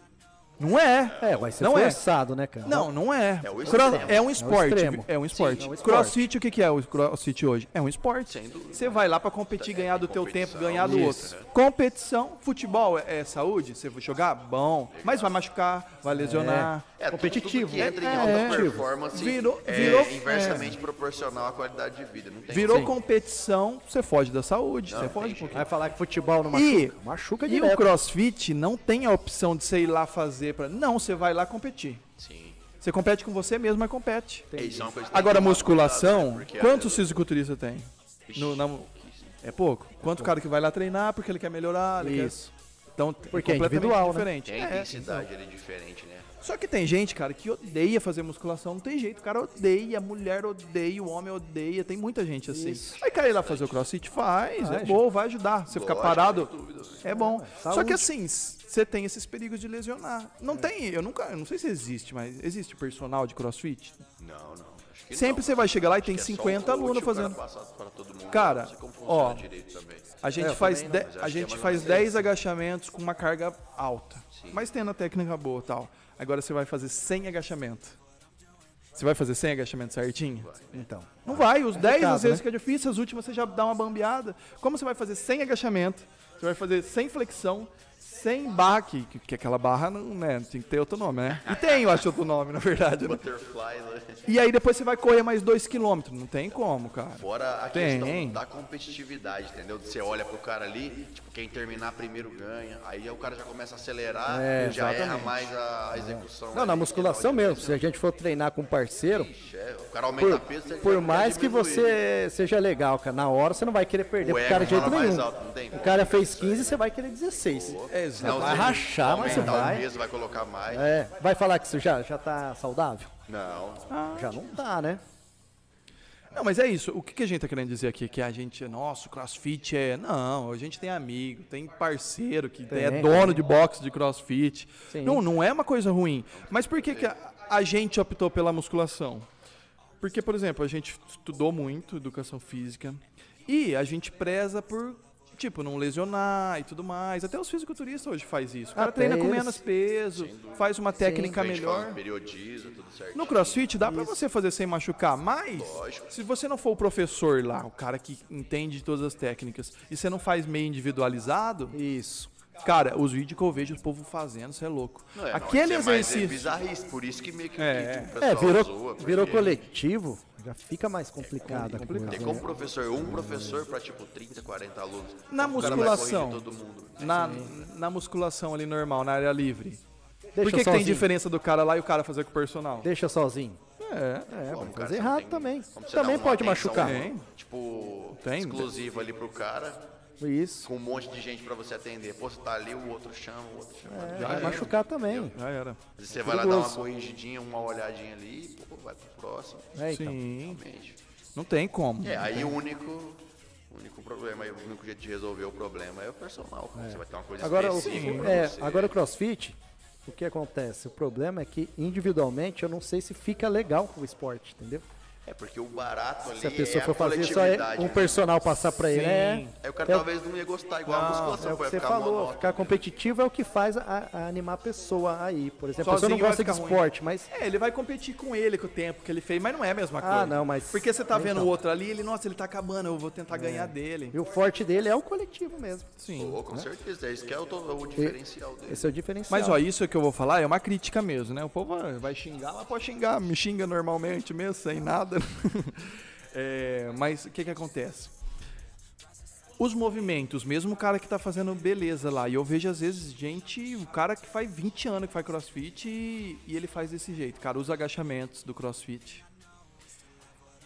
S1: Não é.
S2: É, vai ser
S1: Não é.
S2: forçado, né, cara?
S1: Não, não é.
S3: É o
S1: Cro-
S3: extremo.
S1: é um esporte.
S2: extremo.
S1: vi- É um esporte.
S2: Sim, é um esporte.
S1: Crossfit, o que que é o crossfit hoje? É um esporte.
S3: Sem dúvida.
S1: Você vai lá pra competir, ganhar do teu tempo,
S3: competição,
S1: ganhar do
S3: isso, é.
S1: outro. Competição, futebol é, é saúde? Você vai jogar? Bom. Mas vai machucar, vai lesionar.
S3: É,
S2: Competitivo.
S3: Tudo que entra em
S2: É,
S3: alta
S2: competitivo.
S3: performance
S1: Virou-
S3: é
S1: virou-
S3: inversamente proporcional à qualidade de vida. Não tem
S1: Virou
S3: como.
S1: competição, você foge da saúde, você
S3: tem
S1: foge um
S3: jeito.
S1: pouquinho.
S2: Vai falar que futebol não
S1: E,
S2: machuca. Machuca
S1: e o
S2: direto.
S1: crossfit não tem a opção de você ir lá fazer pra. Não, você vai lá competir.
S3: Sim.
S1: Você compete com você mesmo, mas compete.
S3: É, isso é uma coisa que
S1: Agora,
S3: tem que tomar cuidado,
S1: musculação,
S3: né? Porque,
S1: quantos
S3: às
S1: fisiculturistas tem? No, na- é pouco. Quanto cara que vai lá treinar porque ele quer melhorar, ele
S2: Isso.
S1: quer. Então, t-
S2: Porque é
S1: completamente
S2: individual, né?
S1: diferente.
S3: Tem a
S1: É.
S3: intensidade ali diferente, né?
S1: Só que tem gente, cara, que odeia fazer musculação, não tem jeito. O cara odeia, a mulher odeia, o homem odeia, tem muita gente assim. Aí cara ir lá fazer o crossfit, faz, é
S2: Faz.
S1: bom, vai ajudar. Você ficar
S3: Lógico,
S1: parado,
S3: sem dúvida, né?
S1: é bom. Só
S2: saúde. É.
S1: que assim, s- você tem esses perigos de lesionar. Não tem, eu nunca, eu não sei se existe, mas existe personal de crossfit?
S3: Não, não. Acho que
S1: Sempre
S3: não.
S1: você vai chegar lá e tem
S3: Acho que é só
S1: 50
S3: um coach,
S1: alunos
S3: o cara
S1: fazendo.
S3: passa pra todo mundo,
S1: Cara,
S3: não sei como funciona
S1: ó,
S3: direito também.
S1: A gente
S2: eu
S1: faz,
S2: também
S1: de-
S3: não, mas acho
S1: a
S3: que é
S1: gente
S3: mais
S1: faz
S3: ou menos
S1: 10 agachamentos com uma carga alta.
S3: Sim.
S1: Mas tendo a técnica boa e tal. Agora você vai fazer 100 agachamentos. Você vai fazer 100 agachamentos certinho?
S2: Então.
S1: Não vai. Os 10
S2: complicado,
S1: às vezes
S2: né?
S1: que é difícil, as últimas você já dá uma bambeada. Como você vai fazer 100 agachamento? Você vai fazer 100 flexão, Sem barra, que, que aquela barra não, né, tem que ter outro nome, né? E tem, eu acho, outro nome, na verdade.
S3: [LAUGHS]
S1: né?
S3: Butterfly, né?
S1: E aí depois você vai correr mais 2km, não tem como, cara.
S3: Fora a
S1: Tem.
S3: questão da competitividade, entendeu? Você olha pro cara ali, tipo, quem terminar primeiro ganha. Aí o cara já começa a acelerar,
S2: É,
S3: já erra
S2: exatamente.
S3: mais a a execução.
S2: Não, na
S3: ali,
S2: musculação
S3: entendeu?
S2: mesmo. Se a gente for treinar com um parceiro,
S3: Ixi, é, o cara aumenta
S2: por,
S3: peso, você
S2: por
S3: já
S2: mais que
S3: diminui.
S2: você seja legal, cara, na hora você não vai querer perder
S3: O
S2: pro
S3: ego
S2: cara de jeito
S3: fala mais
S2: nenhum.
S3: alto, não tem
S2: O
S3: como.
S2: cara fez 15, você vai querer 16.
S1: Exato.
S3: Não,
S2: Vai
S3: você
S2: rachar, mas você
S3: aumentar o
S2: vai.
S3: peso, vai colocar mais.
S2: É, vai falar que isso já, já tá saudável?
S3: Não.
S2: Já não tá, né?
S1: Não, mas é isso. O que, que a gente tá querendo dizer aqui? Que a gente, nossa, o crossfit é. Não, a gente tem amigo, tem parceiro que
S2: Tem.
S1: é dono de boxe de crossfit.
S2: Sim.
S1: Não, não é uma coisa ruim. Mas por que, que a, a gente optou pela musculação? Porque, por exemplo, a gente estudou muito educação física e a gente preza por. Tipo, não lesionar e tudo mais. Até os fisiculturistas hoje faz isso. O cara
S2: Até
S1: treina com
S2: eles.
S1: menos peso, faz uma técnica
S3: Então, A gente
S1: melhor.
S3: fala, periodiza, tudo certo.
S1: No CrossFit dá pra você fazer sem machucar, mas se você não for o professor lá, o cara que entende todas as técnicas, e você não faz meio individualizado,
S2: Isso.
S1: cara, os vídeos que eu vejo o povo fazendo, você é louco.
S3: Não, é, não,
S1: Aquele
S3: isso é mais, É
S1: exercício.
S3: bizarrice, por isso que meio que,
S1: É.
S3: que o
S2: É,
S3: pessoal
S2: virou,
S3: zoa,
S2: virou
S3: porque-
S2: coletivo, já fica mais
S1: É
S2: complicada a coisa.
S3: Tem
S2: né?
S3: como professor, um professor pra tipo 30, 40 alunos. Então
S1: Na
S3: O cara vai
S1: musculação.
S3: corrigir todo mundo. Um né?
S1: Na, na musculação ali normal, na área livre. Por que,
S2: Deixa
S1: que tem
S2: sozinho.
S1: diferença do cara lá e o cara fazer com o personal?
S2: Deixa sozinho.
S1: É.
S2: É, vai
S3: Cara,
S2: fazer
S3: você
S2: errado
S3: tem-
S2: também.
S3: como você dá
S2: Também
S3: uma
S2: pode
S3: atenção, né?
S2: machucar.
S1: Tem.
S3: Tipo,
S1: Tem.
S3: exclusiva ali pro cara,
S2: Isso.
S3: com um monte de gente pra você atender. Pô, você tá ali, o outro chama, o outro chama.
S2: É, vai machucar também.
S1: Já era.
S3: Às vezes Você vai lá dar
S2: perigoso.
S3: uma corrigidinha, uma olhadinha ali, e, pô, vai pro próximo.
S2: É, então.
S1: Sim.
S3: Realmente.
S1: Não tem como.
S3: É, aí o único, o único problema, aí o único jeito de resolver o problema é o personal. cara. Você vai ter uma coisa
S2: Agora, o,
S3: específica pra
S2: é,
S3: você.
S2: agora o crossfit, o que acontece? O problema é que individualmente eu não sei se fica legal com o esporte, entendeu?
S3: É porque o barato ali
S2: Se a pessoa
S3: é
S2: for
S3: a
S2: fazer só é
S3: coletividade,
S2: um
S3: né?
S2: personal passar pra ele.
S1: Sim.
S2: É,
S3: Aí o cara
S2: é o-
S3: talvez não ia gostar, igual a musculação,
S2: é o que
S3: vai
S2: você
S3: ficar
S2: falou,
S3: monótono.
S2: ficar competitivo é o que faz a, a animar a pessoa aí. Por exemplo, a pessoa
S1: Sozinho
S2: não
S1: vai
S2: gosta de
S1: ficar ruim.
S2: esporte, mas
S1: É, ele vai competir com ele, com o tempo que ele fez, mas não é a mesma coisa.
S2: Ah, não, mas-
S1: Porque você tá
S2: nem
S1: vendo o
S2: tanto.
S1: outro ali, ele, nossa, ele tá acabando, eu vou tentar ganhar dele. Né?
S2: o forte dele é o coletivo mesmo.
S1: Sim.
S3: Pô, com certeza, é isso que é o, to- o diferencial dele.
S2: né? Esse é o diferencial.
S1: Mas ó, isso que eu vou falar é uma crítica mesmo, né? O povo ah, vai xingar, mas pode xingar, me xinga normalmente mesmo, sem nada. [LAUGHS] É, mas o que que acontece? Os movimentos, mesmo o cara que tá fazendo beleza lá, e eu vejo às vezes gente, o cara que faz 20 anos que faz crossfit e, e ele faz desse jeito, cara, os agachamentos do crossfit.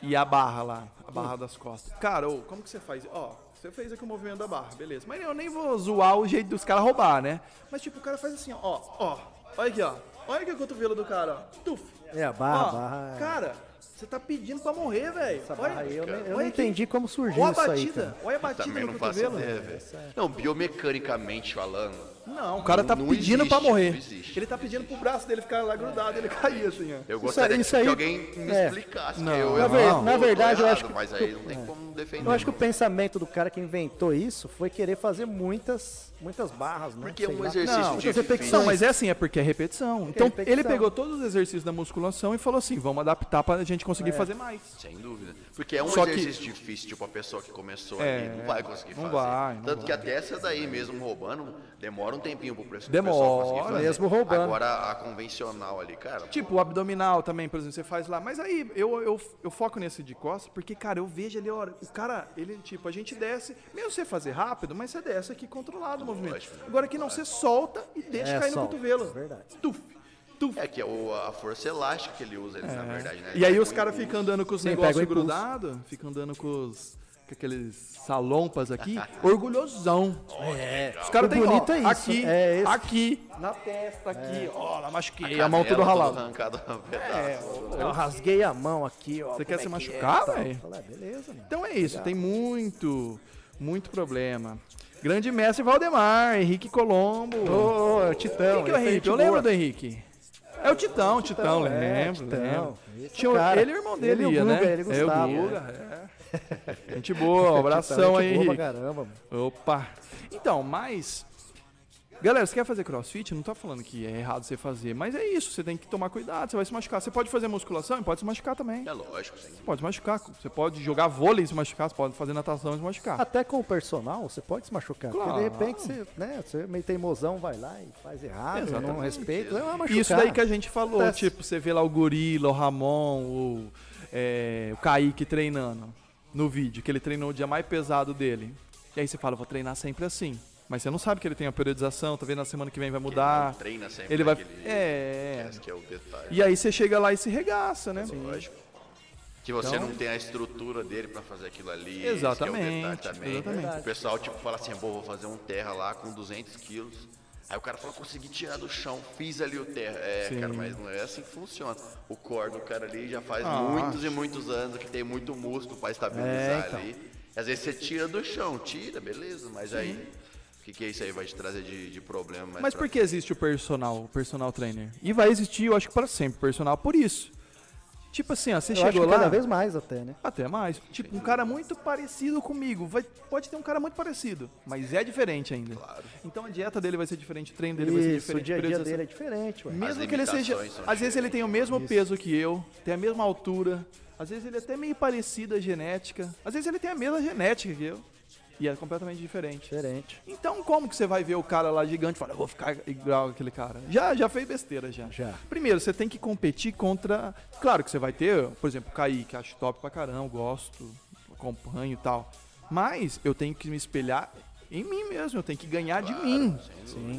S1: E a barra lá, a barra das costas. Cara, ô, como que você faz? Ó, você fez aqui o movimento da barra, beleza. Mas eu nem vou zoar o jeito dos caras roubar, né? Mas tipo, o cara faz assim, ó, ó, ó, olha aqui, ó. Olha aqui o cotovelo do cara, ó. Tuf.
S2: É, a barra,
S1: Ó,
S2: a barra é-
S1: Cara, você tá pedindo pra morrer, velho.
S2: Essa barra aí, eu, nem- eu não
S1: Olha que-
S2: entendi como surgiu
S1: Olha a
S2: isso aí.
S1: batida,
S2: Cara.
S1: olha a batida
S2: tipo
S3: Também
S1: no
S3: não faço
S1: cotovelo.
S2: né?
S3: ideia, velho.
S2: é-
S3: Não, biomecanicamente falando,
S1: Não, o cara tá
S3: Não
S1: pedindo pra
S3: existe,
S1: morrer.
S3: não existe.
S1: Ele tá pedindo pro braço dele ficar lá grudado, ele [LAUGHS] cair assim, ó.
S3: eu gostaria
S2: aí-
S3: que-
S2: isso aí-
S3: que alguém me
S2: é.
S3: explicasse.
S1: Não,
S3: que eu,
S1: na
S3: eu
S1: ver-
S3: falo,
S2: na
S3: "Pô, tô
S2: verdade, eu
S3: errado",
S2: acho que- é.
S3: Mas aí não tem como defender.
S2: Eu acho que o pensamento do cara que inventou isso foi querer fazer muitas, muitas barras, né?
S3: Porque é
S2: Sei
S3: um
S2: lá.
S3: exercício
S1: Não,
S3: difícil.
S2: repetição,
S1: Não, mas é assim, é porque é repetição. Então,
S2: repetição.
S1: ele pegou todos os exercícios da musculação e falou assim, vamos adaptar pra gente
S2: É.
S1: conseguir fazer mais.
S3: Sem dúvida. Porque é um
S1: Só que-
S3: exercício difícil, tipo, a pessoa que começou
S1: É,
S3: ali não vai conseguir
S1: não
S3: fazer.
S1: vai, não
S3: Tanto
S1: vai.
S3: que até essa daí, mesmo roubando, demora um tempinho pro pessoal
S1: Demora,
S3: conseguir fazer.
S2: mesmo roubando.
S3: Agora, a convencional ali, cara,
S1: Tipo, o abdominal também, por exemplo, você faz lá. Mas aí, eu, eu, eu foco nesse de costas, porque, cara, eu vejo ali, olha, o cara, ele, tipo, a gente desce, mesmo você fazer rápido, mas você desce aqui controlado o movimento. Agora que não, você solta e deixa
S2: É,
S1: cair no
S2: solta,
S1: cotovelo.
S2: verdade.
S1: Tuf, tuf.
S3: É que é o, a força elástica que ele usa, eles, na verdade, né?
S1: É. E aí
S3: Ele
S1: os
S3: põe
S1: caras
S3: o
S1: ficam andando com os
S2: Sim,
S1: negócios
S2: pega o impulso.
S1: grudados, ficam andando com os. Com aqueles salompas aqui, orgulhosão. É. Os caras
S2: O
S1: têm ó,
S2: bonito é isso,
S1: Aqui,
S2: é esse.
S1: aqui, na testa, Tá aqui, ó, lá machuquei, é
S3: canela
S1: a mão toda
S3: toda
S1: ralada.
S3: arrancada a pedaço.
S2: né? Eu rasguei a mão aqui, ó.
S1: Você
S2: como
S1: quer
S2: é
S1: se
S2: que
S1: machucar,
S2: é, tal.
S1: véi?
S2: Falei, ah, beleza, mano.
S1: Então é isso, tem muito, muito problema. Grande mestre Valdemar, Henrique Colombo.
S2: Ô, ô, é o
S1: Quem
S2: Titão.
S1: que é o
S2: esse aí é
S1: Henrique?
S2: gente
S1: Eu lembro
S2: boa.
S1: do Henrique. É o Titão, Titão,
S2: é,
S1: lembro,
S2: Titão.
S1: lembro.
S2: Esse
S1: Tinha o-
S2: cara.
S1: ele e o irmão dele,
S2: Ele e o
S1: ia, né?
S2: Guga, ele
S1: é, o
S2: gostava,
S1: Guga, é. Gente boa, um
S2: [LAUGHS] Titão,
S1: abração
S2: gente
S1: aí,
S2: boa é pra
S1: Henrique.
S2: caramba, mano.
S1: Opa. Então, mas Galera, você quer fazer crossfit? Não tá falando que é errado você fazer, mas é isso, você tem que tomar cuidado, você vai se machucar. Você pode fazer musculação e pode se machucar também.
S3: É lógico, sim.
S1: Você pode se machucar, você pode jogar vôlei e se machucar, você pode fazer natação e se machucar.
S2: Até com o personal, você pode se machucar. Porque de
S1: Claro.
S2: repente você, né, você meio teimosão, vai lá e faz errado, não
S1: Exatamente.
S2: respeita, é uma machucada.
S1: Isso daí que a gente falou,
S2: Acontece.
S1: tipo, você vê lá o Gorila, o Ramon, o, é, o Kaique treinando no vídeo, que ele treinou o dia mais pesado dele. E aí você fala, vou treinar sempre assim. Mas você não sabe que ele tem a periodização, talvez na semana que vem vai
S3: Ele
S1: mudar.
S3: não treina
S1: Ah,
S3: sempre
S1: Ele vai.
S3: naquele-
S1: É.
S3: Esse que é o detalhe.
S1: E aí você chega lá e se regaça, né?
S3: Lógico. Que você
S1: Então
S3: não tem a estrutura dele pra fazer aquilo ali. Esse que é o
S1: Exatamente,
S3: detalhe também.
S1: exatamente.
S3: O pessoal tipo, fala assim, "Bom, vou fazer um terra lá com 200 quilos. Aí o cara fala, consegui tirar do chão, fiz ali o terra. É,
S1: Sim.
S3: cara, mas não é assim que funciona. O core do cara ali já faz
S1: Ah.
S3: muitos e muitos anos que tem muito músculo pra estabilizar
S2: É, então.
S3: ali. Às vezes você tira do chão, tira, beleza, mas aí... O que, que é isso aí? Vai te trazer de, de problema. mais
S1: Mas
S3: pra
S1: por que existe o personal, o personal trainer? E vai existir, eu acho que pra sempre, personal por isso. Tipo assim, ó, você
S2: Eu acho
S1: chegou
S2: que
S1: lá.
S2: cada vez mais até, né?
S1: Até mais. Tipo, um cara muito parecido comigo. Vai, pode ter um cara muito parecido, mas é diferente ainda.
S3: Claro.
S1: Então a dieta dele vai ser diferente, o treino dele vai ser
S2: Isso, o
S1: diferente.
S2: dia a dia
S1: periodização-
S2: dele é diferente, ué.
S1: Mesmo
S3: As
S1: que ele seja.
S3: limitações são
S1: Às vezes ele tem o mesmo peso que eu, tem a mesma altura. Às vezes ele é até meio parecido à genética. Às vezes ele tem a mesma genética que eu. E é completamente diferente.
S2: Diferente.
S1: Então como que você vai ver o cara lá gigante e falar, eu vou ficar igual aquele cara? Já, já fez besteira já.
S2: Já.
S1: Primeiro, você tem que competir contra. Claro que você vai ter, por exemplo, o Kaique, acho top pra caramba, gosto, acompanho e tal. Mas eu tenho que me espelhar em mim mesmo, eu tenho que ganhar de mim.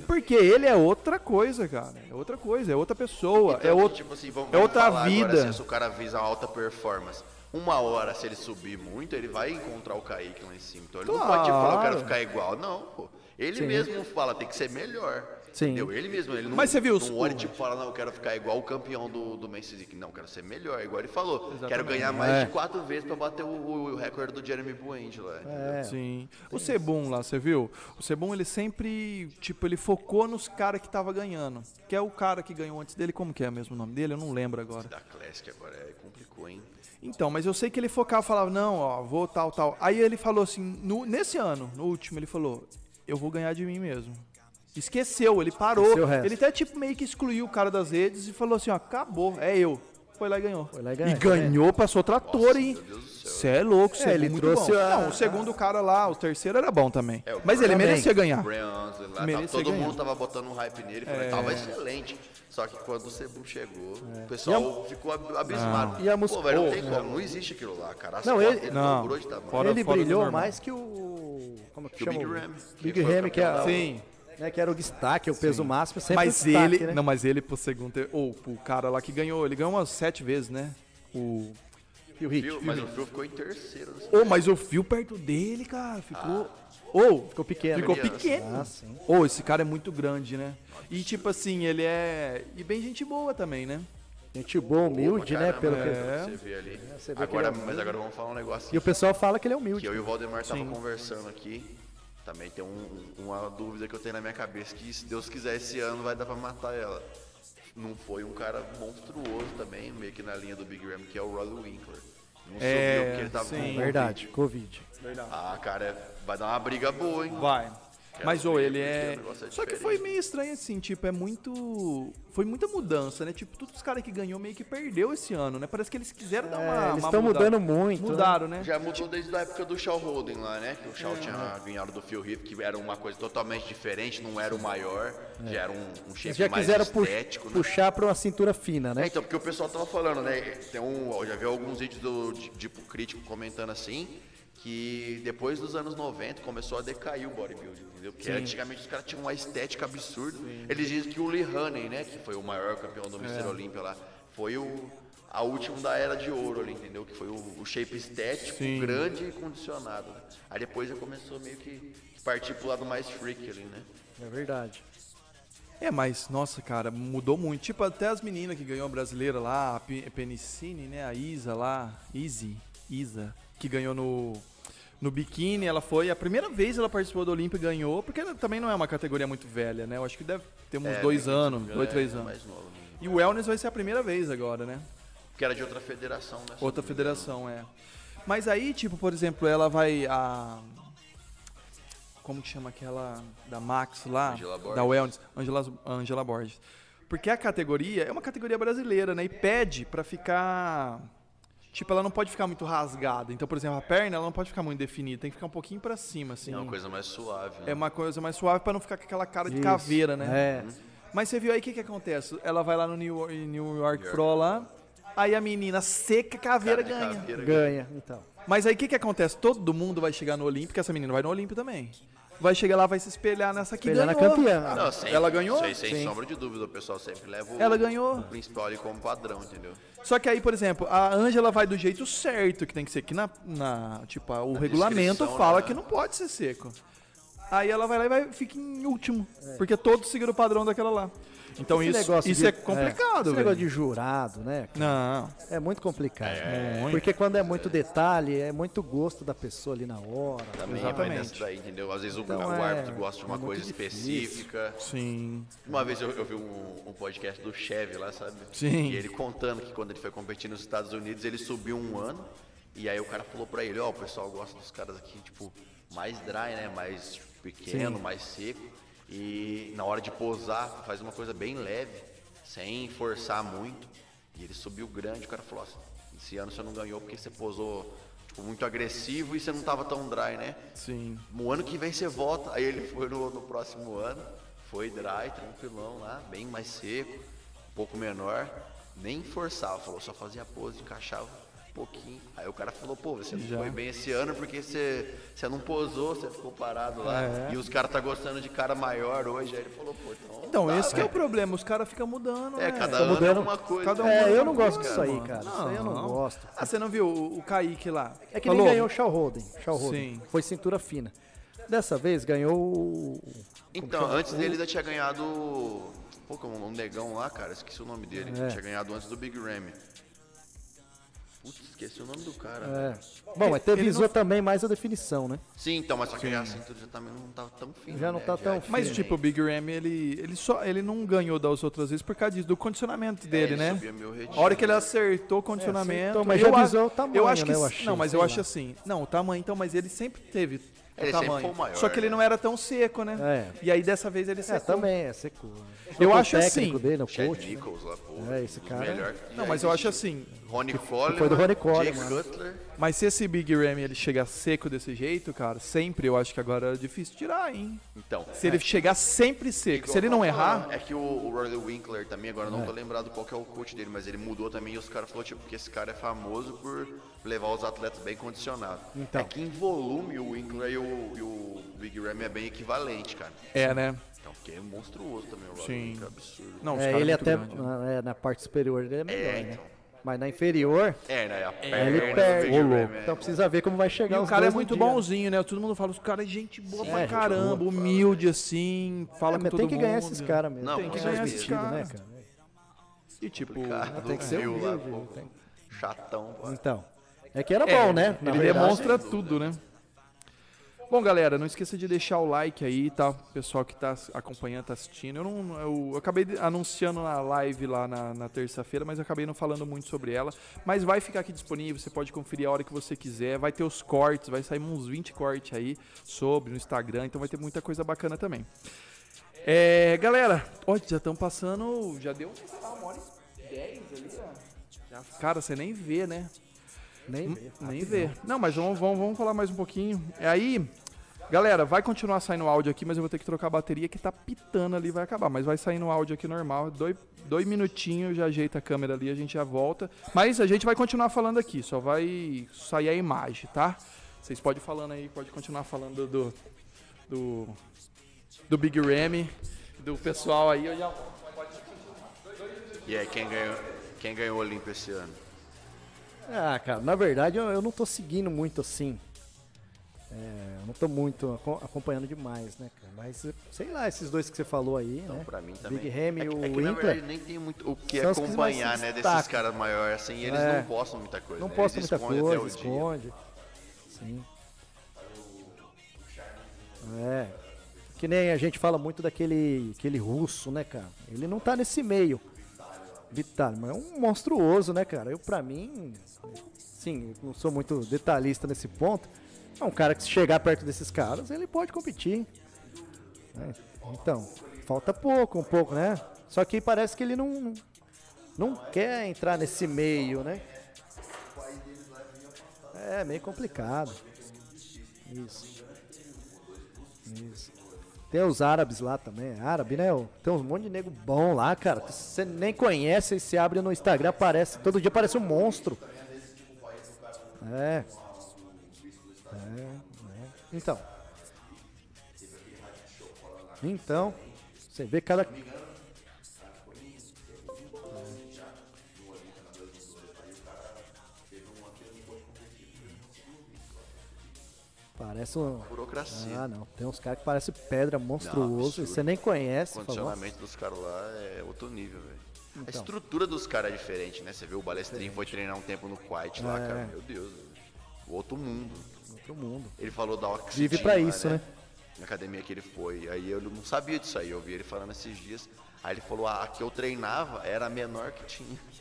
S1: Porque ele é outra coisa, cara. É outra coisa, é outra pessoa.
S3: Então,
S1: é
S3: que,
S1: outro.
S3: tipo assim, vamos,
S1: é
S3: vamos
S1: outra
S3: falar
S1: vida.
S3: Agora, assim, se o cara visa alta performance, uma hora, se ele subir muito, ele vai encontrar o Kaique lá em cima. Então ele não pode tipo, falar, eu quero
S1: Claro.
S3: ficar igual. Não, pô. Ele mesmo fala, tem que ser melhor.
S2: Sim.
S3: Entendeu? Ele mesmo, ele não,
S1: Mas você viu os-
S3: não olha e tipo, fala, não, eu quero ficar igual o campeão do, do Men's Physique. Não, eu quero ser melhor, igual ele falou. Quero ganhar mais
S1: É.
S3: de quatro vezes pra bater o, o- o recorde do Jeremy Buend lá. entendeu?
S2: É,
S1: Sim. O Sebum lá, você viu? O Sebum, ele sempre, tipo, ele focou nos caras que tava ganhando. Que é o cara que ganhou antes dele, como que é mesmo o nome dele? Eu não lembro agora.
S3: Da Classic agora é complicou, hein?
S1: Então, mas eu sei que ele focava, falava, não, ó, vou tal, tal. Aí ele falou assim, no- nesse ano, no último, ele falou, eu vou ganhar de mim mesmo. Esqueceu, ele parou.
S2: Esqueceu o resto.
S1: Ele até, tipo, meio que excluiu o cara das redes e falou assim, ó, acabou, é eu. Foi lá e ganhou.
S2: lá e ganhou.
S1: ganhou, passou trator, hein?
S3: Meu Deus do céu.
S1: Você é louco,
S2: É,
S1: cê é,
S2: ele
S1: muito
S2: trouxe
S1: bom.
S2: a-
S1: Não, o segundo cara lá, o terceiro era bom também.
S3: É, o
S1: mas ele
S2: também.
S1: merecia ganhar.
S3: Brian Ansley lá,
S1: Merecia
S3: tava- todo
S1: ganhar.
S3: mundo tava botando um hype nele, falando
S2: É.
S3: que tava excelente. Só que quando o Cebu chegou, o pessoal ficou ab- abismado.
S2: E a mus-
S3: Pô, velho,
S2: Oh,
S3: não tem como, não existe aquilo lá, cara. As
S2: Não,
S3: costas
S2: ele-
S3: dele
S1: Não.
S3: dobrou de tamanho.
S1: Fora-
S2: ele
S1: fora do
S2: brilhou
S1: normal.
S2: mais que o. Como é que,
S3: Que o
S2: chama?
S3: Big Ram, que
S2: Big
S3: foi o
S2: Ram, que, era,
S1: Sim.
S2: né, que era o destaque, o peso máximo, sempre
S1: Mas
S2: o destaque,
S1: ele.
S2: né?
S1: Não, mas ele pro segundo. te- Ou pro cara lá que ganhou. Ele ganhou umas sete vezes, né? O.
S2: E o Hit.
S3: Viu? Mas o Phil ficou em terceiro. Assim.
S1: Ô, mas o fio perto dele, cara, ficou. Ou.
S2: Ficou pequeno.
S1: Ah. Ficou
S3: criança.
S1: pequeno.
S2: Ah, sim.
S1: Ou esse cara é muito grande, né? E tipo assim, ele é. E bem gente boa também, né?
S2: Gente boa, humilde, né?
S3: Caramba,
S2: Pelo que...
S1: é.
S3: Você vê ali.
S2: Você vê que
S3: agora,
S2: ele é
S3: mas agora vamos falar um negócio
S2: E o pessoal fala que ele é
S3: que
S2: humilde.
S3: eu e o Valdemar tava conversando aqui. Também tem um- uma dúvida que eu tenho na minha cabeça que se Deus quiser esse ano vai dar pra matar ela. Não foi um cara monstruoso também, meio que na linha do Big Ram, que é o Rolly Winkler. Não
S1: É,
S3: subiu porque ele tava
S1: sim.
S3: com Covid.
S2: Verdade, Covid.
S3: Ah, cara, vai dar uma briga boa, hein?
S1: Vai. Mas ou ele é.
S3: Porque o negócio é
S1: Só que
S3: diferente.
S1: foi meio estranho assim, tipo, é muito. Foi muita mudança, né? Tipo, todos os caras que ganhou meio que perdeu esse ano, né? Parece que eles quiseram dar uma.
S2: É, eles
S1: uma
S2: tão
S1: muda-
S2: mudando muito, né?
S1: Mudaram, né?
S3: Já mudou desde a época do Shaw Holding lá, né? Que o
S2: É.
S3: Shaw tinha ganhado do Phil Heath, que era uma coisa totalmente diferente, não era o maior, já era um, um
S2: É.
S3: shape
S2: Eles já
S3: mais
S2: quiseram pu-
S3: estético, né?
S2: puxar pra uma cintura fina,
S3: É,
S2: né?
S3: então, porque o pessoal tava falando, né? Tem um, eu já vi alguns vídeos do de- tipo crítico comentando assim que depois dos anos 90 começou a decair o bodybuilding, entendeu? Porque antigamente os caras tinham uma estética absurda. Eles dizem que o Lee Haney, né, que foi o maior campeão do
S1: É.
S3: Mr. Olympia lá, foi o a último da era de ouro ali, entendeu? Que foi o, o shape estético grande e condicionado. né? Aí depois já começou meio que partir pro lado mais freak ali, né?
S2: É verdade.
S1: É, mas, nossa, cara, mudou muito. Tipo, até as meninas que ganhou a brasileira lá, a Pe- Penicine, né? A Isa lá, Izzy, Isa, que ganhou no, no biquíni, ela foi. A primeira vez ela participou do Olímpia e ganhou, porque ela também não é uma categoria muito velha, né? Eu acho que deve ter uns
S3: É,
S1: dois
S3: né,
S1: anos,
S3: que
S1: dois,
S3: é
S1: três anos.
S3: Mais novo, né?
S1: E o Wellness vai ser a primeira vez agora, né?
S3: Que era de outra federação, né?
S1: Outra federação, é. Mas aí, tipo, por exemplo, ela vai a. como que chama aquela da Max lá,
S3: Angela Borges.
S1: da Wellness, Angela, Angela Borges. Porque a categoria é uma categoria brasileira, né? E pede pra ficar tipo ela não pode ficar muito rasgada. Então, por exemplo, a perna ela não pode ficar muito definida, tem que ficar um pouquinho pra cima assim.
S3: É uma coisa mais suave. né?
S1: É uma coisa mais suave pra não ficar com aquela cara de
S2: Isso.
S1: caveira, né?
S2: É.
S1: Mas você viu aí o que, que acontece? Ela vai lá no New, New York Pro lá, aí a menina seca caveira
S3: Cara de
S1: ganha.
S3: caveira
S2: Ganha, então.
S1: Mas aí o que, que acontece? Todo mundo vai chegar no Olímpico, essa menina vai no Olímpico também. Vai chegar lá, vai se espelhar nessa que
S2: Pelhana
S1: ganhou.
S2: campeã.
S3: Não, sem-
S1: Ela ganhou?
S3: Sem, sem
S2: Sim.
S3: sombra de dúvida, o pessoal sempre leva o,
S1: Ela ganhou.
S3: o principal ali como padrão, entendeu?
S1: Só que aí, por exemplo, a Ângela vai do jeito certo que tem que ser, que na, na- tipo, a- o regulamento
S3: descrição,
S1: fala
S3: né?
S1: que não pode ser seco. Aí ela vai lá e vai, fica em último, porque todos seguiram o padrão daquela lá. Então
S2: Esse
S1: isso,
S2: negócio
S1: isso
S2: de-
S1: é complicado,
S2: Esse
S1: velho.
S2: negócio de jurado, né?
S1: Não,
S2: É muito complicado.
S1: Muito.
S2: Porque quando é muito detalhe, é muito gosto da pessoa ali na hora.
S3: Também vai
S1: Exatamente.
S3: nessa daí, entendeu? Às vezes o,
S2: Então,
S3: o
S2: é-
S3: árbitro gosta de
S2: é
S3: uma
S2: muito
S3: coisa
S2: difícil.
S3: específica.
S1: sim.
S3: Uma vez eu, eu vi um, um podcast do Chevy lá, sabe?
S1: Sim.
S3: E ele contando que quando ele foi competir nos Estados Unidos, ele subiu um ano. E aí o cara falou pra ele, ó, o pessoal gosta dos caras aqui, tipo, mais dry, né? Mais tipo, pequeno, mais seco. E na hora de posar, faz uma coisa bem leve, sem forçar muito. E ele subiu grande, o cara falou, ó, esse ano você não ganhou porque você posou, tipo, muito agressivo e você não tava tão dry, né?
S1: Sim.
S3: No ano que vem você volta. Aí ele foi no, no próximo ano, foi dry, tranquilão lá, bem mais seco, um pouco menor. Nem forçava, falou, só fazia pose, encaixava um pouquinho. Aí o cara falou, pô, você não
S1: Já.
S3: foi bem esse ano porque você, você não posou, você ficou parado lá.
S1: É.
S3: E os caras tá gostando de cara maior hoje. Aí ele falou, pô, então.
S1: Então,
S3: tá,
S1: esse que é o
S3: velho.
S1: problema, os caras ficam mudando,
S3: É,
S1: né?
S3: cada
S2: Tá
S3: ano é
S2: mudando.
S3: uma coisa.
S1: Cada um
S3: né?
S2: É,
S1: mano,
S2: eu não gosto
S1: cara,
S2: disso aí,
S1: mano.
S2: cara.
S1: Não,
S2: Isso aí eu não,
S1: não.
S2: gosto.
S1: Ah, você não viu o, o Kaique lá?
S2: É que
S1: Falou,
S2: ele ganhou o Shaolhoden. Shaolhoden.
S1: Sim.
S2: Foi cintura fina. Dessa vez ganhou o...
S3: Então, antes dele ainda tinha ganhado. Pô, como um negão lá, cara, esqueci o nome dele.
S2: É.
S3: Tinha ganhado antes do Big Ramy. Putz, esqueci o nome do cara.
S2: É. Bom, mas
S1: Ele
S2: televisou
S1: não-
S2: também mais a definição, né?
S3: Sim, então, mas só que a cintura já também não tava tão fina.
S2: Já não
S3: né?
S2: tá tão
S3: é
S1: Mas
S2: Sim.
S1: tipo, o
S3: diferente.
S1: Big Ram, ele, ele só ele não ganhou das outras vezes por causa disso, do condicionamento dele,
S3: É, ele
S1: né?
S3: subia meio
S1: A hora que ele
S3: retinho.
S1: acertou o condicionamento.
S2: acertou, Então, mas
S1: eu
S2: já
S1: a-
S2: avisou o tamanho,
S1: eu acho que,
S2: né, eu achei,
S1: não, mas
S2: sei
S1: eu
S2: lá.
S1: acho assim. Não, o tamanho então, mas ele sempre teve o
S3: Ele sempre
S1: tamanho.
S3: foi o maior,
S1: Só que ele
S3: né?
S1: não era tão seco, né?
S2: É.
S1: E aí dessa vez ele
S2: É,
S1: secou.
S2: também, é seco.
S1: Eu
S2: O
S1: acho assim.
S2: técnico dele, o
S3: Chad
S2: coach. né?
S3: Nichols lá, pô.
S2: É, esse
S3: um dos
S2: cara-
S3: melhores que
S1: Não,
S3: já
S1: mas eu acho
S3: existiu.
S1: assim,
S3: Ronnie Coleman.
S2: foi do Ronnie Coleman,
S3: Jake
S2: mano.
S3: Cutler.
S1: mas se esse Big Ram ele chegar seco desse jeito, cara, sempre eu acho que agora é difícil tirar, hein?
S3: Então.
S1: Se ele chegar sempre seco, se ele não errar,
S3: É que o, o Riley Winkler também, agora eu não tô lembrado qual que é o coach dele, mas ele mudou também e os caras falaram, tipo, que esse cara é famoso por levar os atletas bem condicionados.
S2: Então.
S3: É que em volume o Winkler e o, e o Big Ram é bem equivalente, cara.
S1: é, né?
S3: Então, porque é monstruoso também o Riley
S1: Sim.
S3: Winkler, absurdo.
S1: Não, os
S2: É,
S1: caras
S2: ele
S1: muito
S2: até
S1: grande, né?
S2: na, é, na parte superior ele é melhor,
S3: É,
S2: né?
S3: então.
S2: Mas na inferior,
S3: É, né? A perna
S2: ele
S3: do
S2: perde.
S3: Big Ram é-
S2: Então precisa ver como vai chegar
S1: E o
S2: os
S1: cara é
S2: dois no
S1: muito
S2: dia, né?
S1: bonzinho, né? Todo mundo fala, os caras é gente boa
S2: Sim,
S1: pra
S2: é, gente
S1: caramba,
S2: boa,
S1: humilde assim, fala
S2: É,
S1: com
S2: mas
S1: todo
S2: tem que ganhar
S1: mundo.
S2: esses caras mesmo.
S3: Não,
S2: tem que
S3: com
S2: ganhar
S3: certeza.
S2: esses caras, né,
S1: Cara.
S2: cara?
S1: E tipo,
S3: Cara,
S2: tem que ser
S3: viu lá,
S2: humilde,
S3: pô,
S2: tem-
S3: Chatão, pô.
S2: Então, é que era bom, né? Na
S1: ele
S2: verdade.
S1: demonstra
S3: sem
S1: tudo, né? Bom, galera, não esqueça de deixar o like aí, tá? Pessoal que tá acompanhando, tá assistindo. Eu, não, eu, eu acabei de- anunciando na live lá na, na terça-feira, mas eu acabei não falando muito sobre ela. Mas vai ficar aqui disponível, você pode conferir a hora que você quiser. Vai ter os cortes, vai sair uns 20 cortes aí sobre no Instagram, então vai ter muita coisa bacana também. É, galera, ó, já estão passando. Já deu uma hora e 10 ali, ó. Já- Cara, você nem vê, né?
S2: Nem,
S1: Nem ver. Não, mas vamos, vamos, vamos falar mais um pouquinho. É aí, galera, vai continuar saindo áudio aqui, mas eu vou ter que trocar a bateria que tá pitando ali, vai acabar. Mas vai saindo um áudio aqui normal. Dois, dois minutinhos, já ajeita a câmera ali, a gente já volta. Mas a gente vai continuar falando aqui, só vai sair a imagem, tá? Vocês podem falando aí, pode continuar falando do. do. do Big Ramy, do pessoal aí, eu já.
S3: E aí, quem ganhou, quem ganhou o Olimpo esse ano?
S2: Ah, cara, na verdade eu, eu não tô seguindo muito assim. É, eu não tô muito aco- acompanhando demais, né, cara? Mas sei lá, esses dois que você falou aí, né?
S3: Então, Pra mim também.
S2: Big Ham
S3: é,
S2: e
S3: que-
S2: o
S3: é que, na verdade
S2: Winkler.
S3: nem tem muito o que
S2: são os que mais se
S3: acompanhar, né, desses
S2: destacam.
S3: caras maiores, assim, e eles
S2: É.
S3: não postam muita coisa.
S2: Não
S3: né?
S2: posta
S3: eles
S2: muita
S3: escondem
S2: coisa,
S3: até o dia.
S2: esconde. Sim. É. Que nem a gente fala muito daquele aquele russo, né, cara? Ele não tá nesse meio. Vital, mas é um monstruoso, né, cara? Eu, pra mim, sim, eu não sou muito detalhista nesse ponto, É um cara que se chegar perto desses caras, ele pode competir. né? Então, falta pouco, um pouco, né? Só que parece que ele não, não quer entrar nesse meio, né? É meio complicado. Isso. Isso. Tem os árabes lá também, é árabe, né? ô? Tem um monte de nego bom lá, cara. que Você nem conhece e se abre no Instagram, aparece. Todo dia parece um monstro. É. É, é. Então. Então, você vê cada. Parece um.
S3: Burocracia.
S2: Ah, não. Tem uns caras que parecem pedra monstruoso. e
S3: absurdo.
S2: você nem conhece.
S3: O
S2: fala,
S3: condicionamento dos caras lá é outro nível, velho. A
S2: Então.
S3: estrutura dos caras é diferente, né? Você viu o Balestrinho foi treinar um tempo no Kuwait
S2: É.
S3: lá, cara. Meu Deus, velho. Outro mundo.
S2: "Nossa, outro mundo.
S3: Ele falou da Oxygen.
S2: Vive pra
S3: lá,
S2: isso, né?
S3: Na academia que ele foi. Aí eu não sabia disso aí. Eu vi ele falando esses dias. Aí ele falou: ah, a que eu treinava era a menor que tinha. [LAUGHS]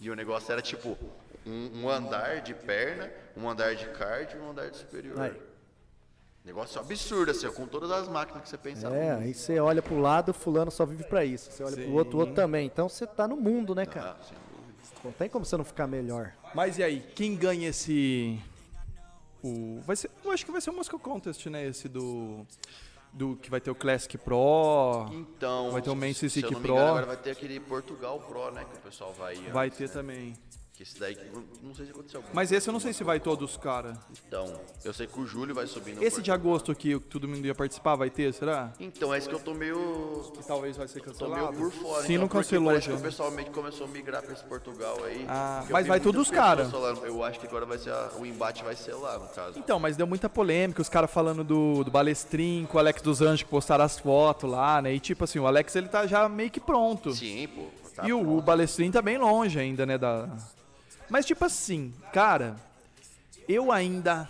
S3: E o negócio era tipo um, um andar de perna, um andar de cardio e um andar de superior.
S2: Aí.
S3: Negócio absurdo, assim, ó, com todas as máquinas que você pensava.
S2: É, aí você olha pro lado, fulano só vive pra isso. Você olha pro outro, o outro também. Então você tá no mundo, né, cara?
S3: Ah, sem dúvida.
S2: Não tem como você não ficar melhor.
S1: Mas e aí, quem ganha esse. O... Vai ser... Eu acho que vai ser o Moscow Contest, né? Esse do. Do que vai ter o Classic Pro.
S3: Então,
S1: Vai ter o Man
S3: se- se eu
S1: City
S3: não me
S1: Pro.
S3: engano, agora vai ter aquele Portugal Pro, né? Que o pessoal vai ir.
S1: Vai
S3: antes,
S1: ter
S3: né?
S1: também.
S3: Que esse daí, não, não sei se aconteceu alguma
S1: Mas esse eu não sei se vai todos, cara.
S3: Então, eu sei que o Júlio vai subir no
S1: Esse de
S3: Portugal.
S1: agosto aqui, o que todo mundo ia participar, vai ter, será?
S3: Então, é isso que eu tô meio.
S1: Que talvez vai ser
S3: Tô meio
S1: cancelado.
S3: por fora.
S1: Se
S3: então,
S1: não
S3: porque
S1: cancelou
S3: parece
S1: já.
S3: que o pessoal meio que começou a migrar pra esse Portugal aí.
S1: Ah,
S3: Eu
S1: mas
S3: vi
S1: vai
S3: muita
S1: todos os
S3: pessoa
S1: cara.
S3: falando, Eu acho que agora vai ser a- o embate vai ser lá, no caso.
S1: Então, mas deu muita polêmica, os caras falando do, do Balestrin, com o Alex dos Anjos que postaram as fotos lá, né? E tipo assim, o Alex ele tá já meio que pronto.
S3: Sim, pô. tá
S1: e o, o
S3: pronto.
S1: Balestrin tá bem longe ainda, né? Da... Mas tipo assim, cara, eu ainda.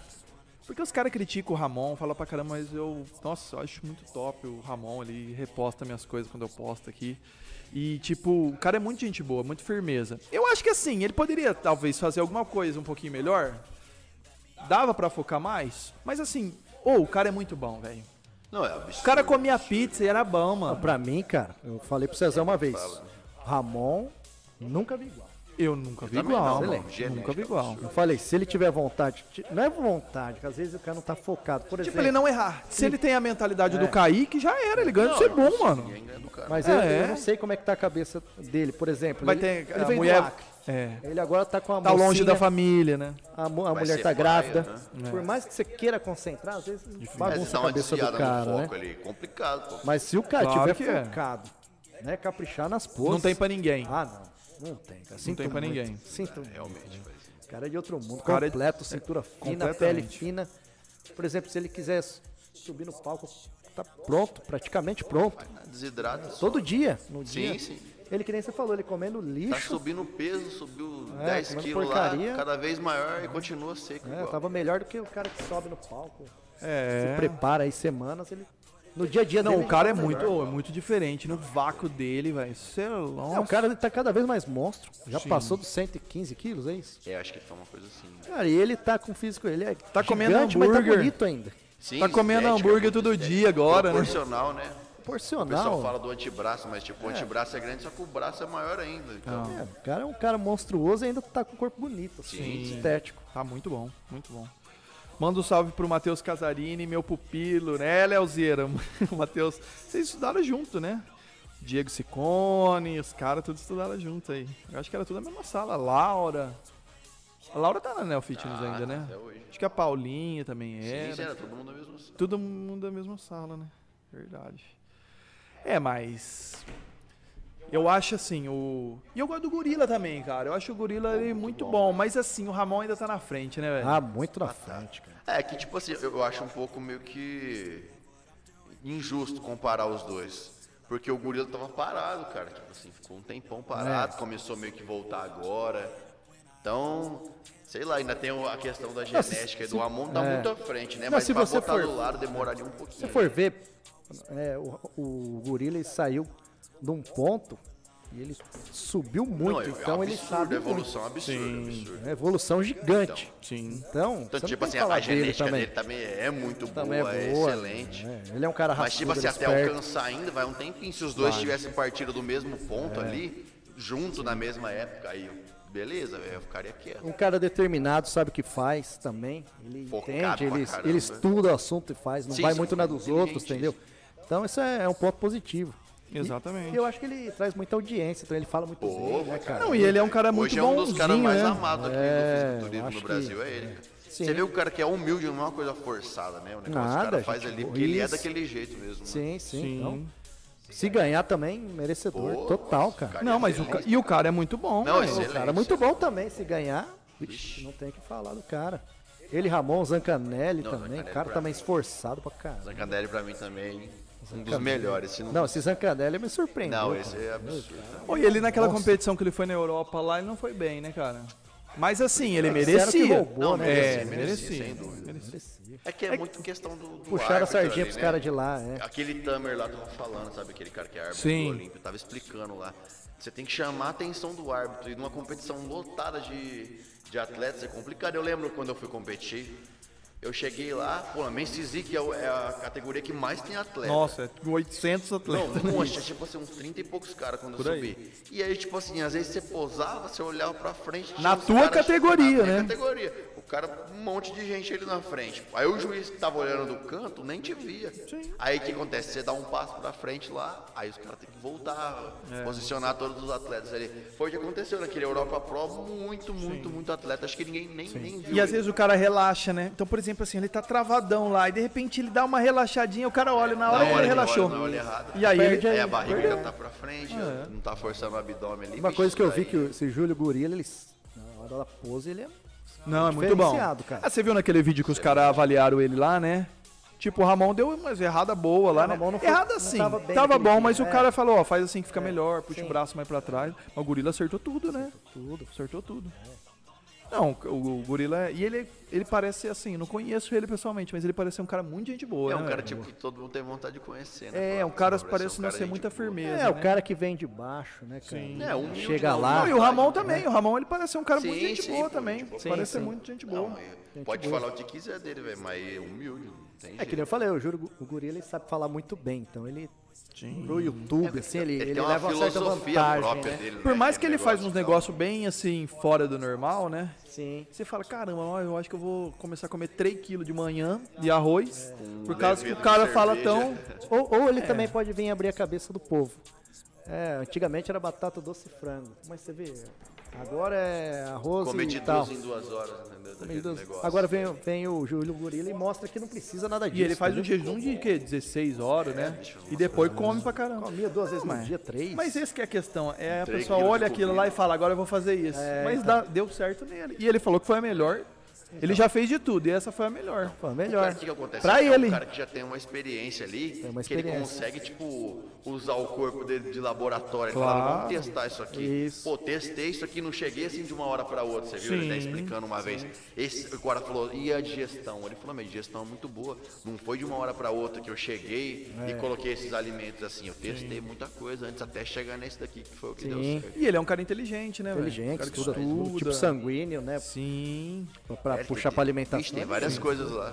S1: Porque os caras criticam o Ramon, falam pra caramba, mas eu. Nossa, eu acho muito top o Ramon, ele reposta minhas coisas quando eu posto aqui. E, tipo, o cara é muito gente boa, muito firmeza. Eu acho que assim, ele poderia talvez fazer alguma coisa um pouquinho melhor. Dava pra focar mais, mas assim, ou o cara é muito bom, velho.
S3: Não, é absurdo.
S1: O cara comia pizza e era bom, mano.
S2: Pra mim, cara, eu falei pro Cezão uma vez. Ramon, nunca vi igual.
S1: Eu nunca vi
S3: também
S1: igual,
S3: não,
S1: mano.
S3: mano. Genética
S1: Nunca vi igual.
S2: Eu falei, se ele tiver vontade, ti- não é vontade, que às vezes o cara não tá focado. Por
S1: Tipo,
S2: exemplo,
S1: ele não errar. Se ele tem a mentalidade
S2: É.
S1: do Kaique, já era. Ele ganha de ser é bom, mano.
S3: Ninguém ganha do cara.
S2: mas
S1: É,
S2: eu, eu
S1: é.
S2: não sei como é que tá a cabeça dele, por exemplo.
S1: Vai
S2: ele,
S1: ter
S2: ele
S1: a
S2: vem do
S1: mulher.
S2: Acre.
S1: É.
S2: Ele agora tá com a
S1: Tá longe da
S2: mocinha,
S1: família, né?
S2: A, mu- a
S3: Vai
S2: mulher
S3: ser
S2: tá
S3: paia,
S2: grávida.
S1: né?
S2: Por mais que você queira concentrar, às vezes
S3: É,
S2: bagunça
S3: dá
S2: a
S3: uma
S2: cabeça
S3: desviada
S2: do cara,
S3: no
S2: né?
S3: foco é. ali. Complicado, pô.
S2: Mas se o cara
S1: Claro que
S2: tiver
S1: é.
S2: focado, né, caprichar nas poses.
S1: Não tem pra ninguém.
S2: Ah, não. Não tem, cara. Sinto
S1: tem pra
S2: muito.
S1: ninguém.
S2: Sinto muito.
S3: Realmente, mas...
S2: O cara é de outro mundo.
S1: cara é-
S2: completo, cintura fina,
S1: completamente.
S2: pele fina. Por exemplo, se ele quiser subir no palco, tá pronto, praticamente pronto.
S3: Desidrata.
S2: Todo dia, no
S3: Sim,
S2: dia.
S3: sim.
S2: Ele, que nem você falou, ele comendo
S3: Tá
S2: lixo.
S3: subindo peso, subiu
S2: É,
S3: 10
S2: comendo
S3: quilos lá,
S2: porcaria.
S3: cada vez maior e continua seco
S2: né?
S3: igual.
S1: tá-
S2: Tava melhor do que o cara que sobe no palco. Se
S1: É.
S2: prepara aí semanas, ele... No dia a dia
S1: Não,
S2: dele,
S1: o cara é
S2: ele tá
S1: muito,
S2: melhor.
S1: é muito diferente. No vácuo dele, velho. Você é
S2: É, o
S1: louco.
S2: cara ele tá cada vez mais monstro. Já
S1: Sim.
S2: passou dos 115 quilos, é isso?
S3: É, acho que tá uma coisa assim. né?
S2: Cara, e ele tá com o físico, ele é tá
S1: comendo
S2: mas tá
S1: hambúrguer.
S2: bonito ainda.
S3: Sim,
S1: Tá comendo
S3: estética,
S1: hambúrguer
S3: muito
S1: todo
S3: estética.
S1: dia agora, né?
S3: Proporcional, né? O pessoal
S2: Proporcional.
S3: fala do antebraço, mas tipo, o antebraço é grande, só que o braço é maior ainda. Então,
S2: É, o cara é um cara monstruoso e ainda tá com o corpo bonito, assim,
S3: Sim.
S2: estético.
S1: Tá muito bom, muito bom. Manda um salve pro Matheus Casarini, meu pupilo, né, Leozeira? [LAUGHS] O Matheus, vocês estudaram junto, né? Diego Sicone, os caras tudo estudaram junto aí. Eu acho que era tudo a mesma sala. Laura. A Laura tá na Neo Fitness
S3: Ah,
S1: ainda, né?
S3: até hoje.
S1: Acho que a Paulinha
S2: É,
S1: também
S3: sim,
S2: né?
S1: era.
S3: sim, era todo mundo mesmo. assim.
S1: Todo mundo da mesma sala, né? Verdade. É, mas. Eu acho assim, o. E eu gosto do Gorila também, cara. Eu acho o Gorila ele muito bom, mas assim, o Ramon ainda tá na frente, né, velho?
S2: Ah, muito na frente, cara.
S3: É que tipo assim, eu eu acho um pouco meio que injusto comparar os dois. Porque o gorila tava parado, cara. Tipo assim, ficou um tempão
S2: É.
S3: parado, começou meio que voltar agora. Então, sei lá, ainda tem o- a questão da genética e do Ramon tá
S2: é.
S3: muito à frente, né?
S2: Não,
S3: Mas
S2: se
S3: pra
S2: você
S3: botar
S2: for-
S3: do lado demoraria um pouquinho.
S2: Se você for ver, é, o, o gorila ele saiu de um ponto E ele subiu muito,
S3: Não, é
S2: então ele
S3: absurdo,
S2: sabe.
S3: a evolução absurda,
S1: Sim.
S2: muito.
S3: absurda.
S2: É uma evolução gigante.
S1: Sim.
S2: Então, você
S3: Então,
S2: não tem
S3: tipo assim,
S2: que
S3: a
S2: falar dele
S3: genética
S2: também.
S3: dele também é muito
S2: Também
S3: boa, é,
S2: é boa.
S3: excelente.
S2: É, ele é um cara
S3: Mas, tipo
S2: raçudo,
S3: assim,
S2: ele é
S3: até
S2: esperto.
S3: alcançar ainda vai um tempinho. Se os dois tivessem partido do mesmo
S2: É.
S3: ponto ali, junto na mesma época, aí, beleza, eu ficaria quieto.
S2: Um cara determinado, sabe o que faz também. Ele
S3: Focado
S2: entende,
S3: pra
S2: ele,
S3: caramba.
S2: ele estuda o assunto e faz, não
S3: Sim,
S2: vai
S3: sim,
S2: muito na dos outros,
S3: inteligente
S2: entendeu? Então isso é, é um ponto positivo. E-
S1: Exatamente.
S2: E eu acho que ele traz muita audiência, então ele fala muito bem, né, cara?
S1: Não, e ele é um cara muito
S3: Hoje é um dos caras
S1: bonzinho,
S3: mais
S1: né?
S3: amados aqui
S2: É,
S3: do fisiculturismo
S2: acho
S3: no
S2: que-
S3: Brasil, é ele. cara.
S2: Sim.
S3: Você vê o cara que é humilde, não é uma coisa forçada mesmo, né? Mas o
S2: Nada,
S3: cara faz
S2: gente,
S3: ali,
S2: boa.
S3: porque ele é
S2: Isso.
S3: daquele jeito mesmo. né?
S2: Sim, sim.
S1: Sim.
S2: Então, se ganhar também, merecedor
S3: Pô,
S2: total,
S3: nossa,
S2: cara.
S3: cara.
S1: Não, mas o ca- e o cara é muito bom,
S3: Não,
S1: velho.
S3: esse-
S2: O cara é muito bom também, se ganhar,
S3: Vixe.
S2: não tem o que falar do cara. Ele, Ramon, Zancanelli
S3: Não,
S2: também,
S3: Zancanelli
S2: cara
S3: pra
S2: também
S3: mim.
S2: esforçado pra caramba.
S3: Zancandelli pra mim também, um dos melhores. Se não,
S2: Não, esse Zancanelli me surpreendeu.
S3: não
S2: cara.
S3: esse é absurdo.
S1: Pô, e ele naquela competição que ele foi na Europa lá, ele não foi bem, né, cara? Mas assim, ele
S2: Disseram que
S1: merecia.
S2: roubou,
S3: Não,
S2: né?
S1: É,
S3: merecia,
S1: merecia.
S3: merecia, sem dúvida.
S2: Merecia.
S3: É que é muito questão do, do
S2: Puxaram a
S3: árbitro
S2: sardinha
S3: ali,
S2: pros
S3: né?
S2: caras de lá, né?
S3: Aquele Tamer lá tava falando, sabe? Aquele cara que é árbitro
S1: Sim.
S3: do Olímpio, tava explicando lá. Você tem que chamar a atenção do árbitro. E numa competição lotada de, de atletas é complicado. Eu lembro quando eu fui competir, eu cheguei lá, pô, a Men's Physique é, o- é a categoria que mais tem atleta.
S1: Nossa, é 800
S3: Não,
S1: atletas.
S3: um monte, tinha, tipo assim, uns 30 e poucos caras quando
S1: Por
S3: eu
S1: aí.
S3: subi. E aí, tipo assim, às vezes você posava, você olhava pra frente. tinha
S1: Na
S3: uns
S1: tua categoria,
S3: na minha
S1: né?
S3: categoria. O cara, um monte de gente ali na frente. Aí o juiz que tava olhando do canto, nem te via. Aí o que acontece? Você dá um passo pra frente lá, aí os caras têm que voltar,
S1: É.
S3: posicionar todos os atletas ali. Foi o que aconteceu naquele Europa Pro, muito, muito, muito atleta. Acho que ninguém nem, nem viu.
S1: E às
S3: ele.
S1: vezes o cara relaxa, né? Então, por exemplo, assim, ele tá travadão lá e de repente ele dá uma relaxadinha, o cara olha na hora que ele
S3: que olha,
S1: relaxou.
S3: na hora errada.
S1: E aí
S2: Perde
S1: ele
S3: Aí a
S2: aí,
S3: barriga
S2: perdeu.
S3: já tá pra frente,
S1: É.
S3: não tá forçando o abdômen ali.
S2: Uma
S3: bicho,
S2: coisa que eu vi
S3: isso
S2: que
S3: daí-
S2: o- esse Júlio Gorila, ele, s- na hora da pose, ele é...
S1: Não, é muito bom.
S2: Diferenciado, cara.
S1: Ah, você viu naquele vídeo que os caras avaliaram ele lá, né? Tipo, o Ramon deu umas errada boa lá,
S2: O
S1: né?
S2: Ramon não foi-
S1: errada
S2: não
S1: sim.
S2: tava
S1: Tava,
S2: bem naquele
S1: bom,
S2: dia,
S1: mas o
S2: é.
S1: cara falou, ó, faz assim que fica melhor, puxa
S2: sim.
S1: o braço mais pra trás. Mas o gorila acertou tudo, né?
S2: Tudo.
S1: Acertou tudo. Não, o, o gorila. é- E ele, ele parece assim, não conheço ele pessoalmente, mas ele parece ser um cara muito gente boa.
S3: É um
S1: né,
S3: cara,
S1: velho?
S3: tipo, que todo mundo tem vontade de conhecer, né?
S1: É,
S3: Falar
S1: um
S3: com
S1: cara
S3: esse
S1: parece
S3: é um
S1: não
S3: cara
S1: ser
S3: gente
S1: muita
S3: boa.
S1: firmeza.
S2: É, o
S1: né?
S2: cara que vem de baixo, né, cara?
S1: Sim.
S3: É, humilde,
S2: Chega
S3: não,
S2: lá...
S1: Não, e o Ramon também, o Ramon ele parece ser um cara muito
S3: Sim,
S1: gente
S3: sim,
S1: boa
S3: pô,
S1: também.
S3: gente boa.
S2: Sim,
S1: parece ser
S2: sim.
S1: muito gente boa.
S3: Não, é- pode falar o que quiser dele, velho, mas é humilde, não tem
S2: É
S3: jeito.
S2: que nem eu falei, o, Júlio, o Gorila ele sabe falar muito bem, então ele... Pro YouTube, assim, ele, ele,
S3: tem uma
S2: leva uma certa
S3: filosofia
S2: vantagem,
S3: própria
S2: né?
S3: dele, né,
S1: Por mais que
S3: aquele
S1: ele faz uns
S3: negócio e tal.
S1: negócios bem assim, fora do normal, né?
S2: Sim.
S1: Você fala, caramba, ó, eu acho que eu vou começar a comer 3 kg de manhã de arroz, por causa que o
S3: levedo de
S1: cara fala tão.
S3: cerveja.
S2: Ou, ou
S1: É.
S2: ele também pode vir abrir a cabeça do povo. É, antigamente era batata doce e frango, mas você vê, agora é arroz
S3: Cometi
S2: e tal.
S3: duas em duas horas, entendeu? Daquele
S2: Comidas-
S3: negócio.
S2: Agora vem, vem o Júlio Gorila e mostra que não precisa nada disso. né?
S1: E ele faz um
S2: entendeu?
S1: jejum de quê? 16 horas, né? E depois come pra caramba.
S2: Comia duas vezes no
S1: Mas-
S2: dia, três.
S1: Mas esse que é a questão. É a
S3: Três
S1: pessoa
S3: quilos
S1: olha
S3: de
S1: aquilo
S3: comida.
S1: lá e fala, agora eu vou fazer isso. Mas dá- deu certo nele. E ele falou que foi a melhor. Ele já fez de tudo, e essa foi a melhor.
S2: Pô,
S3: O
S2: melhor.
S3: cara, o que que acontece?
S1: Pra
S3: é
S1: ele.
S3: um cara que já tem uma experiência ali,
S2: uma
S3: que ele
S2: experiência.
S3: consegue, tipo, usar o corpo dele de laboratório. Ele
S1: Claro.
S3: fala, vamos testar isso aqui.
S2: Isso.
S3: Pô, testei isso aqui, não cheguei assim de uma hora pra outra, você viu? Ele tá
S1: Sim.
S3: explicando uma vez. Esse, o cara falou, e a digestão? Ele falou, minha digestão é muito boa. Não foi de uma hora pra outra que eu cheguei e coloquei esses alimentos assim. Eu testei muita coisa antes até chegar nesse daqui, que foi o que deu
S2: Sim.
S3: certo.
S1: E ele é um cara inteligente, né, velho? Um
S2: Inteligente,
S1: cara que
S2: estuda, tudo. Tipo sanguíneo, né?
S1: Sim.
S2: Pra, pra
S3: É,
S2: puxar
S3: tem-
S2: pra
S3: Vixe,
S2: alimentação.
S3: tem várias coisas lá.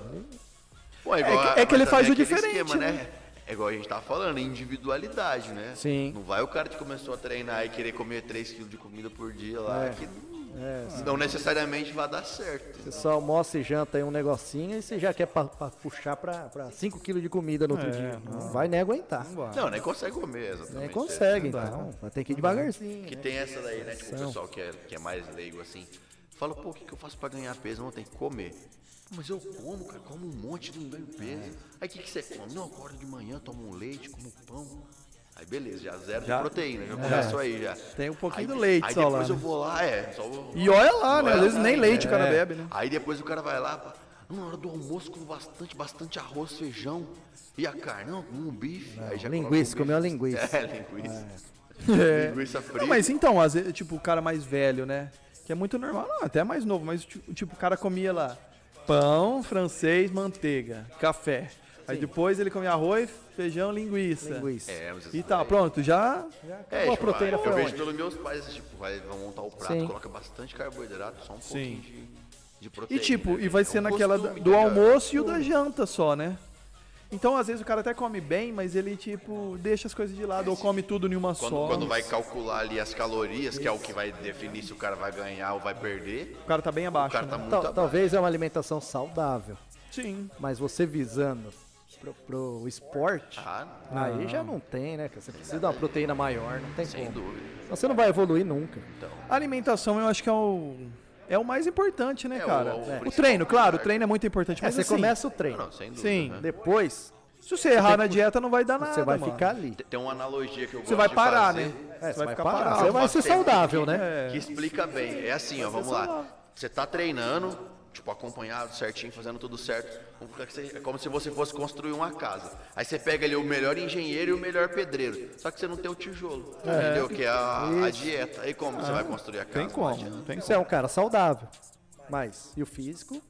S3: Pô,
S1: que-
S3: a-
S1: é que ele
S3: mas
S1: faz
S3: também
S1: o
S3: aquele
S1: diferente, né?
S3: É igual a gente tava falando, individualidade, né?
S2: Sim.
S3: Não vai o cara que começou a treinar e querer comer 3 kg de comida por dia
S1: É.
S3: lá, que não necessariamente vai dar certo.
S2: Você só almoça e janta aí um negocinho e você já quer pa- pa- puxar pra, pra 5 kg de comida no
S1: É,
S2: outro dia. Não vai nem aguentar.
S3: Não, nem consegue comer, exatamente.
S2: Nem
S3: É.
S2: consegue, então. Vai ter que ir devagarzinho.
S3: Que tem essa daí, né? Tipo, o pessoal que é, que é mais leigo assim. Fala, pô, o que, que eu faço pra ganhar peso? Não, tem que comer. Mas eu como, cara, como um monte e não ganho peso. Aí o que, que você come? Não, eu acordo de manhã, tomo um leite, como pão. Aí beleza, já zero
S1: Já- É.
S3: de proteína, já começou aí já.
S1: Tem um pouquinho
S3: Aí-
S1: do leite
S3: aí
S1: só lá,
S3: depois eu
S1: né?
S3: vou lá, é. Só vou-
S1: E olha lá, né?
S3: Olha
S1: Às vezes
S3: lá,
S1: nem
S3: né?
S1: leite o cara bebe, né?
S3: Aí depois o cara vai lá, pá, na hora do almoço, como bastante, bastante arroz, feijão e a carne. Não, um bife. aí já
S2: linguiça,
S3: coloca
S2: comeu
S3: um
S2: a
S3: bife.
S2: linguiça.
S3: [LAUGHS] É, linguiça. Linguiça frita.
S1: É. Não, mas então, às vezes, tipo, o cara mais velho, né? Que é muito normal, não, até mais novo, mas tipo, tipo, o cara comia lá pão, francês, manteiga, café. Aí depois ele comia arroz, feijão, linguiça.
S2: Linguiça.
S3: É, mas
S1: E
S3: isso
S1: tá,
S3: daí-
S1: pronto, já.
S2: Já acabou
S3: É,
S2: a
S3: tipo,
S2: proteína
S3: eu
S2: foi
S3: vejo
S2: aonde?
S3: pelos meus pais, tipo, vai, vão montar o prato,
S4: Sim.
S3: coloca bastante carboidrato, só um
S1: Sim.
S3: pouquinho de, de
S1: E
S3: proteína.
S1: tipo,
S3: né?
S1: e vai
S3: É
S1: ser
S3: um
S1: naquela da-
S3: costume,
S1: do
S3: tá ligado?
S1: almoço e o da janta só, né? Então, às vezes, o cara até come bem, mas ele, tipo, deixa as coisas de lado, ou come tudo em uma
S3: Quando,
S1: só.
S3: quando vai calcular ali as calorias, que é o que vai definir se o cara vai ganhar ou vai perder,
S1: O cara tá bem
S3: o
S1: abaixo.
S3: cara
S1: né?
S3: tá muito
S2: Tal-
S3: abaixo.
S2: talvez é uma alimentação saudável,
S1: Sim.
S2: mas você visando pro, pro esporte,
S3: Ah, não,
S2: aí já não tem, né? cara? Você precisa de uma proteína maior, não tem
S3: sem
S2: como.
S3: dúvida. Então.
S2: Senão Você não vai evoluir nunca.
S1: A alimentação eu acho que é o. É o mais importante, né,
S3: É,
S1: cara?
S3: o- o
S1: O,
S3: principal
S1: treino, claro, o
S3: lugar.
S1: treino é muito importante,
S2: É,
S1: mas
S2: você
S1: assim,
S2: começa o treino.
S3: Não, sem dúvida.
S1: Sim.
S3: né?
S2: Depois,
S1: se você errar
S2: tem
S1: na
S2: que-
S1: dieta, não vai dar nada,
S2: você vai
S1: mano.
S2: ficar ali.
S3: Tem uma analogia que eu gosto
S1: Você vai
S3: de
S1: parar,
S3: fazer,
S1: né?
S2: É,
S1: você vai ficar parado.
S2: Você vai ser
S3: Ah, Você tem
S2: saudável, né?
S3: Que explica bem. É assim, ó, vamos lá. Você tá treinando, tipo, acompanhado, certinho, fazendo tudo certo. Vamos colocar que você- É como se você fosse construir uma casa. Aí você pega ali o melhor engenheiro e o melhor pedreiro. Só que você não tem o tijolo. Entendeu? Que é a, a dieta. Aí como
S2: Ah,
S3: você vai construir a casa?
S1: Tem como, não tem
S2: Você é um cara saudável. Mas, e o físico?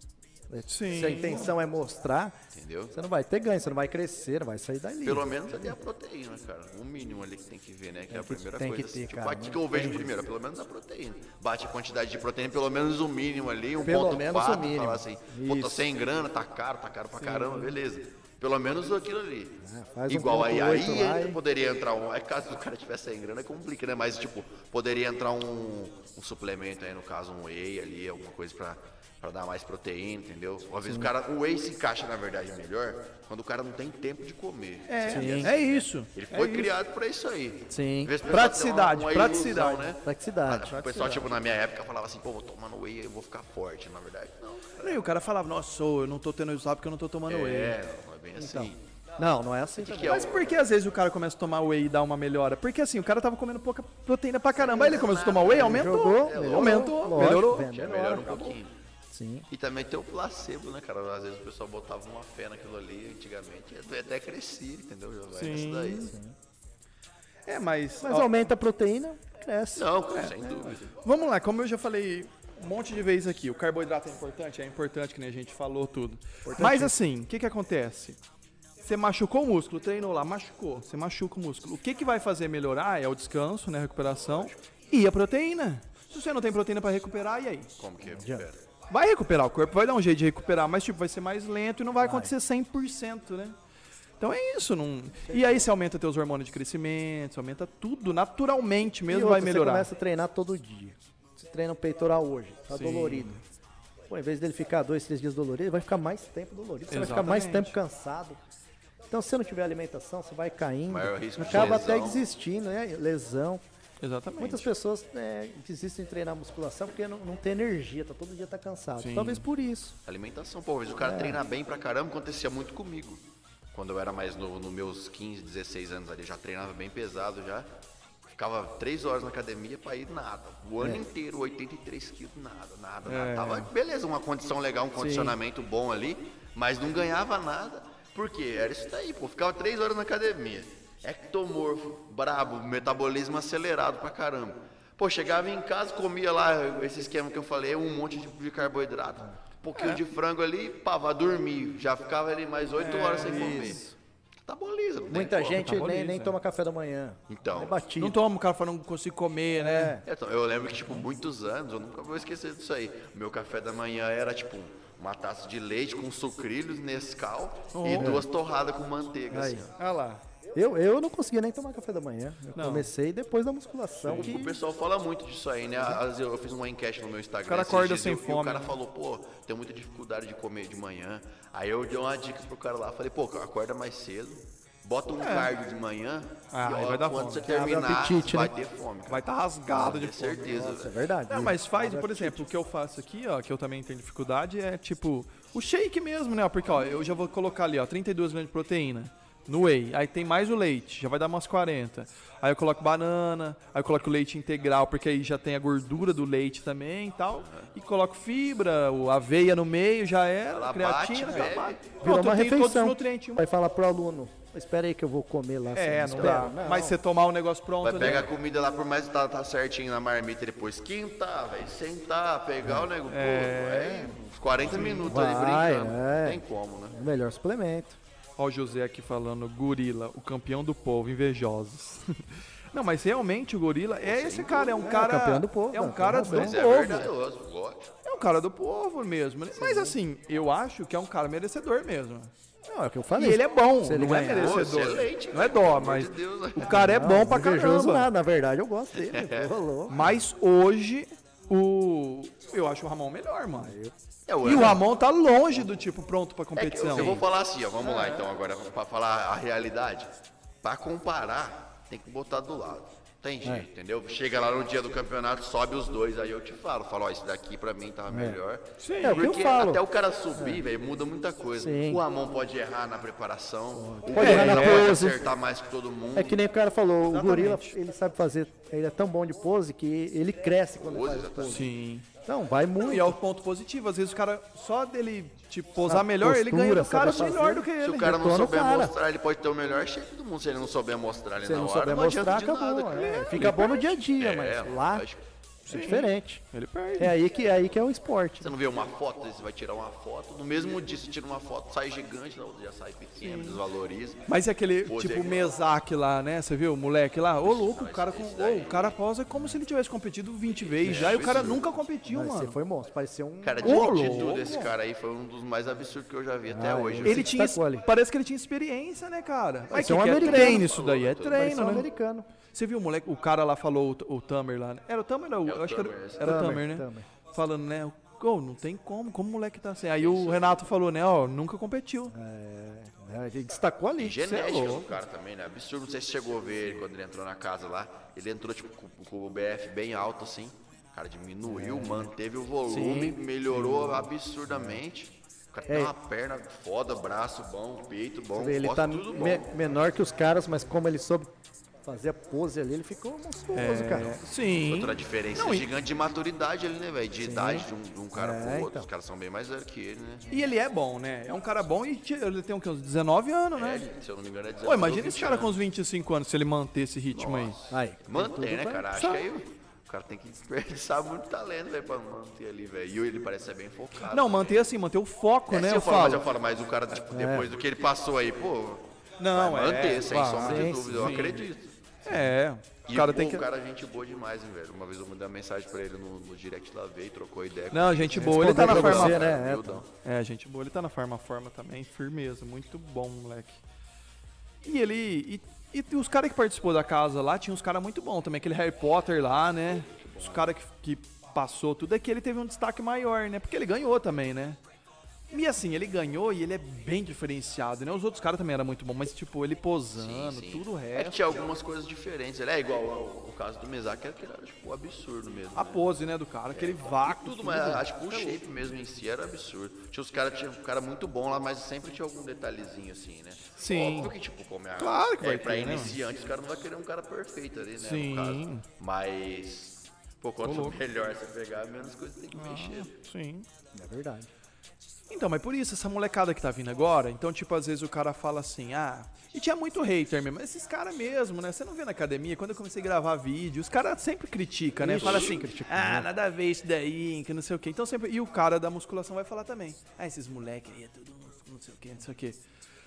S1: Sim.
S2: Se a intenção é mostrar,
S3: Entendeu?
S2: você não vai ter ganho, você não vai crescer, não vai sair dali.
S3: Pelo menos ali é a proteína, cara. O mínimo ali que tem que ver, né? Que é a
S2: que-
S3: primeira
S2: tem que
S3: coisa.
S2: ter,
S3: tipo,
S2: cara. né?
S3: aqui que eu vejo primeiro, pelo menos a proteína. Bate a quantidade de proteína, pelo menos o mínimo ali, um
S2: Pelo
S3: ponto
S2: menos o
S3: quatro,
S2: mínimo.
S3: falar assim, pô,
S2: Isso.
S3: tô sem grana, tá caro, tá caro pra caramba, beleza. Pelo menos aquilo ali.
S2: faz um
S3: Igual
S2: 1.8
S3: aí, aí
S2: lá
S3: ainda
S2: e-
S3: poderia entrar um. É caso o cara tiver sem grana, complica, né? Mas, tipo, poderia entrar um, um suplemento aí, no caso, um whey ali, alguma coisa pra, pra dar mais proteína, entendeu? Às vezes o cara. O whey se encaixa, na verdade, melhor quando o cara não tem tempo de comer.
S1: É, é isso.
S3: Ele
S1: É
S3: foi
S1: isso.
S3: criado pra isso aí.
S2: Sim.
S3: Às vezes o pessoal
S1: Praticidade,
S3: tem uma- uma
S1: praticidade.
S3: ilusão, né?
S2: Praticidade.
S3: O pessoal, tipo, na minha época falava assim, pô, vou tomar no whey, eu vou ficar forte, na verdade. Não,
S1: Não, E o cara falava, nossa, ô, eu não tô tendo resultado porque eu não tô tomando whey.
S3: é, não é bem
S1: Então,
S3: assim.
S2: Não, não é assim.
S3: que é
S1: Mas
S3: o-
S1: por que às vezes o cara começa a tomar whey e dá uma melhora? Porque assim, o cara tava comendo pouca proteína pra caramba, aí ele começou a tomar whey, aumentou,
S2: Jogou, melhorou,
S1: aumentou,
S2: lógico,
S1: melhorou.
S2: vendo.
S3: Já melhora um pouquinho.
S2: Sim.
S3: E também tem o placebo, né, cara? Às vezes o pessoal botava uma fé naquilo ali antigamente, e até crescia, entendeu? Já vai nessa daí.
S1: É, mas...
S2: Mas
S1: ó,
S2: aumenta a proteína, cresce.
S3: Não, cara, sem dúvida.
S1: Vamos lá, como eu já falei um monte de vezes aqui, o carboidrato é importante? É importante, que nem a gente falou tudo. Mas assim, o que, que acontece? Você machucou o músculo, treinou lá, machucou. Você machuca o músculo. O que, que vai fazer melhorar é o descanso, né, a recuperação e a proteína. Se você não tem proteína pra recuperar, e aí?
S3: Como que é, recupera?
S1: Vai recuperar, o corpo vai dar um jeito de recuperar, mas tipo, vai ser mais lento e não vai acontecer 100%, né? Então é isso, não... E aí você aumenta teus hormônios de crescimento, você aumenta tudo, naturalmente
S2: E
S1: mesmo
S2: outra,
S1: vai melhorar.
S2: Você começa a treinar todo dia. Você treina o peitoral hoje, tá
S1: Sim.
S2: dolorido. Pô, em vez dele ficar dois, três dias dolorido, ele vai ficar mais tempo dolorido. Você vai ficar mais
S1: Exatamente.
S2: tempo cansado. Então, se você não tiver alimentação, você vai caindo.
S3: Maior risco de
S2: Acaba até
S3: lesão.
S2: desistindo, né? Lesão.
S1: Exatamente.
S2: Muitas pessoas né, desistem de treinar musculação porque não, não tem energia, tá, todo dia tá cansado.
S1: Sim.
S2: Talvez por isso.
S3: Alimentação, pô, às vezes o cara treina bem pra caramba, acontecia muito comigo. Quando eu era mais novo, nos meus 15, 16 anos ali, já treinava bem pesado já. Ficava três horas na academia pra ir nada. O ano inteiro, 83 quilos, nada, nada, nada. Tava, beleza, uma condição legal, um condicionamento bom ali, mas não ganhava nada. Por quê? Era isso daí, pô. Ficava três horas na academia. Ectomorfo, brabo, metabolismo acelerado pra caramba. Pô, chegava em casa, comia lá esse esquema que eu falei, um monte de- de carboidrato. Um pouquinho de frango ali, pá, vai dormir. Já ficava ali mais 8 horas sem comer. Cataboliza. não tem
S2: É, Muita
S3: como.
S2: gente nem,
S1: metaboliza.
S2: nem toma café da manhã.
S3: Então.
S2: É batido.
S1: Não toma, o cara fala, não consigo comer, né?
S3: É, então, Eu lembro que, tipo, muitos anos, eu nunca vou esquecer disso aí. Meu café da manhã era, tipo, uma taça de leite com sucrilhos, Nescau e duas torradas com manteiga, assim. ó.
S1: Ah lá.
S2: Eu, eu não conseguia nem tomar café da manhã. Eu
S1: Não.
S2: comecei depois da musculação.
S3: O
S2: Que...
S3: pessoal fala muito disso aí, né? Às vezes eu fiz uma enquete no meu Instagram.
S1: O cara
S3: esses
S1: acorda
S3: dias,
S1: sem
S3: e o- E
S1: fome,
S3: o cara
S1: né?
S3: falou, pô, tenho muita dificuldade de comer de manhã. Aí eu dei uma dica pro cara lá. Falei, pô, acorda mais cedo. Bota um cardio de manhã.
S1: É. Ah,
S3: e
S1: aí
S3: ó,
S1: vai dar
S3: quando
S1: fome.
S2: abre
S3: você
S2: o
S3: terminar,
S2: apetite,
S3: vai
S2: né?
S3: ter fome. Cara.
S1: Vai estar tá rasgado de
S3: Com
S1: fome.
S2: Isso
S3: certeza.
S2: é
S3: velho.
S2: verdade.
S1: Não, mas faz, por exemplo, o que eu faço aqui, ó, que eu também tenho dificuldade, é tipo o shake mesmo, né? Porque, ó, eu já vou colocar ali, ó, 32 gramas de proteína no whey. Aí tem mais o leite, já vai dar umas 40. Aí eu coloco banana, aí eu coloco leite integral, porque aí já tem a gordura do leite também e tal. E coloco fibra, o aveia no meio, já era,
S3: Ela
S1: creatina,
S3: bate, né? bebe.
S1: bate,
S2: Virou
S1: Pronto,
S2: uma
S1: eu tenho todos os
S2: refeição.
S1: nutrientes. em uma-
S2: Vai falar pro aluno, espera aí que eu vou comer lá. você
S1: É, não
S2: espera.
S1: dá. Mas você tomar o negócio pronto,
S3: né? Vai
S1: né?
S3: pegar a comida lá, por mais que tá, tá certinho na marmita, depois quintar, vai sentar, pegar o negócio. É... uns 40 minutos ali
S2: Vai,
S3: brincando.
S2: é.
S3: Não tem como, né?
S2: O melhor suplemento.
S1: Ó o José aqui falando, gorila, o campeão do povo, invejosos. [LAUGHS] Não, mas realmente o gorila é esse cara, é um
S2: É,
S1: cara.
S2: campeão do povo,
S1: é um
S2: tá
S1: cara do
S2: razão.
S3: Mas é
S1: povo.
S3: verdadeiro, lógico.
S1: É um cara do povo mesmo. né? Mas assim, eu acho que é um cara merecedor mesmo.
S2: Não, é o que eu falei.
S1: E ele é bom,
S2: Se ele
S1: não é
S2: ganhar.
S3: Pô,
S1: merecedor.
S3: excelente,
S1: Não é
S3: cara,
S1: dó,
S3: pelo amor
S1: mas
S3: de Deus. né?
S1: o cara é
S2: Não,
S1: bom pra
S2: invejoso
S1: caramba.
S2: nada, Ah, na verdade eu gosto
S1: [LAUGHS]
S2: dele. Pô, louco.
S1: Mas hoje, o. Eu acho o Ramon melhor, mano.
S3: É, o
S1: E o
S3: Ana-
S1: Ramon tá longe do tipo pronto pra
S3: É que eu-
S1: competição.
S3: Eu vou falar assim, ó, vamos
S2: Ah.
S3: lá então agora, pra falar a realidade. Pra comparar, tem que botar do lado.
S2: É.
S3: Tem jeito, entendeu? Chega lá no dia do campeonato, sobe os dois, aí eu te falo. Falo, ó, esse daqui pra mim tava melhor.
S1: Sim,
S2: É o que eu
S3: Porque
S2: falo. É.
S3: até o cara subir, velho, muda muita coisa.
S2: Sim.
S3: O Ramon pode errar na preparação. o
S2: Pode errar na
S3: Ramon pode
S2: pose.
S3: acertar mais que todo mundo.
S2: É que nem o cara falou,
S1: Exatamente.
S2: o gorila, ele sabe fazer, ele é tão bom de pose que ele cresce quando
S3: Pose,
S2: ele faz
S3: exatamente.
S2: pose.
S1: Sim.
S2: Não, vai
S1: Não,
S2: muito.
S1: e é o ponto positivo. Às vezes o cara, só dele tipo, posar
S2: A
S1: melhor, ele
S2: postura,
S1: ganha do
S2: sabe
S1: cara
S2: fazer.
S1: melhor do que ele.
S3: Se o cara não
S2: Retona o
S3: souber
S2: cara.
S3: mostrar, ele pode ter o melhor shape do mundo. Se ele não souber mostrar ali
S2: Se
S3: na
S2: ele não
S3: hora,
S2: souber
S3: não adianta
S2: mostrar,
S3: de nada,
S2: acabou.
S3: cara.
S2: é. Fica bom no dia a dia,
S3: É,
S2: mas lá
S3: lógico.
S2: é diferente.
S1: Ele perde.
S2: É aí que é, aí que é o esporte.
S1: tá
S3: Você não vê uma foto, você vai tirar uma foto. No mesmo dia, você tira uma foto, sai gigante, na outra já sai pequeno, desvaloriza.
S1: Mas e aquele
S3: Pô,
S1: tipo
S3: Diego.
S1: Mesac lá, né? Você viu o moleque lá? Ô, louco, o cara, com,
S3: esse
S1: ô,
S3: daí-
S1: o cara posa como se ele tivesse competido 20 vezes já e o cara nunca competiu,
S2: Mas Você
S1: mano.
S2: foi monstro, parecia um...
S3: Cara, de
S1: Ô,
S3: atitude
S1: louco.
S3: desse cara aí foi um dos mais absurdos que eu já vi até
S2: Ah,
S3: hoje. Assim,
S2: eu-
S1: Ele
S2: se
S1: tinha,
S2: destacou ali.
S1: parece que ele tinha experiência, né, cara? Mas que,
S2: ser um
S1: que é
S2: americano.
S1: treino isso daí, é
S2: parecia um
S1: treino, né?
S2: americano.
S1: Você viu o moleque, o cara lá falou, o, o Tamer lá, né? Era o Tamer, era o,
S3: É o
S1: eu acho que era,
S3: Tamer, esse.
S1: era o
S2: Tamer,
S1: Tamer, né?
S2: Tamer.
S1: Falando, né? Ô, não tem como, como o moleque tá assim. Aí
S3: é
S1: o Renato falou, né? Ó, nunca competiu.
S2: É, ele destacou ali.
S3: E
S1: Cê
S3: genética
S1: é
S3: do
S1: louco.
S3: cara também, né? Absurdo. Não sei se chegou a ver ele quando ele entrou na casa lá. Ele entrou, tipo, com, com o BF bem alto, assim. O cara diminuiu,
S2: É.
S3: manteve o volume, melhorou absurdamente. O cara tem
S2: É.
S3: uma perna foda, braço bom, peito bom,
S2: Você vê, Ele
S3: costas,
S2: tá
S3: tudo bom.
S2: me- menor que os caras, mas como ele soube fazer a pose ali, ele ficou monstruoso, cara.
S1: Sim.
S3: Outra diferença é
S1: Não, e-
S3: gigante de maturidade ali, né, velho? De idade de um, de um cara
S2: É,
S3: pro outro.
S2: então.
S3: Os caras são bem mais velhos que ele, né?
S1: E ele é bom, né? É um cara bom e tinha- ele tem o quê? Uns 19 anos, né?
S3: É, se eu não me engano, é 19
S1: Pô,
S3: ou
S1: imagina esse
S3: 20
S1: cara com
S3: anos.
S1: uns 25 anos, se ele manter esse ritmo
S3: Nossa.
S2: Aí, tem
S3: Manter,
S2: tudo
S3: né,
S2: pra-
S3: cara? Acho que aí o cara tem que desperdiçar muito talento, velho, pra manter ali, velho. E ele parece ser bem focado.
S1: aí. Não,
S3: também.
S1: manter assim, manter o foco,
S3: É,
S1: né? Eu,
S3: se eu, falo, mas eu
S1: falo. É.
S3: falo, mas o cara, tipo, depois do que ele passou aí, pô.
S1: Não,
S3: vai
S1: é,
S3: Manter, sem
S1: vai,
S3: sombra de
S2: sim,
S3: dúvida, eu acredito.
S1: É. O
S3: E
S1: cara
S3: pô,
S1: tem que.
S3: O cara, é gente boa demais, hein, velho. Uma vez eu mandei uma mensagem pra ele no, no direct lá, veio, trocou ideia.
S1: Não, gente boa. Ele tá
S2: Respondeu
S1: na
S2: pra
S1: farma.
S2: você, né? É,
S3: Humildão.
S1: É, gente boa. Ele tá na farma forma também. Firmeza. Muito bom, moleque. E ele. E, e os caras que participou da casa lá, tinha uns caras muito bons também. Aquele Harry Potter lá, né? Os caras que, que passou tudo. É que ele teve um destaque maior, né? Porque ele ganhou também, né? E assim, ele ganhou e ele é bem diferenciado, né? Os outros caras também eram muito bons, mas tipo, ele posando,
S3: Sim.
S1: tudo o
S3: É que
S1: resto.
S3: tinha algumas coisas diferentes. Ele é igual ao, ao caso do Mesac, que era tipo um absurdo mesmo.
S1: A
S3: né?
S1: pose, né, do cara, aquele vácuo.
S3: É, Tudo, mas acho que o shape mesmo em si era absurdo. Tinha os caras, tinha um cara muito bom lá, mas sempre tinha algum detalhezinho assim, né?
S1: Sim.
S3: Óbvio que, tipo, como é,
S1: Claro que
S3: é
S1: vai
S3: pra
S1: ter, né,
S3: iniciante, os caras não vão querer um cara perfeito ali, né?
S1: Sim.
S3: No caso. Mas, pô,
S1: Ô,
S3: quanto
S1: louco. Ah.
S3: melhor você pegar, menos coisa tem que mexer.
S1: Sim.
S2: É verdade.
S1: Então, mas por isso, essa molecada que tá vindo agora, então, tipo, às vezes o cara fala assim, ah, e tinha muito hater mesmo, esses caras mesmo, né? Você não vê na academia, quando eu comecei a gravar vídeo, os caras sempre criticam, né?
S2: Ixi,
S1: Fala assim,
S2: critica,
S1: ah,
S2: né?
S1: nada a ver isso daí, que não sei o quê. Então sempre. E o cara da musculação vai falar também. Ah, esses moleque aí é tudo não sei o quê, não sei o quê.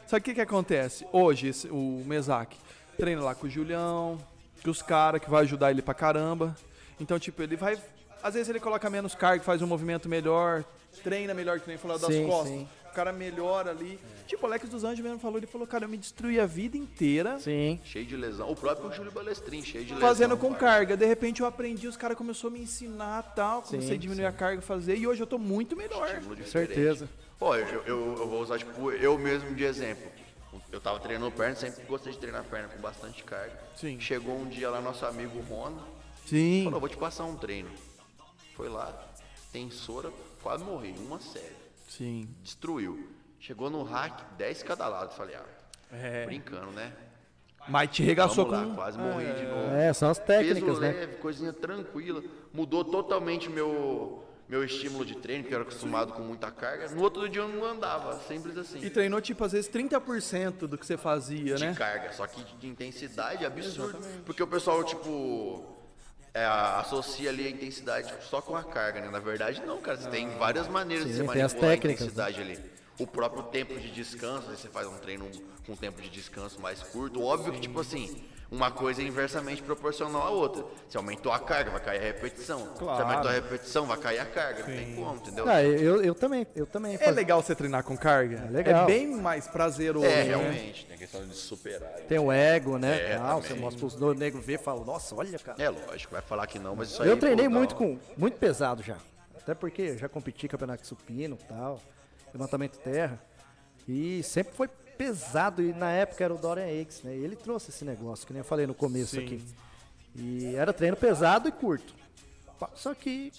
S1: Só que o que, que acontece? Hoje, esse- o Mesac treina lá com o Julião, com os caras que vai ajudar ele pra caramba. Então, tipo, ele vai. Às vezes ele coloca menos carga, faz um movimento melhor, treina melhor, que nem falou das
S2: Sim,
S1: costas.
S2: sim.
S1: O cara melhora ali. Tipo, o Alex dos Anjos mesmo falou, ele falou, cara, eu me destruí a vida inteira
S2: Sim.
S3: Cheio de lesão. O próprio Júlio Balestrin, cheio de lesão.
S1: fazendo com
S3: cara.
S1: carga. De repente eu aprendi, os caras começaram a me ensinar tal, comecei
S2: Sim,
S1: a diminuir a carga, fazer, e hoje eu tô muito melhor.
S3: Estímulo diferente.
S2: Certeza.
S3: Ó, eu, eu- eu- eu vou usar, tipo, eu mesmo de exemplo. Eu tava treinando perna, sempre gostei de treinar perna com bastante carga.
S1: Sim.
S3: Chegou um dia lá nosso amigo Rona,
S1: Sim.
S3: falou, vou te passar um treino. Foi lá, tensora, quase morri, uma série.
S1: Sim.
S3: Destruiu. Chegou no hack, 10 cada lado. Falei, ah,
S1: É.
S3: brincando, né?
S1: Mas te regaçou
S3: Vamos lá,
S1: com.
S3: quase morri de novo.
S2: É, são as técnicas,
S3: Peso
S2: né?
S3: leve, coisinha tranquila. Mudou totalmente meu meu estímulo de treino, que eu era acostumado com muita carga. No outro dia eu não andava, simples assim.
S1: E treinou, tipo, às vezes 30% do que você fazia,
S3: de
S1: né?
S3: carga, só que de intensidade absurda. Porque o pessoal, tipo, é, associa ali a intensidade só com a carga, né? Na verdade, não, cara. Você tem né? várias maneiras de
S2: Sim,
S3: você
S2: tem as
S3: manipular a
S2: técnicas,
S3: intensidade ali. o próprio tempo de descanso, às vezes você faz um treino com um tempo de descanso mais curto, óbvio que, tipo assim, uma coisa é inversamente proporcional à outra. Se aumentou a carga, vai cair a repetição.
S1: Claro.
S3: Se aumentou a repetição, vai cair a carga. Não tem como, entendeu?
S2: Ah, eu, eu também, eu também.
S1: É
S2: faz-
S1: legal você treinar com carga.
S2: É legal.
S1: É bem mais prazeroso.
S3: É,
S1: né?
S3: realmente, tem a questão de superar.
S2: Tem o ego, né?
S3: É,
S2: tal,
S3: também.
S2: você mostra pros dois negros ver e fala, nossa, olha, cara.
S3: É lógico, vai falar que não, mas isso aí.
S2: Eu treinei
S3: pô, um
S2: muito
S3: não.
S2: com muito pesado já. Até porque eu já competi em campeonato de supino e tal, levantamento terra. E sempre foi pesado. E na época era o Dorian Aix, né? E ele trouxe esse negócio, que nem eu falei no começo
S1: Sim.
S2: aqui. E era treino pesado e curto. Pa- Só que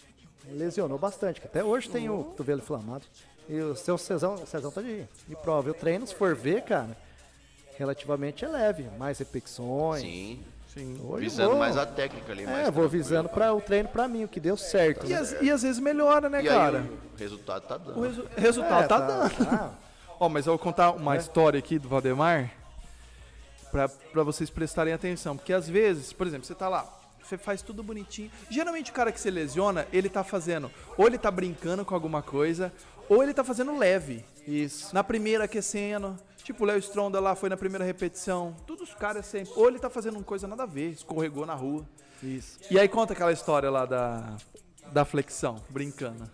S2: lesionou bastante, que até hoje tem o cotovelo inflamado. E o seu Cezão, o Cezão tá de, de prova. E o treino, se for ver, cara, relativamente é leve. Mais repetições.
S3: Sim.
S1: Sim.
S2: Hoje eu
S3: Visando
S2: vou-
S3: mais a técnica ali, mais
S2: é, vou
S3: tranquilo.
S2: visando para o treino para mim, o que deu certo.
S1: E,
S2: né?
S1: às- e às vezes melhora, né,
S3: E
S1: cara?
S3: aí o resultado tá dando.
S1: O resu- resultado
S2: É,
S1: tá, dando.
S2: tá.
S1: Ó, mas eu vou contar
S2: É.
S1: uma história aqui do Valdemar pra, pra vocês prestarem atenção. Porque às vezes, por exemplo, você tá lá, você faz tudo bonitinho. Geralmente o cara que se lesiona, ele tá fazendo, ou ele tá brincando com alguma coisa, ou ele tá fazendo leve.
S2: Isso.
S1: Na primeira aquecendo. Tipo, o Léo Stronda lá foi na primeira repetição. Todos os caras sempre. Ou ele tá fazendo uma coisa nada a ver, escorregou na rua.
S2: Isso.
S1: E aí conta aquela história lá da, da flexão, brincando.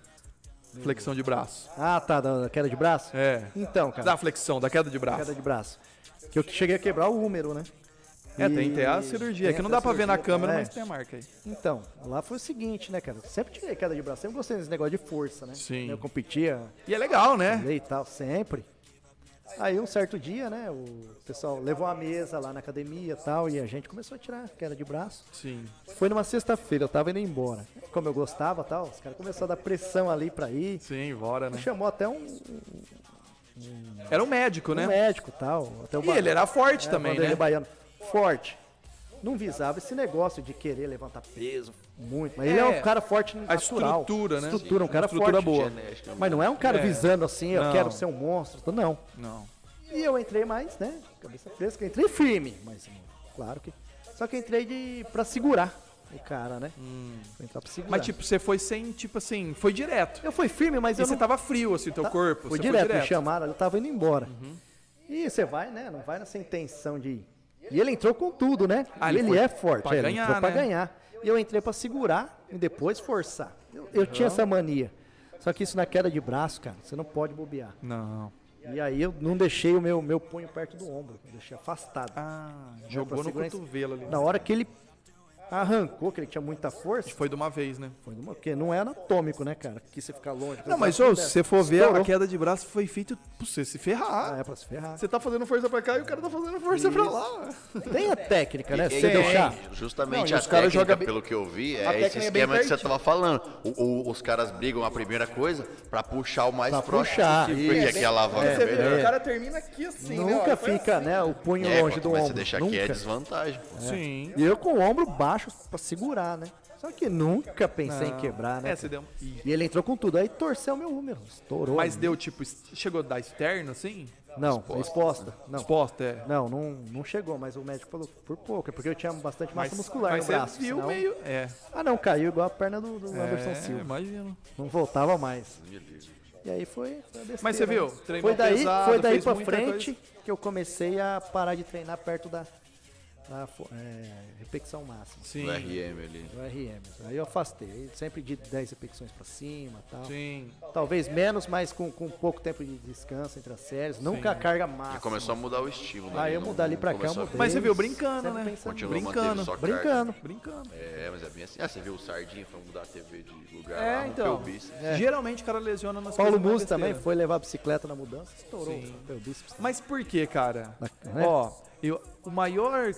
S1: Flexão de braço.
S2: Ah, tá, da da queda de braço?
S1: É.
S2: Então, cara,
S1: Da flexão, da queda de braço.
S2: queda de braço. Que eu cheguei a quebrar o úmero, né?
S1: É, tem,
S2: E-
S1: tem a cirurgia,
S2: tem
S1: que não
S2: até
S1: dá pra ver na
S2: cirurgia,
S1: câmera,
S2: é.
S1: mas tem a marca aí.
S2: Então, lá foi o seguinte, né, cara? Sempre tirei queda de braço, sempre gostei desse negócio de força, né?
S1: Sim.
S2: Eu competia,
S1: E é legal, né?
S2: e tal, sempre. Aí um certo dia, né, o pessoal levou a mesa lá na academia e tal, e a gente começou a tirar queda de braço.
S1: Sim.
S2: Foi numa sexta-feira, eu tava indo embora. Como eu gostava e tal, os caras começaram a dar pressão ali pra ir.
S1: Sim, bora, né?
S2: Chamou até um, um
S1: Era um médico, né?
S2: médico e tal. Até o É,
S1: E ele era forte também, né?
S2: Baiano. Forte. Não visava esse negócio de querer levantar peso muito. Mas ele é
S1: É,
S2: um cara forte no
S1: a
S2: natural.
S1: estrutura, né?
S2: Estrutura, um cara
S1: Estrutura
S2: forte.
S1: boa.
S3: Genética,
S2: Mas não é um cara
S1: É.
S2: visando assim, eu
S1: Não.
S2: quero ser um monstro. Não.
S1: Não.
S2: E eu entrei mais, né? Cabeça fresca, eu entrei firme, mas claro que. Só que eu entrei de. pra segurar o cara, né? Vou entrar pra segurar.
S1: Hum. Mas tipo, você foi sem, tipo assim, foi direto.
S2: eu fui firme, mas
S1: E
S2: eu
S1: você
S2: não
S1: tava frio, assim, teu corpo.
S2: Foi
S1: você
S2: direto,
S1: foi
S2: me
S1: direto. Uhum.
S2: chamaram, eu tava indo embora. E você vai, né? Não vai nessa intenção de ir. E ele entrou com tudo, né?
S1: Ah,
S2: e
S1: ele
S2: ele,
S1: foi
S2: é forte,
S1: pra
S2: é, ele
S1: ganhar,
S2: entrou pra
S1: né?
S2: ganhar. E eu entrei pra segurar e depois forçar. Eu, eu tinha essa mania. Só que isso na queda de braço, cara, você não pode bobear.
S1: Não.
S2: E aí eu não deixei o meu, meu punho perto do ombro, eu deixei afastado.
S1: Ah,
S2: Né, pra
S1: jogou no
S2: segurança.
S1: cotovelo ali.
S2: Na hora que ele arrancou, que ele tinha muita força,
S1: Foi de uma vez, né?
S2: foi numa- porque não é anatômico, né, cara? Que você fica longe.
S1: Não, mas ô, se você for ver, a
S2: Estourou.
S1: queda de braço foi feita pra você se ferrar.
S2: Ah, é pra se ferrar.
S1: Você tá fazendo força pra cá e o cara tá fazendo força pra lá.
S2: Tem a técnica, né?
S3: E-
S2: Se
S3: e-
S2: você deixar.
S3: Justamente
S1: Não, e
S3: a
S1: os caras
S3: técnica,
S1: jogam bem-
S3: pelo que eu vi,
S1: a
S3: é
S1: técnica
S3: esse
S1: é bem
S3: esquema que você
S1: pertinho.
S3: tava falando. O- o- os caras brigam a primeira coisa pra puxar o mais
S2: Pra
S3: próximo
S2: puxar,
S3: possível,
S2: isso.
S3: porque aqui a alavanca é, melhor.
S1: o cara termina aqui assim,
S2: nunca fica, né, o punho
S3: É,
S2: longe
S3: quanto
S2: do
S3: mais
S2: ombro.
S3: você deixar
S2: nunca.
S3: aqui é desvantagem. pô.
S1: assim. Sim.
S2: E eu com o ombro baixo pra segurar, né? Só que nunca pensei em quebrar, né?
S1: É, você deu. Ih.
S2: E ele entrou com tudo, aí torceu meu úmero, estourou.
S1: Mas deu tipo. est- Chegou a dar externo assim?
S2: Não, exposta. Não.
S1: Exposta, é.
S2: Não, não, não chegou, mas o médico falou por pouco, é porque eu tinha bastante massa
S1: Mas-
S2: muscular
S1: mas
S2: no braço.
S1: Você viu
S2: senão-
S1: meio. um É.
S2: Ah não, caiu igual a perna do, do Anderson
S1: é,
S2: Silva.
S1: Imagino.
S2: Não voltava mais. E aí foi, foi uma besteira,
S1: Mas você viu,
S2: né?
S1: treinou
S2: Foi daí,
S1: pesado,
S2: foi daí
S1: fez
S2: pra
S1: muita
S2: frente que eu comecei a parar de treinar perto da, da fo- é, repetição máxima.
S1: Sim.
S3: O RM ali.
S2: do RM. Aí eu afastei. Aí Sempre de 10 repetições pra cima tal.
S1: Sim.
S2: Talvez menos, mas com, com pouco tempo de descanso entre as séries. Nunca
S1: é.
S2: a carga máxima.
S3: E começou a mudar o estímulo.
S2: Aí
S3: ali,
S2: Ah, eu
S3: não-
S2: mudar ali
S3: não
S2: pra cá, eu
S3: começou a-
S2: mudei.
S1: Mas você viu brincando,
S2: Sempre
S1: né?
S2: pensando.
S3: Continuou
S1: Brincando,
S3: mantendo só carga.
S2: Brincando.
S1: Brincando.
S3: É, mas é bem assim. Ah, você viu o Sardinha, foi mudar a TV de lugar
S1: É,
S3: lá, rompeu
S1: então.
S3: o bíceps.
S1: Geralmente o cara lesiona nas
S2: Paulo
S1: coisas mais
S2: Musso também
S1: besteiras.
S2: foi levar a bicicleta na mudança. Estourou.
S1: Sim.
S2: o bíceps.
S1: Mas por que, cara?
S2: Bacana, né?
S1: Ó, eu, o maior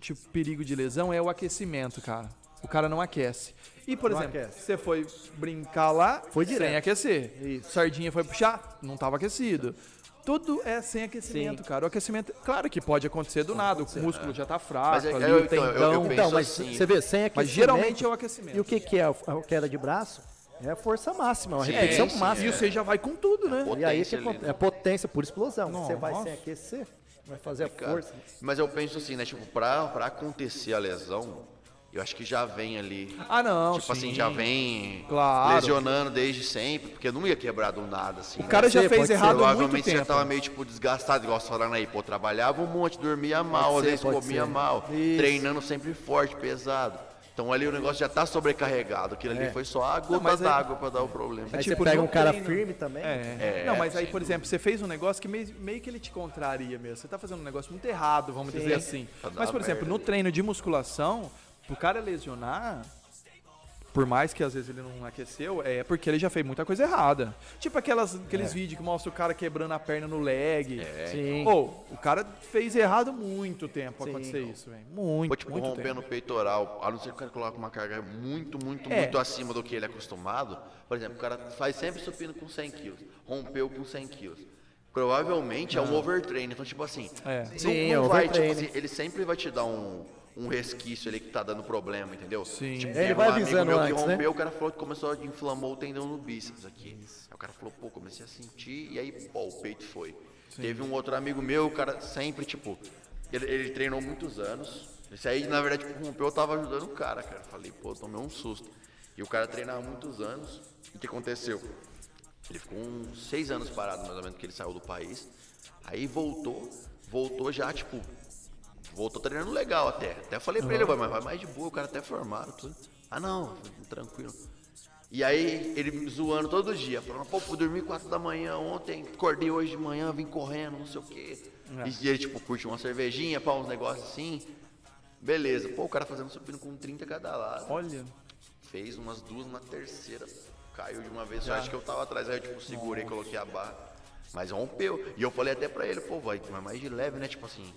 S1: tipo, perigo de lesão é o aquecimento, cara. O cara não aquece. E, por
S2: Não
S1: exemplo,
S2: aquece.
S1: você foi brincar lá
S2: Foi
S1: sem
S2: direto.
S1: aquecer.
S2: Isso.
S1: Sardinha foi puxar, não tava aquecido. Tudo é sem aquecimento, cara. O aquecimento, claro que pode acontecer do nada, o músculo já tá fraco,
S3: Mas é-
S1: ali,
S3: eu-
S1: o
S3: então,
S1: tendão.
S3: eu- eu penso
S2: Então, mas
S3: assim.
S2: você vê, sem aquecimento.
S1: mas geralmente é o aquecimento.
S2: E o que, que é a queda de braço? É a força máxima, é uma
S1: É,
S2: repetição
S3: sim,
S2: máxima.
S1: E você já vai com tudo, né?
S3: Pô,
S2: E aí você
S3: Potência ali,
S2: con-
S3: né?
S2: é potência por explosão. Você vai
S1: Nossa. É
S2: sem aquecer, vai fazer a
S3: Cara,
S2: força.
S3: Mas eu penso assim, né? Tipo, pra, pra acontecer a lesão, Eu acho que já vem ali.
S1: Ah, não,
S3: Tipo
S1: sim.
S3: assim, já vem
S1: Claro.
S3: lesionando desde sempre, porque não ia quebrar do nada, assim.
S1: O cara
S2: Pode
S1: já
S2: ser,
S1: fez
S2: pode ser.
S1: errado há muito
S3: Provavelmente
S1: tempo.
S3: você tava meio tipo desgastado, igual você falando aí, pô, trabalhava um monte, dormia mal,
S2: ser,
S3: às vezes
S2: pode
S3: comia
S2: ser.
S3: mal,
S2: Isso.
S3: treinando sempre forte, pesado. Então ali o negócio já tá sobrecarregado, aquilo ali foi só a gota
S1: mas é-
S3: d'água pra dar o problema.
S2: Aí
S1: tipo,
S2: você pega
S1: no
S2: um cara
S1: treino-
S2: firme também.
S1: É.
S3: É,
S1: não, mas aí,
S3: sem
S1: por
S3: dúvida.
S1: exemplo, você fez um negócio que meio, meio que ele te contraria mesmo. Você tá fazendo um negócio muito errado, vamos dizer assim.
S3: Pra dar
S1: Mas,
S3: uma
S1: por exemplo,
S3: merda
S1: no
S3: ali.
S1: treino de musculação, pro cara lesionar, por mais que às vezes ele não aqueceu, é porque ele já fez muita coisa errada. Tipo aquelas, aqueles
S3: É.
S1: vídeos que mostra o cara quebrando a perna no leg.
S3: então.
S2: Sim.
S1: Ou, o cara fez errado muito tempo
S2: Sim.
S1: acontecer isso, velho. Muito,
S3: Pô, tipo,
S1: muito
S3: rompendo
S1: tempo.
S3: o peitoral, a não ser que o cara coloque uma carga muito, muito,
S1: É.
S3: muito acima do que ele é acostumado. Por exemplo, o cara faz sempre supino com 100 quilos, rompeu com 100 quilos. Provavelmente é um overtrain. Então, tipo assim,
S1: Ah. É.
S3: não-
S2: Sim,
S3: não,
S2: é
S3: vai, tipo
S2: overtrain.
S3: assim, ele sempre vai te dar um, um resquício ali que tá dando problema, entendeu?
S1: Sim.
S3: Tipo,
S1: Ele
S3: teve
S2: vai
S3: um amigo
S2: avisando
S3: meu que
S2: antes, né?
S3: rompeu, o cara falou que começou a inflamou o tendão no bíceps aqui. Aí o cara falou, pô, comecei a sentir e aí, pô, o peito foi. Teve um outro amigo meu, o cara sempre, tipo, ele, ele treinou muitos anos. Esse aí, na verdade, tipo, rompeu, eu tava ajudando o cara, cara. Falei, pô, tomei um susto. E o cara treinava muitos anos. E o que aconteceu? Ele ficou uns seis anos parado, mais ou menos, que ele saiu do país. Aí voltou, voltou já, tipo, voltou treinando legal até. Até falei pra ele, "Vai, mas vai mais de boa, o cara até formado, tudo. Ah, não, tranquilo. E aí, ele me zoando todo dia, falando, pô, fui dormir 4 da manhã ontem, acordei hoje de manhã, vim correndo, não sei o quê. E ele, tipo, curte uma cervejinha, pá, uns negócios assim. Beleza, pô, o cara fazendo supino com 30 cada lado.
S1: Olha,
S3: Fez umas duas na terceira. Caiu de uma vez. Eu acho que eu tava atrás, aí eu tipo, segurei, coloquei a barra. Mas rompeu. E eu falei até pra ele, pô, vai, mas mais de leve, né? Tipo assim,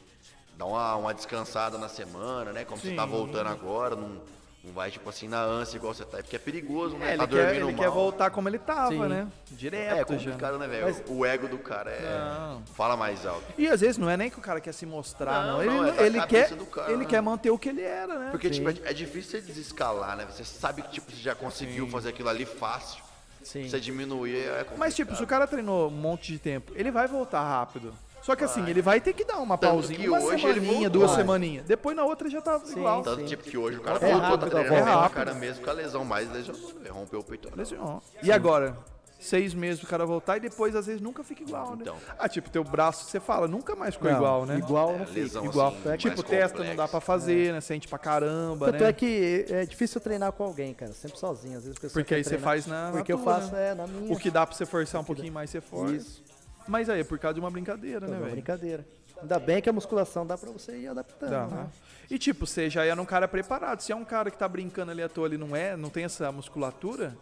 S3: dá uma, uma descansada na semana, né? Como você tá
S1: Sim.
S3: voltando agora, não, não vai, tipo assim, na ânsia igual você tá. Porque é perigoso, né?
S1: é, ele,
S3: tá
S1: quer,
S3: dormindo
S1: ele
S3: mal.
S1: quer voltar como ele tava,
S2: Sim.
S1: né?
S3: É
S1: Direto já.
S3: complicado, né, velho? O ego do cara é.
S1: Não.
S3: Fala mais alto.
S1: E às vezes não é nem que o cara quer se mostrar, não.
S3: Não,
S1: Ele,
S3: não, é da
S1: ele
S3: cabeça
S1: quer,
S3: do cara,
S1: ele
S3: né?
S1: quer manter o que ele era, né?
S3: Porque, tipo, é, é difícil você desescalar, né? Você sabe que, tipo, você já conseguiu fazer aquilo ali fácil.
S2: Sim.
S3: Você diminuir, é complicado.
S1: Mas, tipo, se o cara treinou um monte de tempo, ele vai voltar rápido. Só que assim, ele vai ter que dar uma
S3: Tanto
S1: pausinha,
S3: que
S1: uma
S3: hoje ele
S1: semaninha,
S3: voltou.
S1: duas
S3: Vai.
S1: semaninhas. Depois na outra já tá igual.
S3: Tanto tipo que hoje o cara
S2: É
S3: voltou,
S2: rápido,
S3: tá treinando
S2: é
S3: bem, o
S1: rápido.
S3: cara mesmo com a lesão, mas lesionou, né? rompeu o peitoral.
S1: Lesionou. E agora? Seis meses o cara voltar e depois, às vezes, nunca fica igual, né?
S3: Então.
S1: Ah, tipo, teu braço, você fala, nunca mais ficou
S2: Não,
S1: igual, né?
S2: Igual não
S3: É,
S2: fica.
S3: lesão
S1: Igual.
S3: assim, mais
S1: tipo, testa não dá
S3: complexa.
S1: pra fazer, né? Sente pra caramba,
S2: Tanto
S1: né?
S2: é que é difícil treinar com alguém, cara. Sempre sozinho. Às vezes a pessoa
S1: Porque
S2: quer
S1: aí você
S2: treinar-
S1: faz na.
S2: Porque eu
S1: na tua,
S2: faço
S1: né?
S2: é, na minha.
S1: O que dá pra você forçar um pouquinho mais, você força.
S2: Isso.
S1: Mas aí é por causa de uma brincadeira,
S2: Não,
S1: né,
S2: é
S1: velho?
S2: brincadeira. Ainda bem que a musculação dá pra você ir adaptando.
S1: Dá,
S2: né?
S1: né? E tipo, você já era um cara preparado. Se é um cara que tá brincando ali à toa, ele não é, não tem essa musculatura,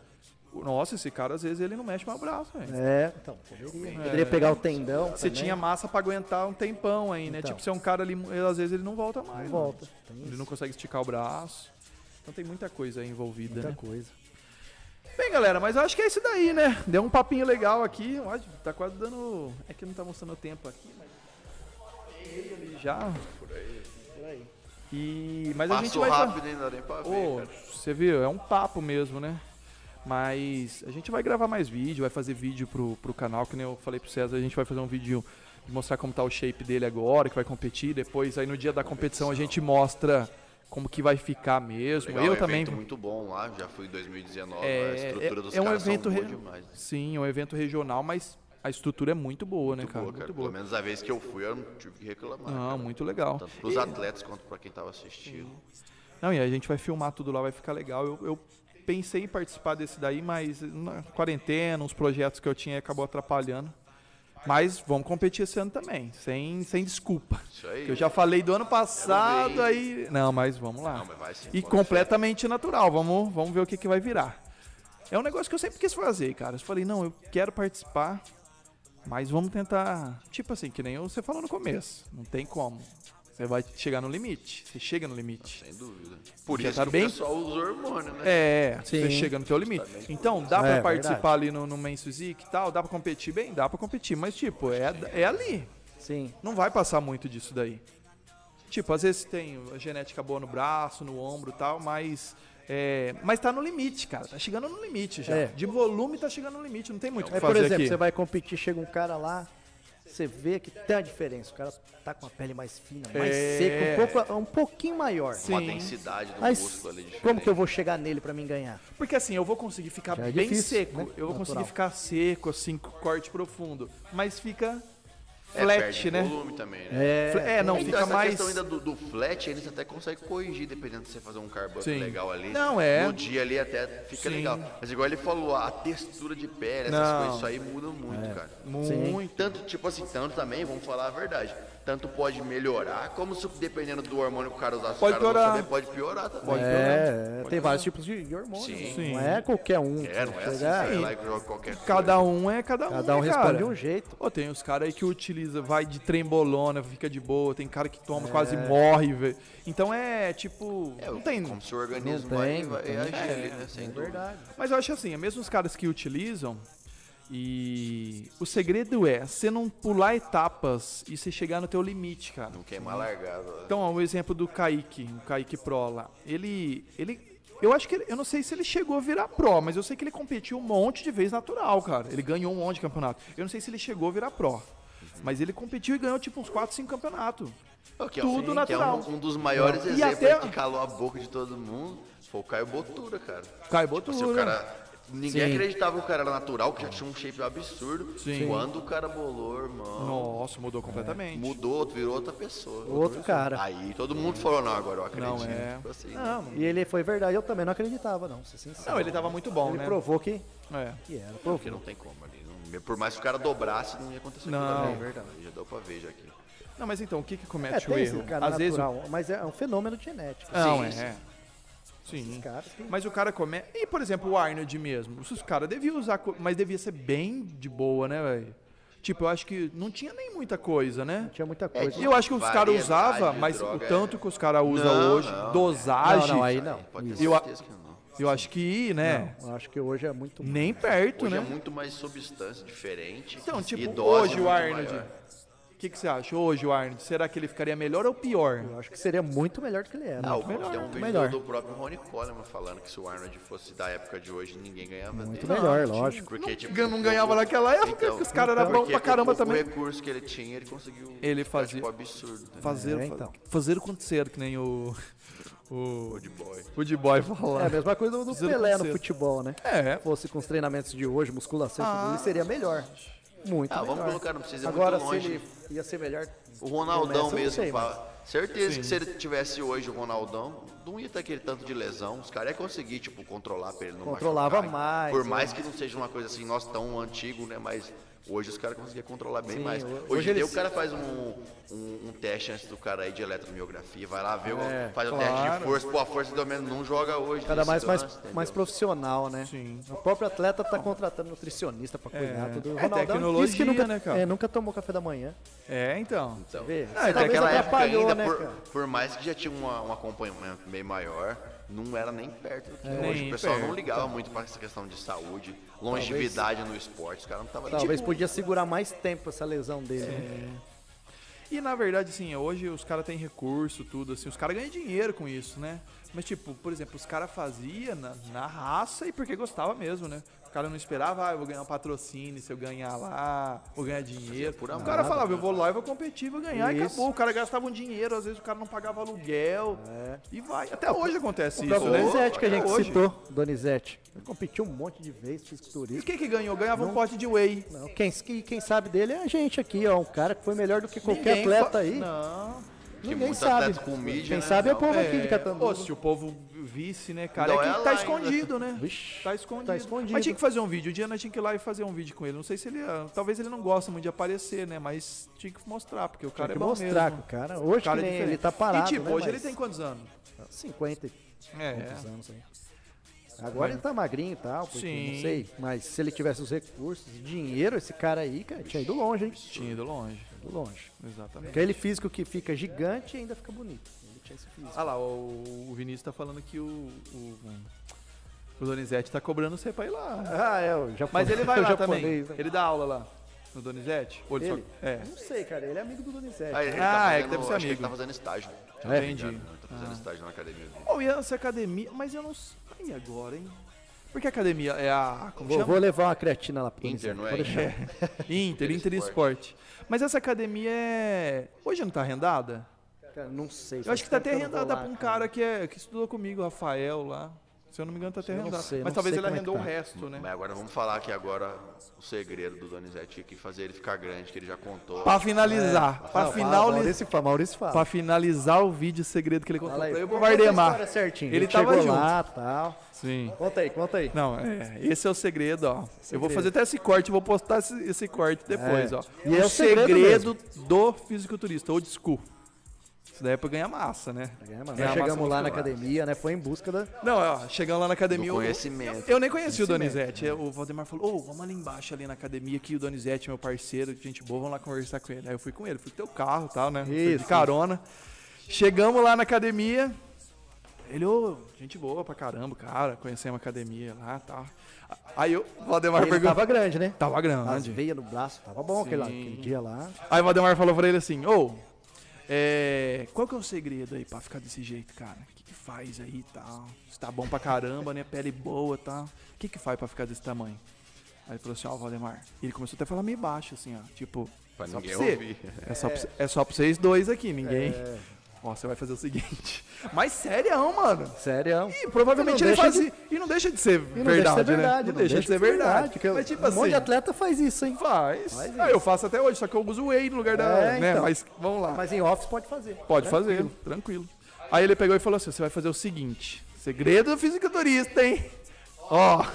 S1: o- nossa, esse cara às vezes ele não mexe mais o braço, velho.
S2: É, então, poderia. Poderia pegar o tendão.
S1: né? Você
S2: também,
S1: tinha massa pra aguentar um tempão aí, né?
S2: Então.
S1: Tipo, se é um cara ali, ele, às vezes ele não volta mais.
S2: não
S1: né?
S2: volta. Tem
S1: Ele não consegue esticar o braço. Então tem muita coisa aí envolvida,
S2: muita
S1: né?
S2: coisa.
S1: Bem, galera, mas eu acho que é isso daí, né? Deu um papinho legal aqui. Ó, Tá quase dando. É que não tá mostrando o tempo aqui, mas. Ele já.
S2: Por aí.
S1: E. Mas a gente
S3: Passou
S1: vai.
S3: rápido, hein? Não dá nem pra
S1: Ô,
S3: ver, cara.
S1: você viu? É um papo mesmo, né? Mas a gente vai gravar mais vídeo, vai fazer vídeo pro, pro canal, que nem eu falei pro César, a gente vai fazer um vídeo de mostrar como tá o shape dele agora, que vai competir. Depois, aí no dia da competição, a gente mostra como que vai ficar mesmo.
S3: Legal, é um
S1: eu
S3: evento
S1: também.
S3: muito bom lá, já fui em 2019,
S1: É,
S3: a estrutura dos
S1: é- é um
S3: caras
S1: evento
S3: são boa
S1: re-
S3: demais. né?
S1: Sim, é um evento regional, mas a estrutura é muito boa, né,
S3: Muito
S1: cara?
S3: boa, cara.
S1: Muito
S3: Pelo
S1: boa.
S3: menos a vez que eu fui, eu não tive que reclamar.
S1: Não,
S3: cara. Tá.
S1: muito legal.
S3: Tanto pros atletas quanto pra quem tava assistindo.
S1: Não, e a gente vai filmar tudo lá, vai ficar legal. Eu, eu pensei em participar desse daí, mas na quarentena, uns projetos que eu tinha acabou atrapalhando. Mas vamos competir esse ano também, sem, sem desculpa.
S3: Isso aí.
S1: Que Eu já falei do ano passado,
S3: Quero ver,
S1: aí. Não, mas vamos lá.
S3: Não, mas vai sim,
S1: e
S3: pode
S1: completamente natural, vamos, vamos ver o que, que vai virar. É um negócio que eu sempre quis fazer, cara. Eu falei, não, eu quero participar, mas vamos tentar. Tipo assim, que nem você falou no começo. Não tem como. Você vai chegar no limite. Você chega no limite.
S3: Sem dúvida. Por
S1: Já
S3: isso
S1: tá
S3: que
S1: bem-
S3: o pessoal usa hormônio, né?
S1: É, você
S2: Sim.
S1: chega no teu limite. Então, dá pra
S2: É,
S1: participar ali no, no Men's Physique e tal? Dá pra competir bem? Dá pra competir, mas tipo, é, é ali.
S2: Sim.
S1: Não vai passar muito disso daí. Tipo, às vezes tem a genética boa no braço, no ombro e tal, mas. É, mas tá no limite, cara. Tá chegando no limite já.
S2: É.
S1: De volume tá chegando no limite, não tem muito o que
S2: É,
S1: fazer
S2: por exemplo,
S1: aqui.
S2: você vai competir, chega um cara lá, Você vê que tem a diferença. O cara tá com a pele mais fina, mais
S1: É.
S2: seca, um, pouco, um pouquinho maior.
S3: Uma
S1: Sim.
S3: densidade do
S2: Mas
S3: músculo ali diferente.
S2: como que eu vou chegar nele pra mim ganhar?
S1: Porque assim, eu vou conseguir ficar
S2: Já é
S1: bem
S2: difícil,
S1: seco.
S2: né?
S1: Eu vou conseguir
S2: Natural.
S1: ficar seco, assim, com corte profundo. Mas fica
S3: É,
S1: flat,
S3: perde
S1: né?
S3: volume também, né?
S1: Fla- É, não,
S3: então,
S1: fica
S3: essa
S1: mais.
S3: questão ainda do, do flat, eles até conseguem corrigir, dependendo se você fazer um carbono
S1: Sim.
S3: legal ali.
S1: Não, é.
S3: No dia ali até fica
S1: Sim.
S3: legal. Mas igual ele falou, a textura de pele, essas
S1: Não. É,
S3: coisas, isso aí muda muito, cara.
S1: Muito.
S3: Tanto, tipo assim, tanto também, vamos falar a verdade, tanto pode melhorar, como se dependendo do hormônio que o cara usar, se o
S1: Pode
S3: cara não
S1: piorar.
S3: saber, pode piorar também.
S1: Pode
S2: É, tem vários tipos de de hormônios.
S3: Sim.
S2: né?
S1: Sim.
S2: Não é qualquer um. que
S3: É, não
S2: vai
S3: é assim,
S2: chegar.
S3: sai lá e joga qualquer
S1: Cada um é cada um.
S2: Cada um
S1: né,
S2: responde
S1: cara?
S2: de um jeito.
S1: Ô, tem os caras aí que utiliza, vai de trembolona, fica de boa. Tem cara que
S2: É.
S1: toma, quase morre, velho. Então é tipo.
S3: coisa. É,
S1: não tem.
S3: como se o organismo
S2: Não
S3: vai,
S2: tem,
S3: vai
S2: não tem.
S1: É,
S3: agir ali, né? Sem dúvida.
S2: Verdade.
S1: Mas eu acho assim, é mesmo os caras que utilizam. E o segredo é você não pular etapas e você chegar no teu limite, cara.
S3: Não queimar largado. ó.
S1: Então, ó, o exemplo do Kaique, o Kaique Pro lá. Ele. ele eu acho que ele, eu não sei se ele chegou a virar pro, mas eu sei que ele competiu um monte de vez natural, cara. Ele ganhou um monte de campeonato. Eu não sei se ele chegou a virar pro, mas ele competiu e ganhou tipo uns 4, 5 campeonatos.
S3: Ó, que é-
S1: Tudo
S3: que
S1: natural.
S3: é um, um dos maiores
S1: E
S3: exemplos
S1: até-
S3: que calou a boca de todo mundo foi o Caio Botura, cara.
S1: Caio
S3: Tipo assim,
S1: Botura.
S3: o cara... Ninguém
S2: Sim.
S3: acreditava que o cara era natural, que já tinha um shape absurdo.
S1: Sim.
S3: Quando o cara bolou, irmão...
S1: Nossa, mudou completamente.
S3: Mudou, virou outra pessoa.
S2: Outro cara.
S3: Aí todo mundo falou, não, agora eu acredito.
S1: Não é.
S3: Tipo assim,
S1: Não,
S2: E ele foi verdade, eu também não acreditava, não. Ser sincero.
S1: não, ele tava muito bom,
S2: Ele
S1: né?
S2: provou que,
S1: É.
S2: que era.
S3: Porque não
S2: Provou.
S3: tem como ali. não- Por mais que o cara dobrasse, não ia acontecer
S1: Não. é
S3: aquilo ali. Já deu pra ver já aqui.
S1: Não, mas então, o que que
S2: É,
S1: comete o
S2: tem
S1: erro?
S2: esse cara
S1: Às vezes. o-
S2: natural, mas é um fenômeno genético.
S1: Não,
S3: Sim,
S1: é. Sim.
S2: Esses caras que-
S1: Mas o cara come. E, por exemplo, o Arnold mesmo. Os caras deviam usar. co- Mas devia ser bem de boa, né, velho? Tipo, eu acho que não tinha nem muita coisa, né?
S2: Não tinha muita
S3: É,
S2: coisa.
S1: E eu acho que os caras
S3: Variedade
S1: usavam,
S3: de
S1: mas o
S3: droga
S1: tanto
S3: é-
S1: que os caras usam
S3: Não,
S1: hoje,
S3: não, é.
S1: dosagem.
S2: Não, não, aí não.
S3: Pode ter
S1: Eu a-
S3: certeza que não.
S1: Eu acho que, né?
S2: Eu acho que hoje é muito.
S1: Nem perto,
S3: Hoje
S1: né?
S3: é muito mais substância diferente.
S1: Então, tipo,
S3: e dose
S1: hoje o
S3: muito
S1: Arnold.
S3: maior.
S1: O que, que você acha? Hoje o Arnold, será que ele ficaria melhor ou pior?
S2: Eu acho que seria muito melhor do que ele era.
S3: Ah, o
S1: É, melhor,
S3: tem um
S1: muito
S3: vídeo
S2: melhor.
S3: do próprio Rony Coleman falando que se o Arnold fosse da época de hoje, ninguém ganhava
S2: muito
S3: dele.
S2: melhor, lógico.
S3: Porque, tipo,
S1: Não, ganhava naquela época,
S3: Então,
S1: que os caras eram bons
S3: porque
S1: pra caramba
S3: com
S1: também.
S3: O recurso que ele tinha, ele conseguiu.
S1: Ele
S3: ficar,
S1: fazia-
S3: Tipo, absurdo. Né?
S1: Fazer,
S2: É, então.
S1: fazer acontecer, que nem o. O
S3: Good boy.
S1: Food Boy falar.
S2: É a mesma coisa do
S1: Zero
S2: Pelé no
S1: conceito.
S2: futebol, né?
S1: É.
S2: Se fosse com os treinamentos de hoje, musculação, tudo isso, seria melhor. Muito
S3: Ah,
S2: melhor.
S3: vamos colocar, não precisa ir
S2: Agora,
S3: muito longe.
S2: se ele ia ser melhor.
S3: O Ronaldão
S2: Começa, eu não
S3: mesmo
S2: sei,
S3: fala. Certeza que se ele tivesse hoje o Ronaldão, não ia ter aquele tanto de lesão. Os caras iam conseguir, tipo, controlar pra ele não
S2: Controlava
S3: machucar.
S2: mais,
S3: Por
S2: né?
S3: mais que não seja uma coisa assim, nós tão antigo, né? Mas hoje os caras conseguiam controlar bem
S2: Sim,
S3: mais.
S2: ho-
S3: Hoje,
S2: hoje
S3: em dia
S2: eles-
S3: o cara faz um, um, um teste antes do cara aí de eletromiografia, vai lá ver, o-
S2: É,
S3: faz um teste
S1: claro.
S3: de força. Pô, a força do menos não joga hoje.
S2: Cada
S3: nesse
S2: mais, mais,
S3: lance, entendeu?
S2: mais profissional, né?
S1: Sim.
S2: O próprio atleta tá contratando nutricionista pra cuidar
S1: É.
S2: tudo. O
S1: É
S2: Ronaldão
S1: tecnologia,
S2: disse que nunca,
S1: né, cara?
S2: é, nunca tomou café da manhã.
S1: É, então.
S3: Então,
S2: Vê?
S1: Ah, até
S2: Talvez
S3: Naquela época
S2: atrapalhou,
S3: ainda,
S2: né,
S3: por,
S2: cara?
S3: por mais que já tinha uma- um acompanhamento meio maior, não era nem perto do que hoje.
S1: Nem
S3: O pessoal
S1: perto.
S3: não ligava muito para essa questão de saúde, longevidade no esporte, os caras não estavam
S2: Talvez podia segurar mais tempo essa lesão dele. né?
S1: E na verdade, assim, hoje os caras têm recurso, tudo, assim, os caras ganham dinheiro com isso, né? Mas, tipo, por exemplo, os caras faziam na, na raça e porque gostava mesmo, né? O cara não esperava, ah, eu vou ganhar um patrocínio, se eu ganhar lá, vou ganhar dinheiro. o cara falava, eu vou lá e vou competir, vou ganhar e
S2: Isso.
S1: acabou. O cara gastava um dinheiro, às vezes o cara não pagava aluguel. E vai. Até hoje acontece
S2: É. O
S1: isso,
S2: próprio
S1: né?
S2: Donizete que a
S1: Até
S2: gente
S1: hoje.
S2: citou, Donizete. Ele competiu um monte de vezes,
S1: E
S2: fisiculturista.
S1: quem que ganhou? Ganhava um pote de whey.
S2: Não, quem, que- quem sabe dele é a gente aqui, ó. Um cara que foi melhor do que qualquer
S1: Ninguém
S2: atleta
S1: fa-
S2: aí.
S1: Não.
S2: Ninguém
S3: muito
S2: sabe.
S3: atleta com mídia,
S2: quem
S3: né?
S2: sabe é o
S3: Não,
S2: povo aqui
S1: É,
S2: de Catanduva.
S1: ô, se o povo visse, né, cara?
S3: Não,
S1: é
S3: é
S1: que
S3: lá
S1: tá
S3: ainda.
S1: escondido,
S2: [LAUGHS]
S1: né?
S2: Vixe,
S1: tá escondido.
S2: tá escondido.
S1: Mas tinha que fazer um vídeo. Um dia nós tinha que ir lá e fazer um vídeo com ele. Não sei se ele. ah, Talvez ele não gosta muito de aparecer, né? Mas tinha que mostrar, porque o
S2: Tem
S1: cara
S2: que
S1: é bom
S2: mostrar
S1: mesmo.
S2: com o cara.
S1: O
S2: Hoje
S1: cara é
S2: que nem
S1: diferente.
S2: ele tá parado.
S1: E tipo,
S2: né,
S1: hoje
S2: mas
S1: ele tem quantos anos?
S2: 50 e
S1: É.
S2: poucos anos aí. Agora ele tá magrinho e tal, porque
S1: Sim.
S2: não sei. Mas se ele tivesse os recursos, dinheiro, esse cara aí, cara, tinha ido longe, hein?
S1: Tinha ido longe.
S2: Ido longe.
S1: Exatamente.
S2: Aquele físico que fica gigante e ainda fica bonito. Ele tinha esse físico.
S1: Ah lá, o, o Vinícius tá falando que o. O, o Donizete tá cobrando você pra ir lá.
S2: Ah, é, o japonês.
S1: Mas ele vai [LAUGHS]
S2: [LAUGHS] o
S1: lá também.
S2: japonês, né?
S1: Ele dá aula lá. No Donizete? Ou ele, só-
S2: Ele?
S1: É.
S2: Não sei, cara. Ele é amigo do Donizete.
S3: Ah, ele
S1: Ah,
S3: tá
S1: é
S3: fazendo,
S1: que deve ser
S3: acho que
S1: amigo.
S3: ele tá fazendo estágio.
S2: É.
S1: Entendi. Ah.
S3: Ele tá fazendo estágio na academia dele.
S1: Ou ia nessa academia, mas eu não sei agora, hein? Porque a academia é a. Como
S2: Vou,
S1: chama?
S2: vou levar uma creatina lá pro Luizão,
S3: Inter, não é?
S2: pode deixar.
S3: Inter. [LAUGHS]
S1: Inter, Inter Esporte. Mas essa academia é. Hoje não tá arrendada?
S2: Cara, não sei.
S1: Eu acho que tá até arrendada pra um cara que, é, que estudou comigo, Rafael lá. Se eu não me engano, tá até
S2: Eu não
S1: arrendada.
S2: sei, eu
S1: Mas
S2: não
S1: talvez
S2: sei
S1: ele
S2: como é que
S1: arrendou
S2: tá.
S1: o resto, né?
S3: Mas agora vamos falar aqui agora o segredo do Donizete que fazer ele ficar grande, que ele já contou.
S1: Pra finalizar, pra,
S2: final
S1: finaliz...
S2: Maurício É. fala, Maurício fala.
S1: pra finalizar o vídeo segredo que ele contou
S2: Fala aí,
S1: pra eu,
S2: conta
S1: pro
S2: essa
S1: Vardemar.
S2: história assim. certinho.
S1: Ele
S2: Ele
S1: tava
S2: chegou
S1: junto.
S2: lá, tal.
S1: Sim.
S2: Conta aí, conta aí.
S1: Não, é, esse é o segredo, ó. Eu vou fazer até esse corte, eu vou postar esse, esse corte depois,
S2: É.
S1: ó.
S2: E é o segredo
S1: do fisiculturista, ou de school. Isso daí é pra ganhar massa, né?
S2: É,
S1: Ganhar
S2: mano, nós
S1: massa
S2: chegamos lá na
S1: muscular.
S2: academia, né? Foi em busca da.
S1: Não, ó, chegando lá na academia.
S3: Do
S1: eu-
S3: conhecimento.
S1: Eu, nem conheci o
S2: né?
S1: Donizete. O Valdemar falou: Ô, vamos ali embaixo, ali na academia, que o Donizete, meu parceiro, gente boa, vamos lá conversar com ele. Aí eu fui com ele, fui com teu carro e tal, né? Fui
S2: Isso.
S1: de carona. Chegamos lá na academia. Ele, ô, gente boa pra caramba, cara. Conhecemos a academia lá e tal. Aí eu- o Valdemar
S2: Ele
S1: perguntou.
S2: tava grande, né?
S1: Tava
S2: As
S1: grande.
S2: veias no braço, tava bom aquele, lá- aquele dia lá.
S1: Aí o Valdemar falou pra ele assim, ô, é, qual que é o segredo aí pra ficar desse jeito, cara? O que, que faz aí e tal? Você tá bom pra caramba, né? Pele boa e tal. O que que faz pra ficar desse tamanho? Aí ele falou assim, ó, Valdemar. Ele começou até a falar meio baixo, assim, ó. Tipo,
S3: Pra
S1: só pra
S3: ninguém
S1: você.
S3: ouvir. [LAUGHS]
S1: É só, pra, é só pra vocês dois aqui, ninguém.
S2: É.
S1: Ó, você vai fazer o seguinte. [LAUGHS] Mas sério, mano.
S2: Sério.
S1: E provavelmente
S2: E não
S1: ele faz.
S2: deixa
S1: isso. E não deixa de ser
S2: E não
S1: verdade,
S2: deixa de ser
S1: né?
S2: verdade,
S1: Não, deixa de ser verdade.
S2: porque
S1: Mas tipo
S2: um
S1: assim.
S2: monte de atleta faz isso, hein?
S1: Faz.
S2: Faz
S1: Ah, eu faço até hoje, só que eu uso whey no lugar da.
S2: É,
S1: né?
S2: então.
S1: Mas vamos lá.
S2: Mas em office pode fazer.
S1: Pode
S2: Tranquilo.
S1: fazer, tranquilo. Aí ele pegou e falou assim: você vai fazer o seguinte: segredo do fisiculturista, hein? Ó,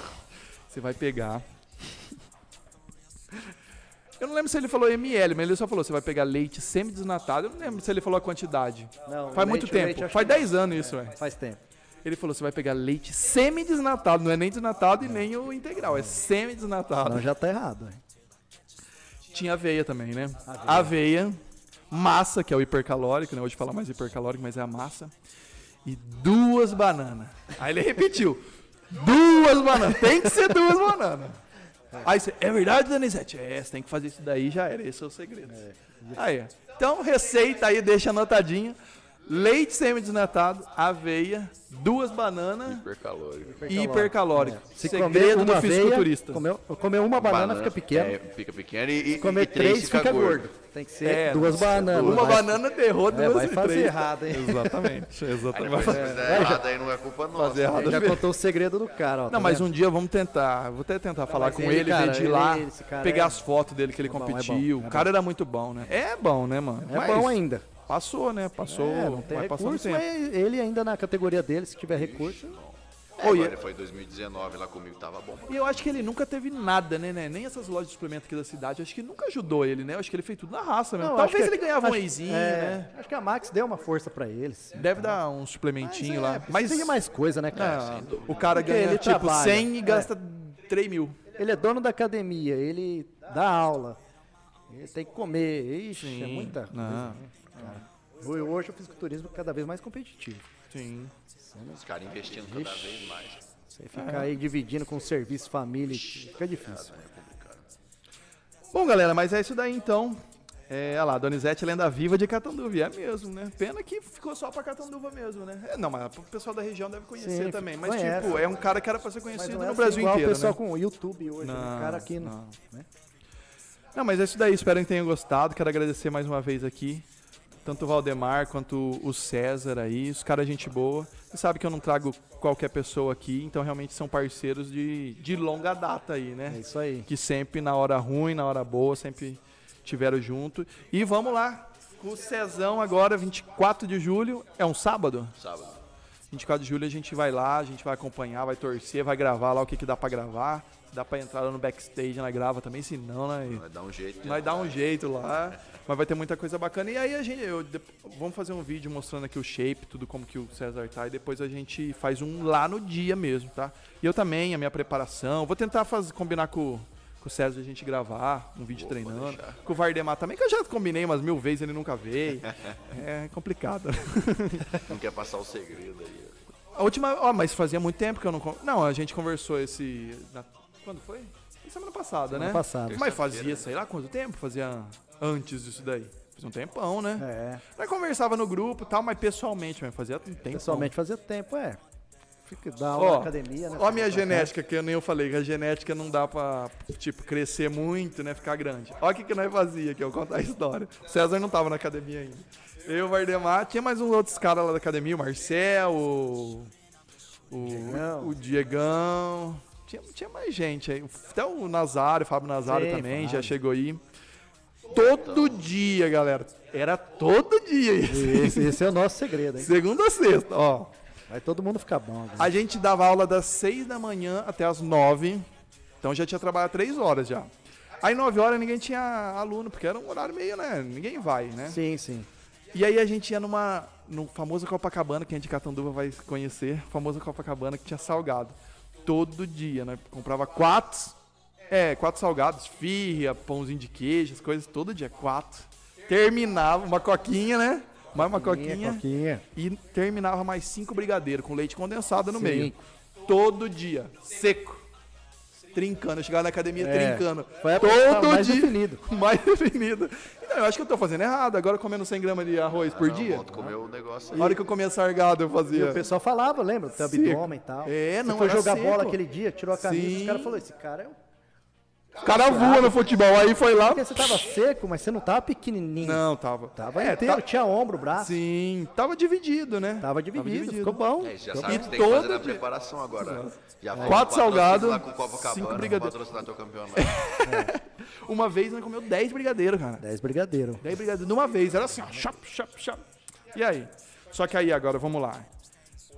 S1: você vai pegar. Eu não lembro se ele falou ml, mas ele só falou: você vai pegar leite semidesnatado. Eu não lembro se ele falou a quantidade.
S2: Não,
S1: Faz
S2: leite-
S1: muito
S2: leite
S1: tempo,
S2: acho
S1: faz
S2: que não.
S1: 10 anos isso, é.
S2: Faz tempo.
S1: Ele falou: você vai pegar leite semidesnatado, não é nem desnatado e nem o integral, é semidesnatado.
S2: Não, já tá errado. hein?
S1: Tinha aveia também, né? Aveia. massa, que é o hipercalórico, né? Hoje fala mais hipercalórico, mas é a massa. E duas bananas. Aí ele repetiu. Duas bananas. Tem que ser duas bananas. Aí você, é verdade, Danizete? É, você tem que fazer isso daí, já era. Esse é o segredo. Aí, ó. então receita aí, deixa anotadinha. Leite semi-desnatado, aveia, duas bananas
S3: Hipercalórico.
S1: e hipercalórico.
S2: É. Se comer
S1: Segredo
S2: uma
S1: do
S2: aveia,
S1: fisiculturista.
S2: comer, comer uma banana, fica pequeno.
S3: É, fica pequeno e, e,
S2: comer
S3: e
S2: três, fica, gordo. Tem que ser
S1: É,
S2: duas bananas.
S1: Uma
S2: vai-
S1: banana derrou
S2: É,
S1: duas
S2: vai
S1: e
S2: fazer
S1: três.
S2: errado, hein? [LAUGHS]
S1: Exatamente,
S3: Mas
S1: exatamente.
S3: se
S1: [LAUGHS]
S3: fizer errado aí não é culpa nossa.
S1: Fazer errado.
S2: Ele já contou o segredo do cara, ó. tá
S1: Não, mas
S2: vendo?
S1: um dia vamos tentar. Vou até tentar falar
S2: mas
S1: com
S2: ele,
S1: ele,
S2: cara,
S1: ver de
S2: ele-
S1: lá,
S2: esse cara
S1: pegar
S2: é-
S1: as fotos dele que ele
S2: bom, é bom,
S1: competiu.
S2: é
S1: o cara era muito bom, né? É bom, né, mano?
S2: É bom ainda.
S1: Passou, né? Passou.
S2: É, não tem
S1: vai passando
S2: recurso,
S1: tempo.
S2: mas ele ainda na categoria dele, se tiver recurso.
S3: É,
S1: Oi,
S3: agora foi 2019 lá comigo, tava bom.
S1: E eu acho que ele nunca teve nada, né, né? Nem essas lojas de suplemento aqui da cidade. eu Acho que nunca ajudou ele, né? Eu acho que ele fez tudo na raça mesmo.
S2: Não, acho
S1: Talvez
S2: que-
S1: ele ganhava um
S2: acho-
S1: eizinho,
S2: é,
S1: né?
S2: Acho que a Max deu uma força pra eles.
S1: Deve dar um suplementinho
S2: é,
S1: lá. Mas
S2: precisa de mais coisa, né,
S1: Ah,
S2: cara?
S1: o cara
S2: Porque
S1: ganha
S2: ele
S1: tipo
S2: trabalha.
S1: 100 e
S2: É.
S1: gasta 3 mil.
S2: Ele é dono da academia, ele dá aula, ele tem que comer. Ixi, é muita coisa.
S1: Não,
S2: Hoje- Hoje o fisiculturismo é cada vez mais competitivo.
S1: sim.
S3: Os caras investindo cada vez mais.
S2: Você ficar aí dividindo com serviço, família, fica difícil.
S1: É Bom, galera, mas é isso daí então. É, olha lá, Donizete lenda viva de Catanduva, é mesmo, né? Pena que ficou só pra Catanduva mesmo, né? É, não, mas o pessoal da região deve conhecer
S2: Sim,
S1: também. Mas,
S2: conhece.
S1: tipo, é um cara que era pra ser
S2: Mas
S1: conhecido
S2: não é
S1: no
S2: assim
S1: Brasil
S2: igual
S1: inteiro,
S2: o pessoal
S1: né?
S2: com o YouTube hoje, né? O cara aqui no-
S1: não.
S2: né?
S1: Não, mas é isso daí, espero que tenham gostado. Quero agradecer mais uma vez aqui, tanto o Valdemar quanto o César aí, os caras gente boa. Você sabe que eu não trago qualquer pessoa aqui, então realmente são parceiros de, de longa data aí, né?
S2: É isso aí.
S1: que sempre na hora ruim, na hora boa, sempre tiveram junto. E vamos lá, com o Cezão agora, 24 de julho, é um sábado?
S3: Sábado.
S1: 24 de julho a gente vai lá, a gente vai acompanhar, vai torcer, vai gravar lá o que, que dá pra gravar. Se dá pra entrar lá no backstage, na grava também, se não, né?
S3: Vai dar um jeito.
S1: Nós dá um jeito lá, mas vai ter muita coisa bacana. E aí a gente, eu- dep- vamos fazer um vídeo mostrando aqui o shape, tudo como que o César tá, e depois a gente faz um lá no dia mesmo, tá? E eu também, a minha preparação, vou tentar faz, combinar com, com o César a gente gravar um vídeo treinando. Com o Vardemar também, que eu já combinei umas mil vezes, ele nunca veio. é complicado.
S3: Não quer passar o segredo aí.
S1: A última, ó, mas fazia muito tempo que eu não... con- Não, a gente conversou esse... na- quando foi? Semana passada, né?
S2: passada.
S1: Mas fazia, sei lá quanto tempo, fazia antes disso daí. Fazia um tempão, né?
S2: É.
S1: Nós conversava no grupo e tal, mas pessoalmente mesmo, fazia um tempo.
S2: Pessoalmente fazia tempo, é. Fica da aula
S1: Ó,
S2: na academia, né?
S1: ó a minha
S2: Pra cá.
S1: genética, que eu nem eu falei, que a genética não dá pra, tipo, crescer muito, né? Ficar grande. Olha o que, que nós fazia aqui, eu vou contar a história. O César não tava na academia ainda. Eu, o Vardemar, tinha mais uns outros caras lá da academia, o Marcel, o. O
S2: Diegão.
S1: o Diegão. Tinha, tinha mais gente aí. Até o Nazário, o Fábio Nazário
S2: Sim,
S1: também, já
S2: Fábio.
S1: chegou aí. Todo dia, galera. Era todo dia isso.
S2: Esse, esse é o nosso segredo, hein?
S1: Segunda a sexta, ó.
S2: Vai todo mundo ficar bom. agora.
S1: A gente dava aula das 6 da manhã até as 9. Então já tinha trabalhado 3 horas já. Aí 9 horas ninguém tinha aluno, porque era um horário meio, né? Ninguém vai, né?
S2: Sim, sim.
S1: E aí a gente ia numa. no famoso Copacabana, que a gente de Catanduva vai conhecer, famoso Copacabana que tinha salgado. Todo dia, né? Comprava quatro. É, quatro salgados, firra, pãozinho de queijo, as coisas, todo dia, quatro. Terminava, uma coquinha, né? Mais uma coquinha.
S2: Coquinha.
S1: E terminava mais cinco brigadeiros com leite condensado no
S2: Sim.
S1: meio. Todo dia. Seco. Trincando. Eu chegava na academia
S2: É.
S1: trincando.
S2: Foi a
S1: Todo
S2: mais
S1: dia.
S2: definido.
S1: [LAUGHS] Mais definido. Então, eu acho que eu tô fazendo errado. Agora comendo 100 gramas de arroz por dia.
S3: Volta comer o negócio
S1: Na hora que eu comia sargado, eu
S2: E o
S1: fazia.
S2: pessoal falava, lembra? Do teu
S1: Seco.
S2: abdômen e tal.
S1: É, não,
S2: Você foi
S1: era
S2: jogar
S1: seco.
S2: bola aquele dia, tirou a camisa,
S1: Sim.
S2: os caras falaram, esse cara é um...
S1: O cara voa no futebol. Aí foi lá.
S2: Porque você tava seco, mas você não tava pequenininho.
S1: Não, tava.
S2: Tava
S1: É,
S2: inteiro,
S1: tá-
S2: tinha ombro, braço.
S1: Sim, tava dividido, né?
S2: Tava dividido, ficou bom.
S3: É, já
S2: Ficou
S3: sabe o
S1: E
S3: que tem que fazer
S1: todo
S3: na
S1: dia.
S3: preparação agora. Já
S1: Quatro salgado, cinco
S3: cinco
S1: brigadeiro.
S3: brigadeiros. patrocinar
S1: [LAUGHS]
S3: teu campeonato.
S1: Uma vez nós comeu 10 brigadeiros, cara.
S2: 10 brigadeiro.
S1: 10 brigadeiros de uma vez. Era assim, ó, chop, chop, chop. E aí? Só que aí, agora, vamos lá.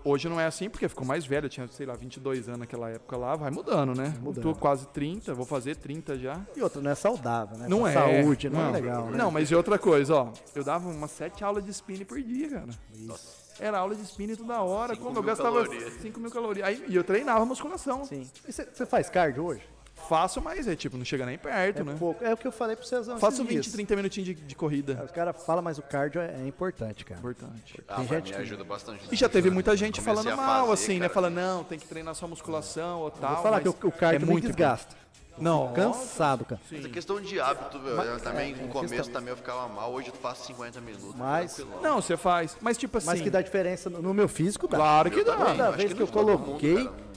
S1: Hoje não é assim, porque ficou mais velho. Eu tinha, sei lá, 22 anos naquela época lá. Vai mudando, né? Tô quase 30, vou fazer 30 já.
S2: E outra, não é saudável, né?
S1: Não
S2: Pra
S1: é.
S2: Saúde, não, é legal, né?
S1: Não, mas e outra coisa, ó. Eu dava umas 7 aulas de spinning por dia, cara. Era aula de spinning toda hora. Como eu
S3: mil
S1: gastava
S3: calorias.
S1: 5 mil calorias. Aí, e eu treinava musculação.
S2: Sim. E você- você faz cardio hoje?
S1: Faço, mas é tipo, não chega nem perto,
S2: É
S1: né?
S2: pouco. É o que eu falei pro Cezão.
S1: Faço
S2: esses
S1: 20,
S2: dias.
S1: 30 minutinhos de, de corrida.
S2: Os caras falam, mas o cardio é, é importante, cara.
S1: Importante.
S3: Ah,
S2: Tem
S3: pra
S2: gente
S3: mim
S2: que-
S3: ajuda bastante. né?
S1: E já teve muita gente
S3: Comecei
S1: falando
S3: a
S1: mal,
S3: fazer,
S1: assim, né?
S3: cara.
S1: Falando, não, tem que treinar só musculação ou tal.
S2: Vou falar que
S1: mas é
S2: o, o cardio me
S1: bom.
S2: desgasta.
S1: Não,
S2: Cansado, cara.
S3: Mas é questão de hábito, velho.
S1: é,
S3: Eu também, no começo
S2: questão.
S3: também eu ficava mal, hoje eu faço 50 minutos.
S2: Mas-
S3: tranquilão.
S1: não, você faz. Mas tipo assim.
S2: Mas que dá diferença no, no meu físico, dá.
S1: Claro que
S3: Eu
S1: dá.
S3: também,
S2: Toda
S3: acho
S2: vez que
S3: não
S2: eu
S3: todo mundo,
S2: coloquei-
S3: cara.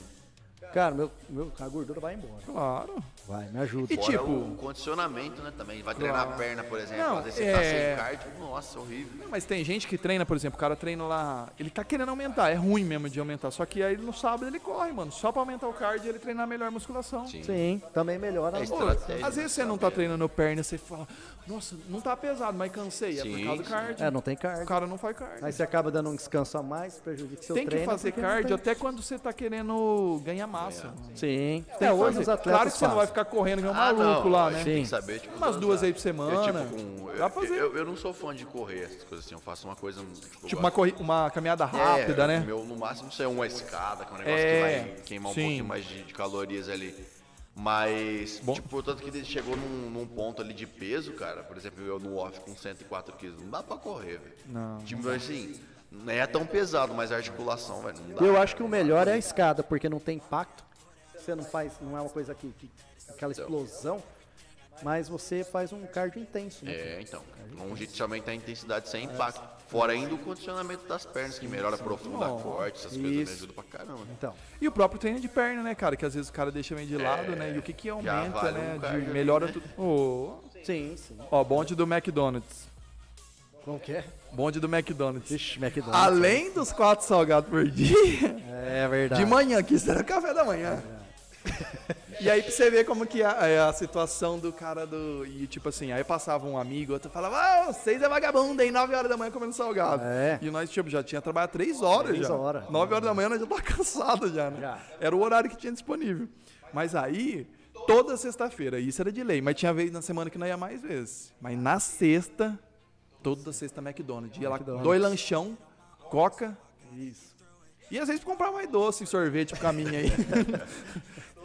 S2: Cara, meu, meu, a gordura vai embora.
S1: Claro.
S2: Vai, me ajuda.
S1: E
S3: Fora
S1: tipo-
S3: o condicionamento, né, também. Vai treinar a perna, por exemplo.
S1: Não,
S3: Às vezes você
S1: é-
S3: tá sem cardio, nossa, horrível.
S1: Não, mas tem gente que treina, por exemplo, o cara treina lá. Ele tá querendo aumentar, é ruim mesmo de aumentar. Só que aí no sábado ele corre, mano. Só pra aumentar o cardio e ele treinar melhor a musculação.
S3: Sim.
S2: Sim, também melhora.
S3: É
S2: a-
S1: Pô,
S3: estratégia. né?
S1: às vezes você não tá treinando perna, você fala, nossa, não tá pesado, mas cansei. é por
S3: Sim,
S1: causa do
S3: sim.
S1: cardio.
S2: É, não tem
S1: O
S2: cardio.
S1: cara não faz cardio.
S2: Aí você acaba dando um descanso a mais, prejudica seu
S1: tem
S2: treino. é
S1: que fazer
S2: porque não
S1: cardio
S2: tem-
S1: até quando você tá querendo ganhar massa.
S2: Sim.
S1: Tem
S2: Até
S1: que
S2: É, hoje
S1: fazer.
S2: os atletas
S1: Claro que você não vai
S2: fazem.
S1: ficar correndo que é um
S3: Ah,
S1: maluco
S3: não,
S1: lá,
S3: a gente
S1: né?
S2: Sim.
S3: Tem que saber, tipo,
S1: Umas duas aí por
S3: Eu,
S1: semana.
S3: tipo, com-
S1: Dá pra
S3: eu,
S1: fazer.
S3: eu- eu não sou fã de correr, essas coisas assim. Eu faço uma coisa. Tipo,
S1: tipo
S3: eu
S1: uma,
S3: gosto-
S1: corri- uma caminhada rápida,
S3: É,
S1: né?
S3: Meu, no máximo isso é uma escada, que é um negócio
S1: É,
S3: que vai queimar um
S1: sim.
S3: pouquinho mais de, de calorias ali. Mas,
S1: Bom.
S3: tipo, tanto que ele chegou num, num ponto ali de peso, cara. Por exemplo, eu no off com 104 quilos. Não dá pra correr, velho.
S1: Não.
S3: Tipo, assim, não é tão pesado, mas a articulação, velho, não dá.
S2: Eu acho que o melhor é a escada, porque não tem impacto. Você não faz, não é uma coisa que, que- aquela
S1: Então.
S2: explosão, mas você faz um cardio intenso, né?
S3: É, então. Um jeito de aumentar a intensidade sem impacto. Fora ainda o condicionamento das pernas, que melhora profunda, corte, essas coisas me
S2: Isso.
S3: ajudam pra caramba. né?
S2: Então,
S1: E o próprio treino de perna, né, cara? Que às vezes o cara deixa meio de lado, né? E o que que aumenta,
S3: É, vale
S1: né?
S3: um
S1: de-
S3: cardio
S1: melhora
S3: ali,
S1: tudo. Ô,
S2: sim, sim.
S1: Ó, bonde do McDonald's.
S2: Como que é?
S1: Bonde do McDonald's.
S2: Ixi, McDonald's.
S1: Além dos quatro salgados por dia,
S2: É verdade. É.
S1: de manhã, que isso era café da manhã. E aí pra você ver como que é a, é a situação do cara do. E tipo assim, aí passava um amigo, outro falava, ah, vocês é vagabundo, aí 9 horas da manhã comendo salgado.
S2: É.
S1: E nós, tipo, já tinha trabalhado 3 horas
S2: Três
S1: já.
S2: horas.
S1: 9 horas da manhã nós já tava [LAUGHS] cansado já, né?
S2: Já.
S1: Era o horário que tinha disponível. Mas aí, toda sexta-feira, isso era de lei, mas tinha vez na semana que não ia mais vezes. Mas na sexta, toda sexta McDonald's. Ia lá,
S2: McDonald's.
S1: dois lanchão, coca,
S2: Isso.
S1: e às vezes comprar mais doce, sorvete pro caminho
S2: [LAUGHS]
S1: aí.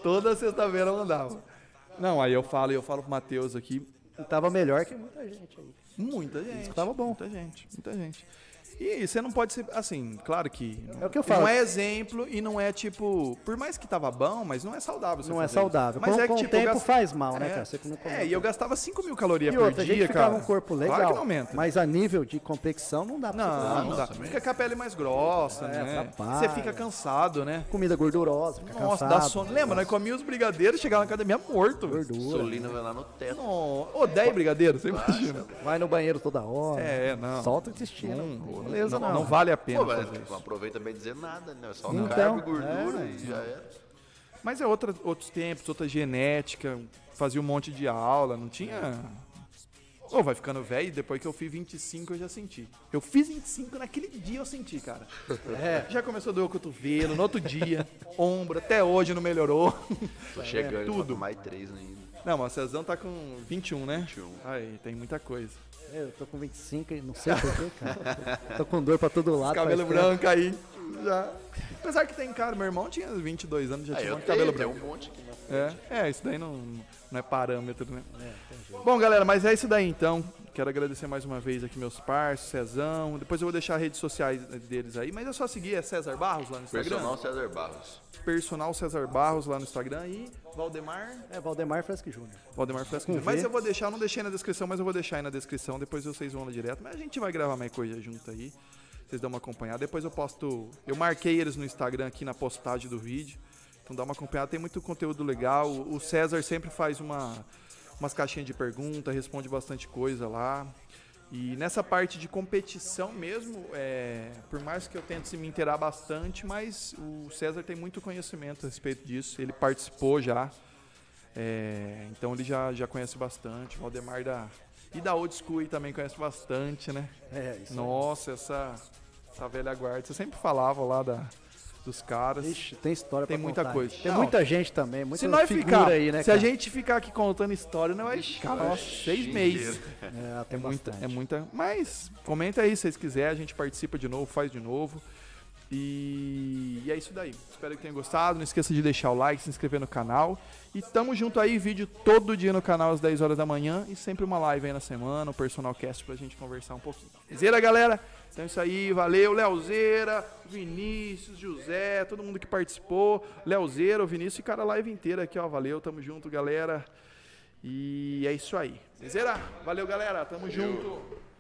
S1: Toda sexta-feira eu mandava. Não, aí eu falo, eu falo pro Matheus aqui,
S2: E tava melhor que muita gente aí.
S1: muita gente.
S2: tava bom.
S1: Muita gente, muita gente. E você não pode ser. Assim, claro que.
S2: É o que eu falo.
S1: Não é exemplo e não é tipo. Por mais que tava bom, mas não é saudável. você
S2: Não é
S1: fazer isso.
S2: saudável.
S1: Mas
S2: Com-
S1: é que,
S2: com o
S1: tipo, eu
S2: tempo
S1: gasto-
S2: faz mal, né,
S1: É.
S2: cara? Você que não come
S1: É, e eu gastava 5 mil calorias
S2: E
S1: por
S2: outra, a
S1: dia,
S2: gente ficava
S1: cara.
S2: um corpo legal. é
S1: Claro que não aumenta.
S2: Mas a nível de complexão não dá pra você
S1: Não,
S2: fazer.
S1: não
S3: não,
S1: dá.
S3: também.
S1: Fica com a pele mais
S2: É,
S1: grossa, né?
S2: atrapalha.
S1: Você fica cansado, né?
S2: Comida gordurosa, fica
S1: Tá Nossa,
S2: cansado.
S1: dá sono. Lembra, nós comíamos os brigadeiros, chegava na academia morto. velho.
S2: Gordura.
S3: Insulina vai lá no teto.
S1: Não, ô, 10 brigadeiros, você imagina.
S2: Vai no banheiro toda hora.
S1: É, não.
S2: Solta o intestino. Beleza,
S1: não,
S2: não.
S1: não vale a pena
S3: Pô, mas
S1: fazer isso.
S3: não aproveita bem dizer nada, né? É só
S2: Então,
S3: carbo, gordura
S2: é,
S3: e já era.
S1: Mas é outra, outros tempos, outra genética, fazia um monte de aula, não tinha. Ou vai ficando velho, e depois que eu fiz 25 eu já senti. Eu fiz 25, naquele dia eu senti, [LAUGHS] cara.
S2: É.
S1: Já começou a doer o cotovelo, no outro dia, ombro, até hoje não melhorou. [LAUGHS]
S3: Tô chegando,
S1: tudo.
S3: tudo. mais três ainda.
S1: Não, mas o Cezão tá com 21, né?
S3: 21.
S1: Aí, tem muita coisa.
S2: É, Eu tô com 25 e não sei porquê, cara. tô com dor pra todo lado. é-
S1: cabelo
S2: faz tempo.
S1: branco aí, já. Apesar que tem cara, meu irmão tinha 22 anos, já
S3: Aí
S1: tinha um
S3: Ah, eu
S1: monte de cabelo
S3: tenho,
S1: branco.
S3: tem um monte aqui na frente.
S1: É, é, isso daí não, não é parâmetro, né? Bom, galera, mas é isso daí então. Quero agradecer mais uma vez aqui meus parceiros, Cezão. Depois eu vou deixar as redes sociais deles aí, mas é só seguir, é César Barros lá no Instagram.
S3: Personal César Barros.
S1: Personal César Barros lá no Instagram e Valdemar.
S2: É, Valdemar Fresco Júnior.
S1: Valdemar Fresco.
S2: Com
S1: Mas
S2: V.
S1: eu vou deixar, eu não deixei na descrição, mas eu vou deixar aí na descrição. Depois vocês vão lá direto. Mas a gente vai gravar mais coisa junto aí. Vocês dão uma acompanhada. Depois eu posto. Eu marquei eles no Instagram aqui na postagem do vídeo. Então dá uma acompanhada. Tem muito conteúdo legal. O César sempre faz uma, umas caixinhas de pergunta, responde bastante coisa lá. E nessa parte de competição mesmo, é, por mais que eu tente se me inteirar bastante, mas o César tem muito conhecimento a respeito disso. Ele participou já. É, então ele já, já conhece bastante. O Valdemar da. E da Old School aí também conhece bastante, né?
S2: É, isso.
S1: Nossa, essa, essa velha guarda. Você sempre falava lá da, dos caras.
S2: Ixi, tem história
S1: Tem
S2: pra
S1: muita
S2: contar.
S1: coisa.
S2: Tem
S1: Não.
S2: muita gente também, muita
S1: se nós
S2: figura
S1: ficar,
S2: aí, né,
S1: se
S2: cara?
S1: a gente ficar aqui contando história, não vai ficar nossa, seis meses.
S2: É, tem
S1: É muita,
S2: bastante.
S1: é muita. Mas comenta aí se vocês quiserem, a gente participa de novo, faz de novo. E, e é isso daí. Espero que tenham gostado. Não esqueça de deixar o like, se inscrever no canal. E tamo junto aí, vídeo todo dia no canal às 10 horas da manhã. E sempre uma live aí na semana, um personal cast pra gente conversar um pouquinho. Beleza, galera? Então é isso aí, valeu. Leozeira, Vinícius, José, todo mundo que participou. Leozeira, o Vinícius e cara, a live inteira aqui, ó. Valeu, tamo junto, galera. E é isso aí. Zezeira, valeu galera, tamo junto.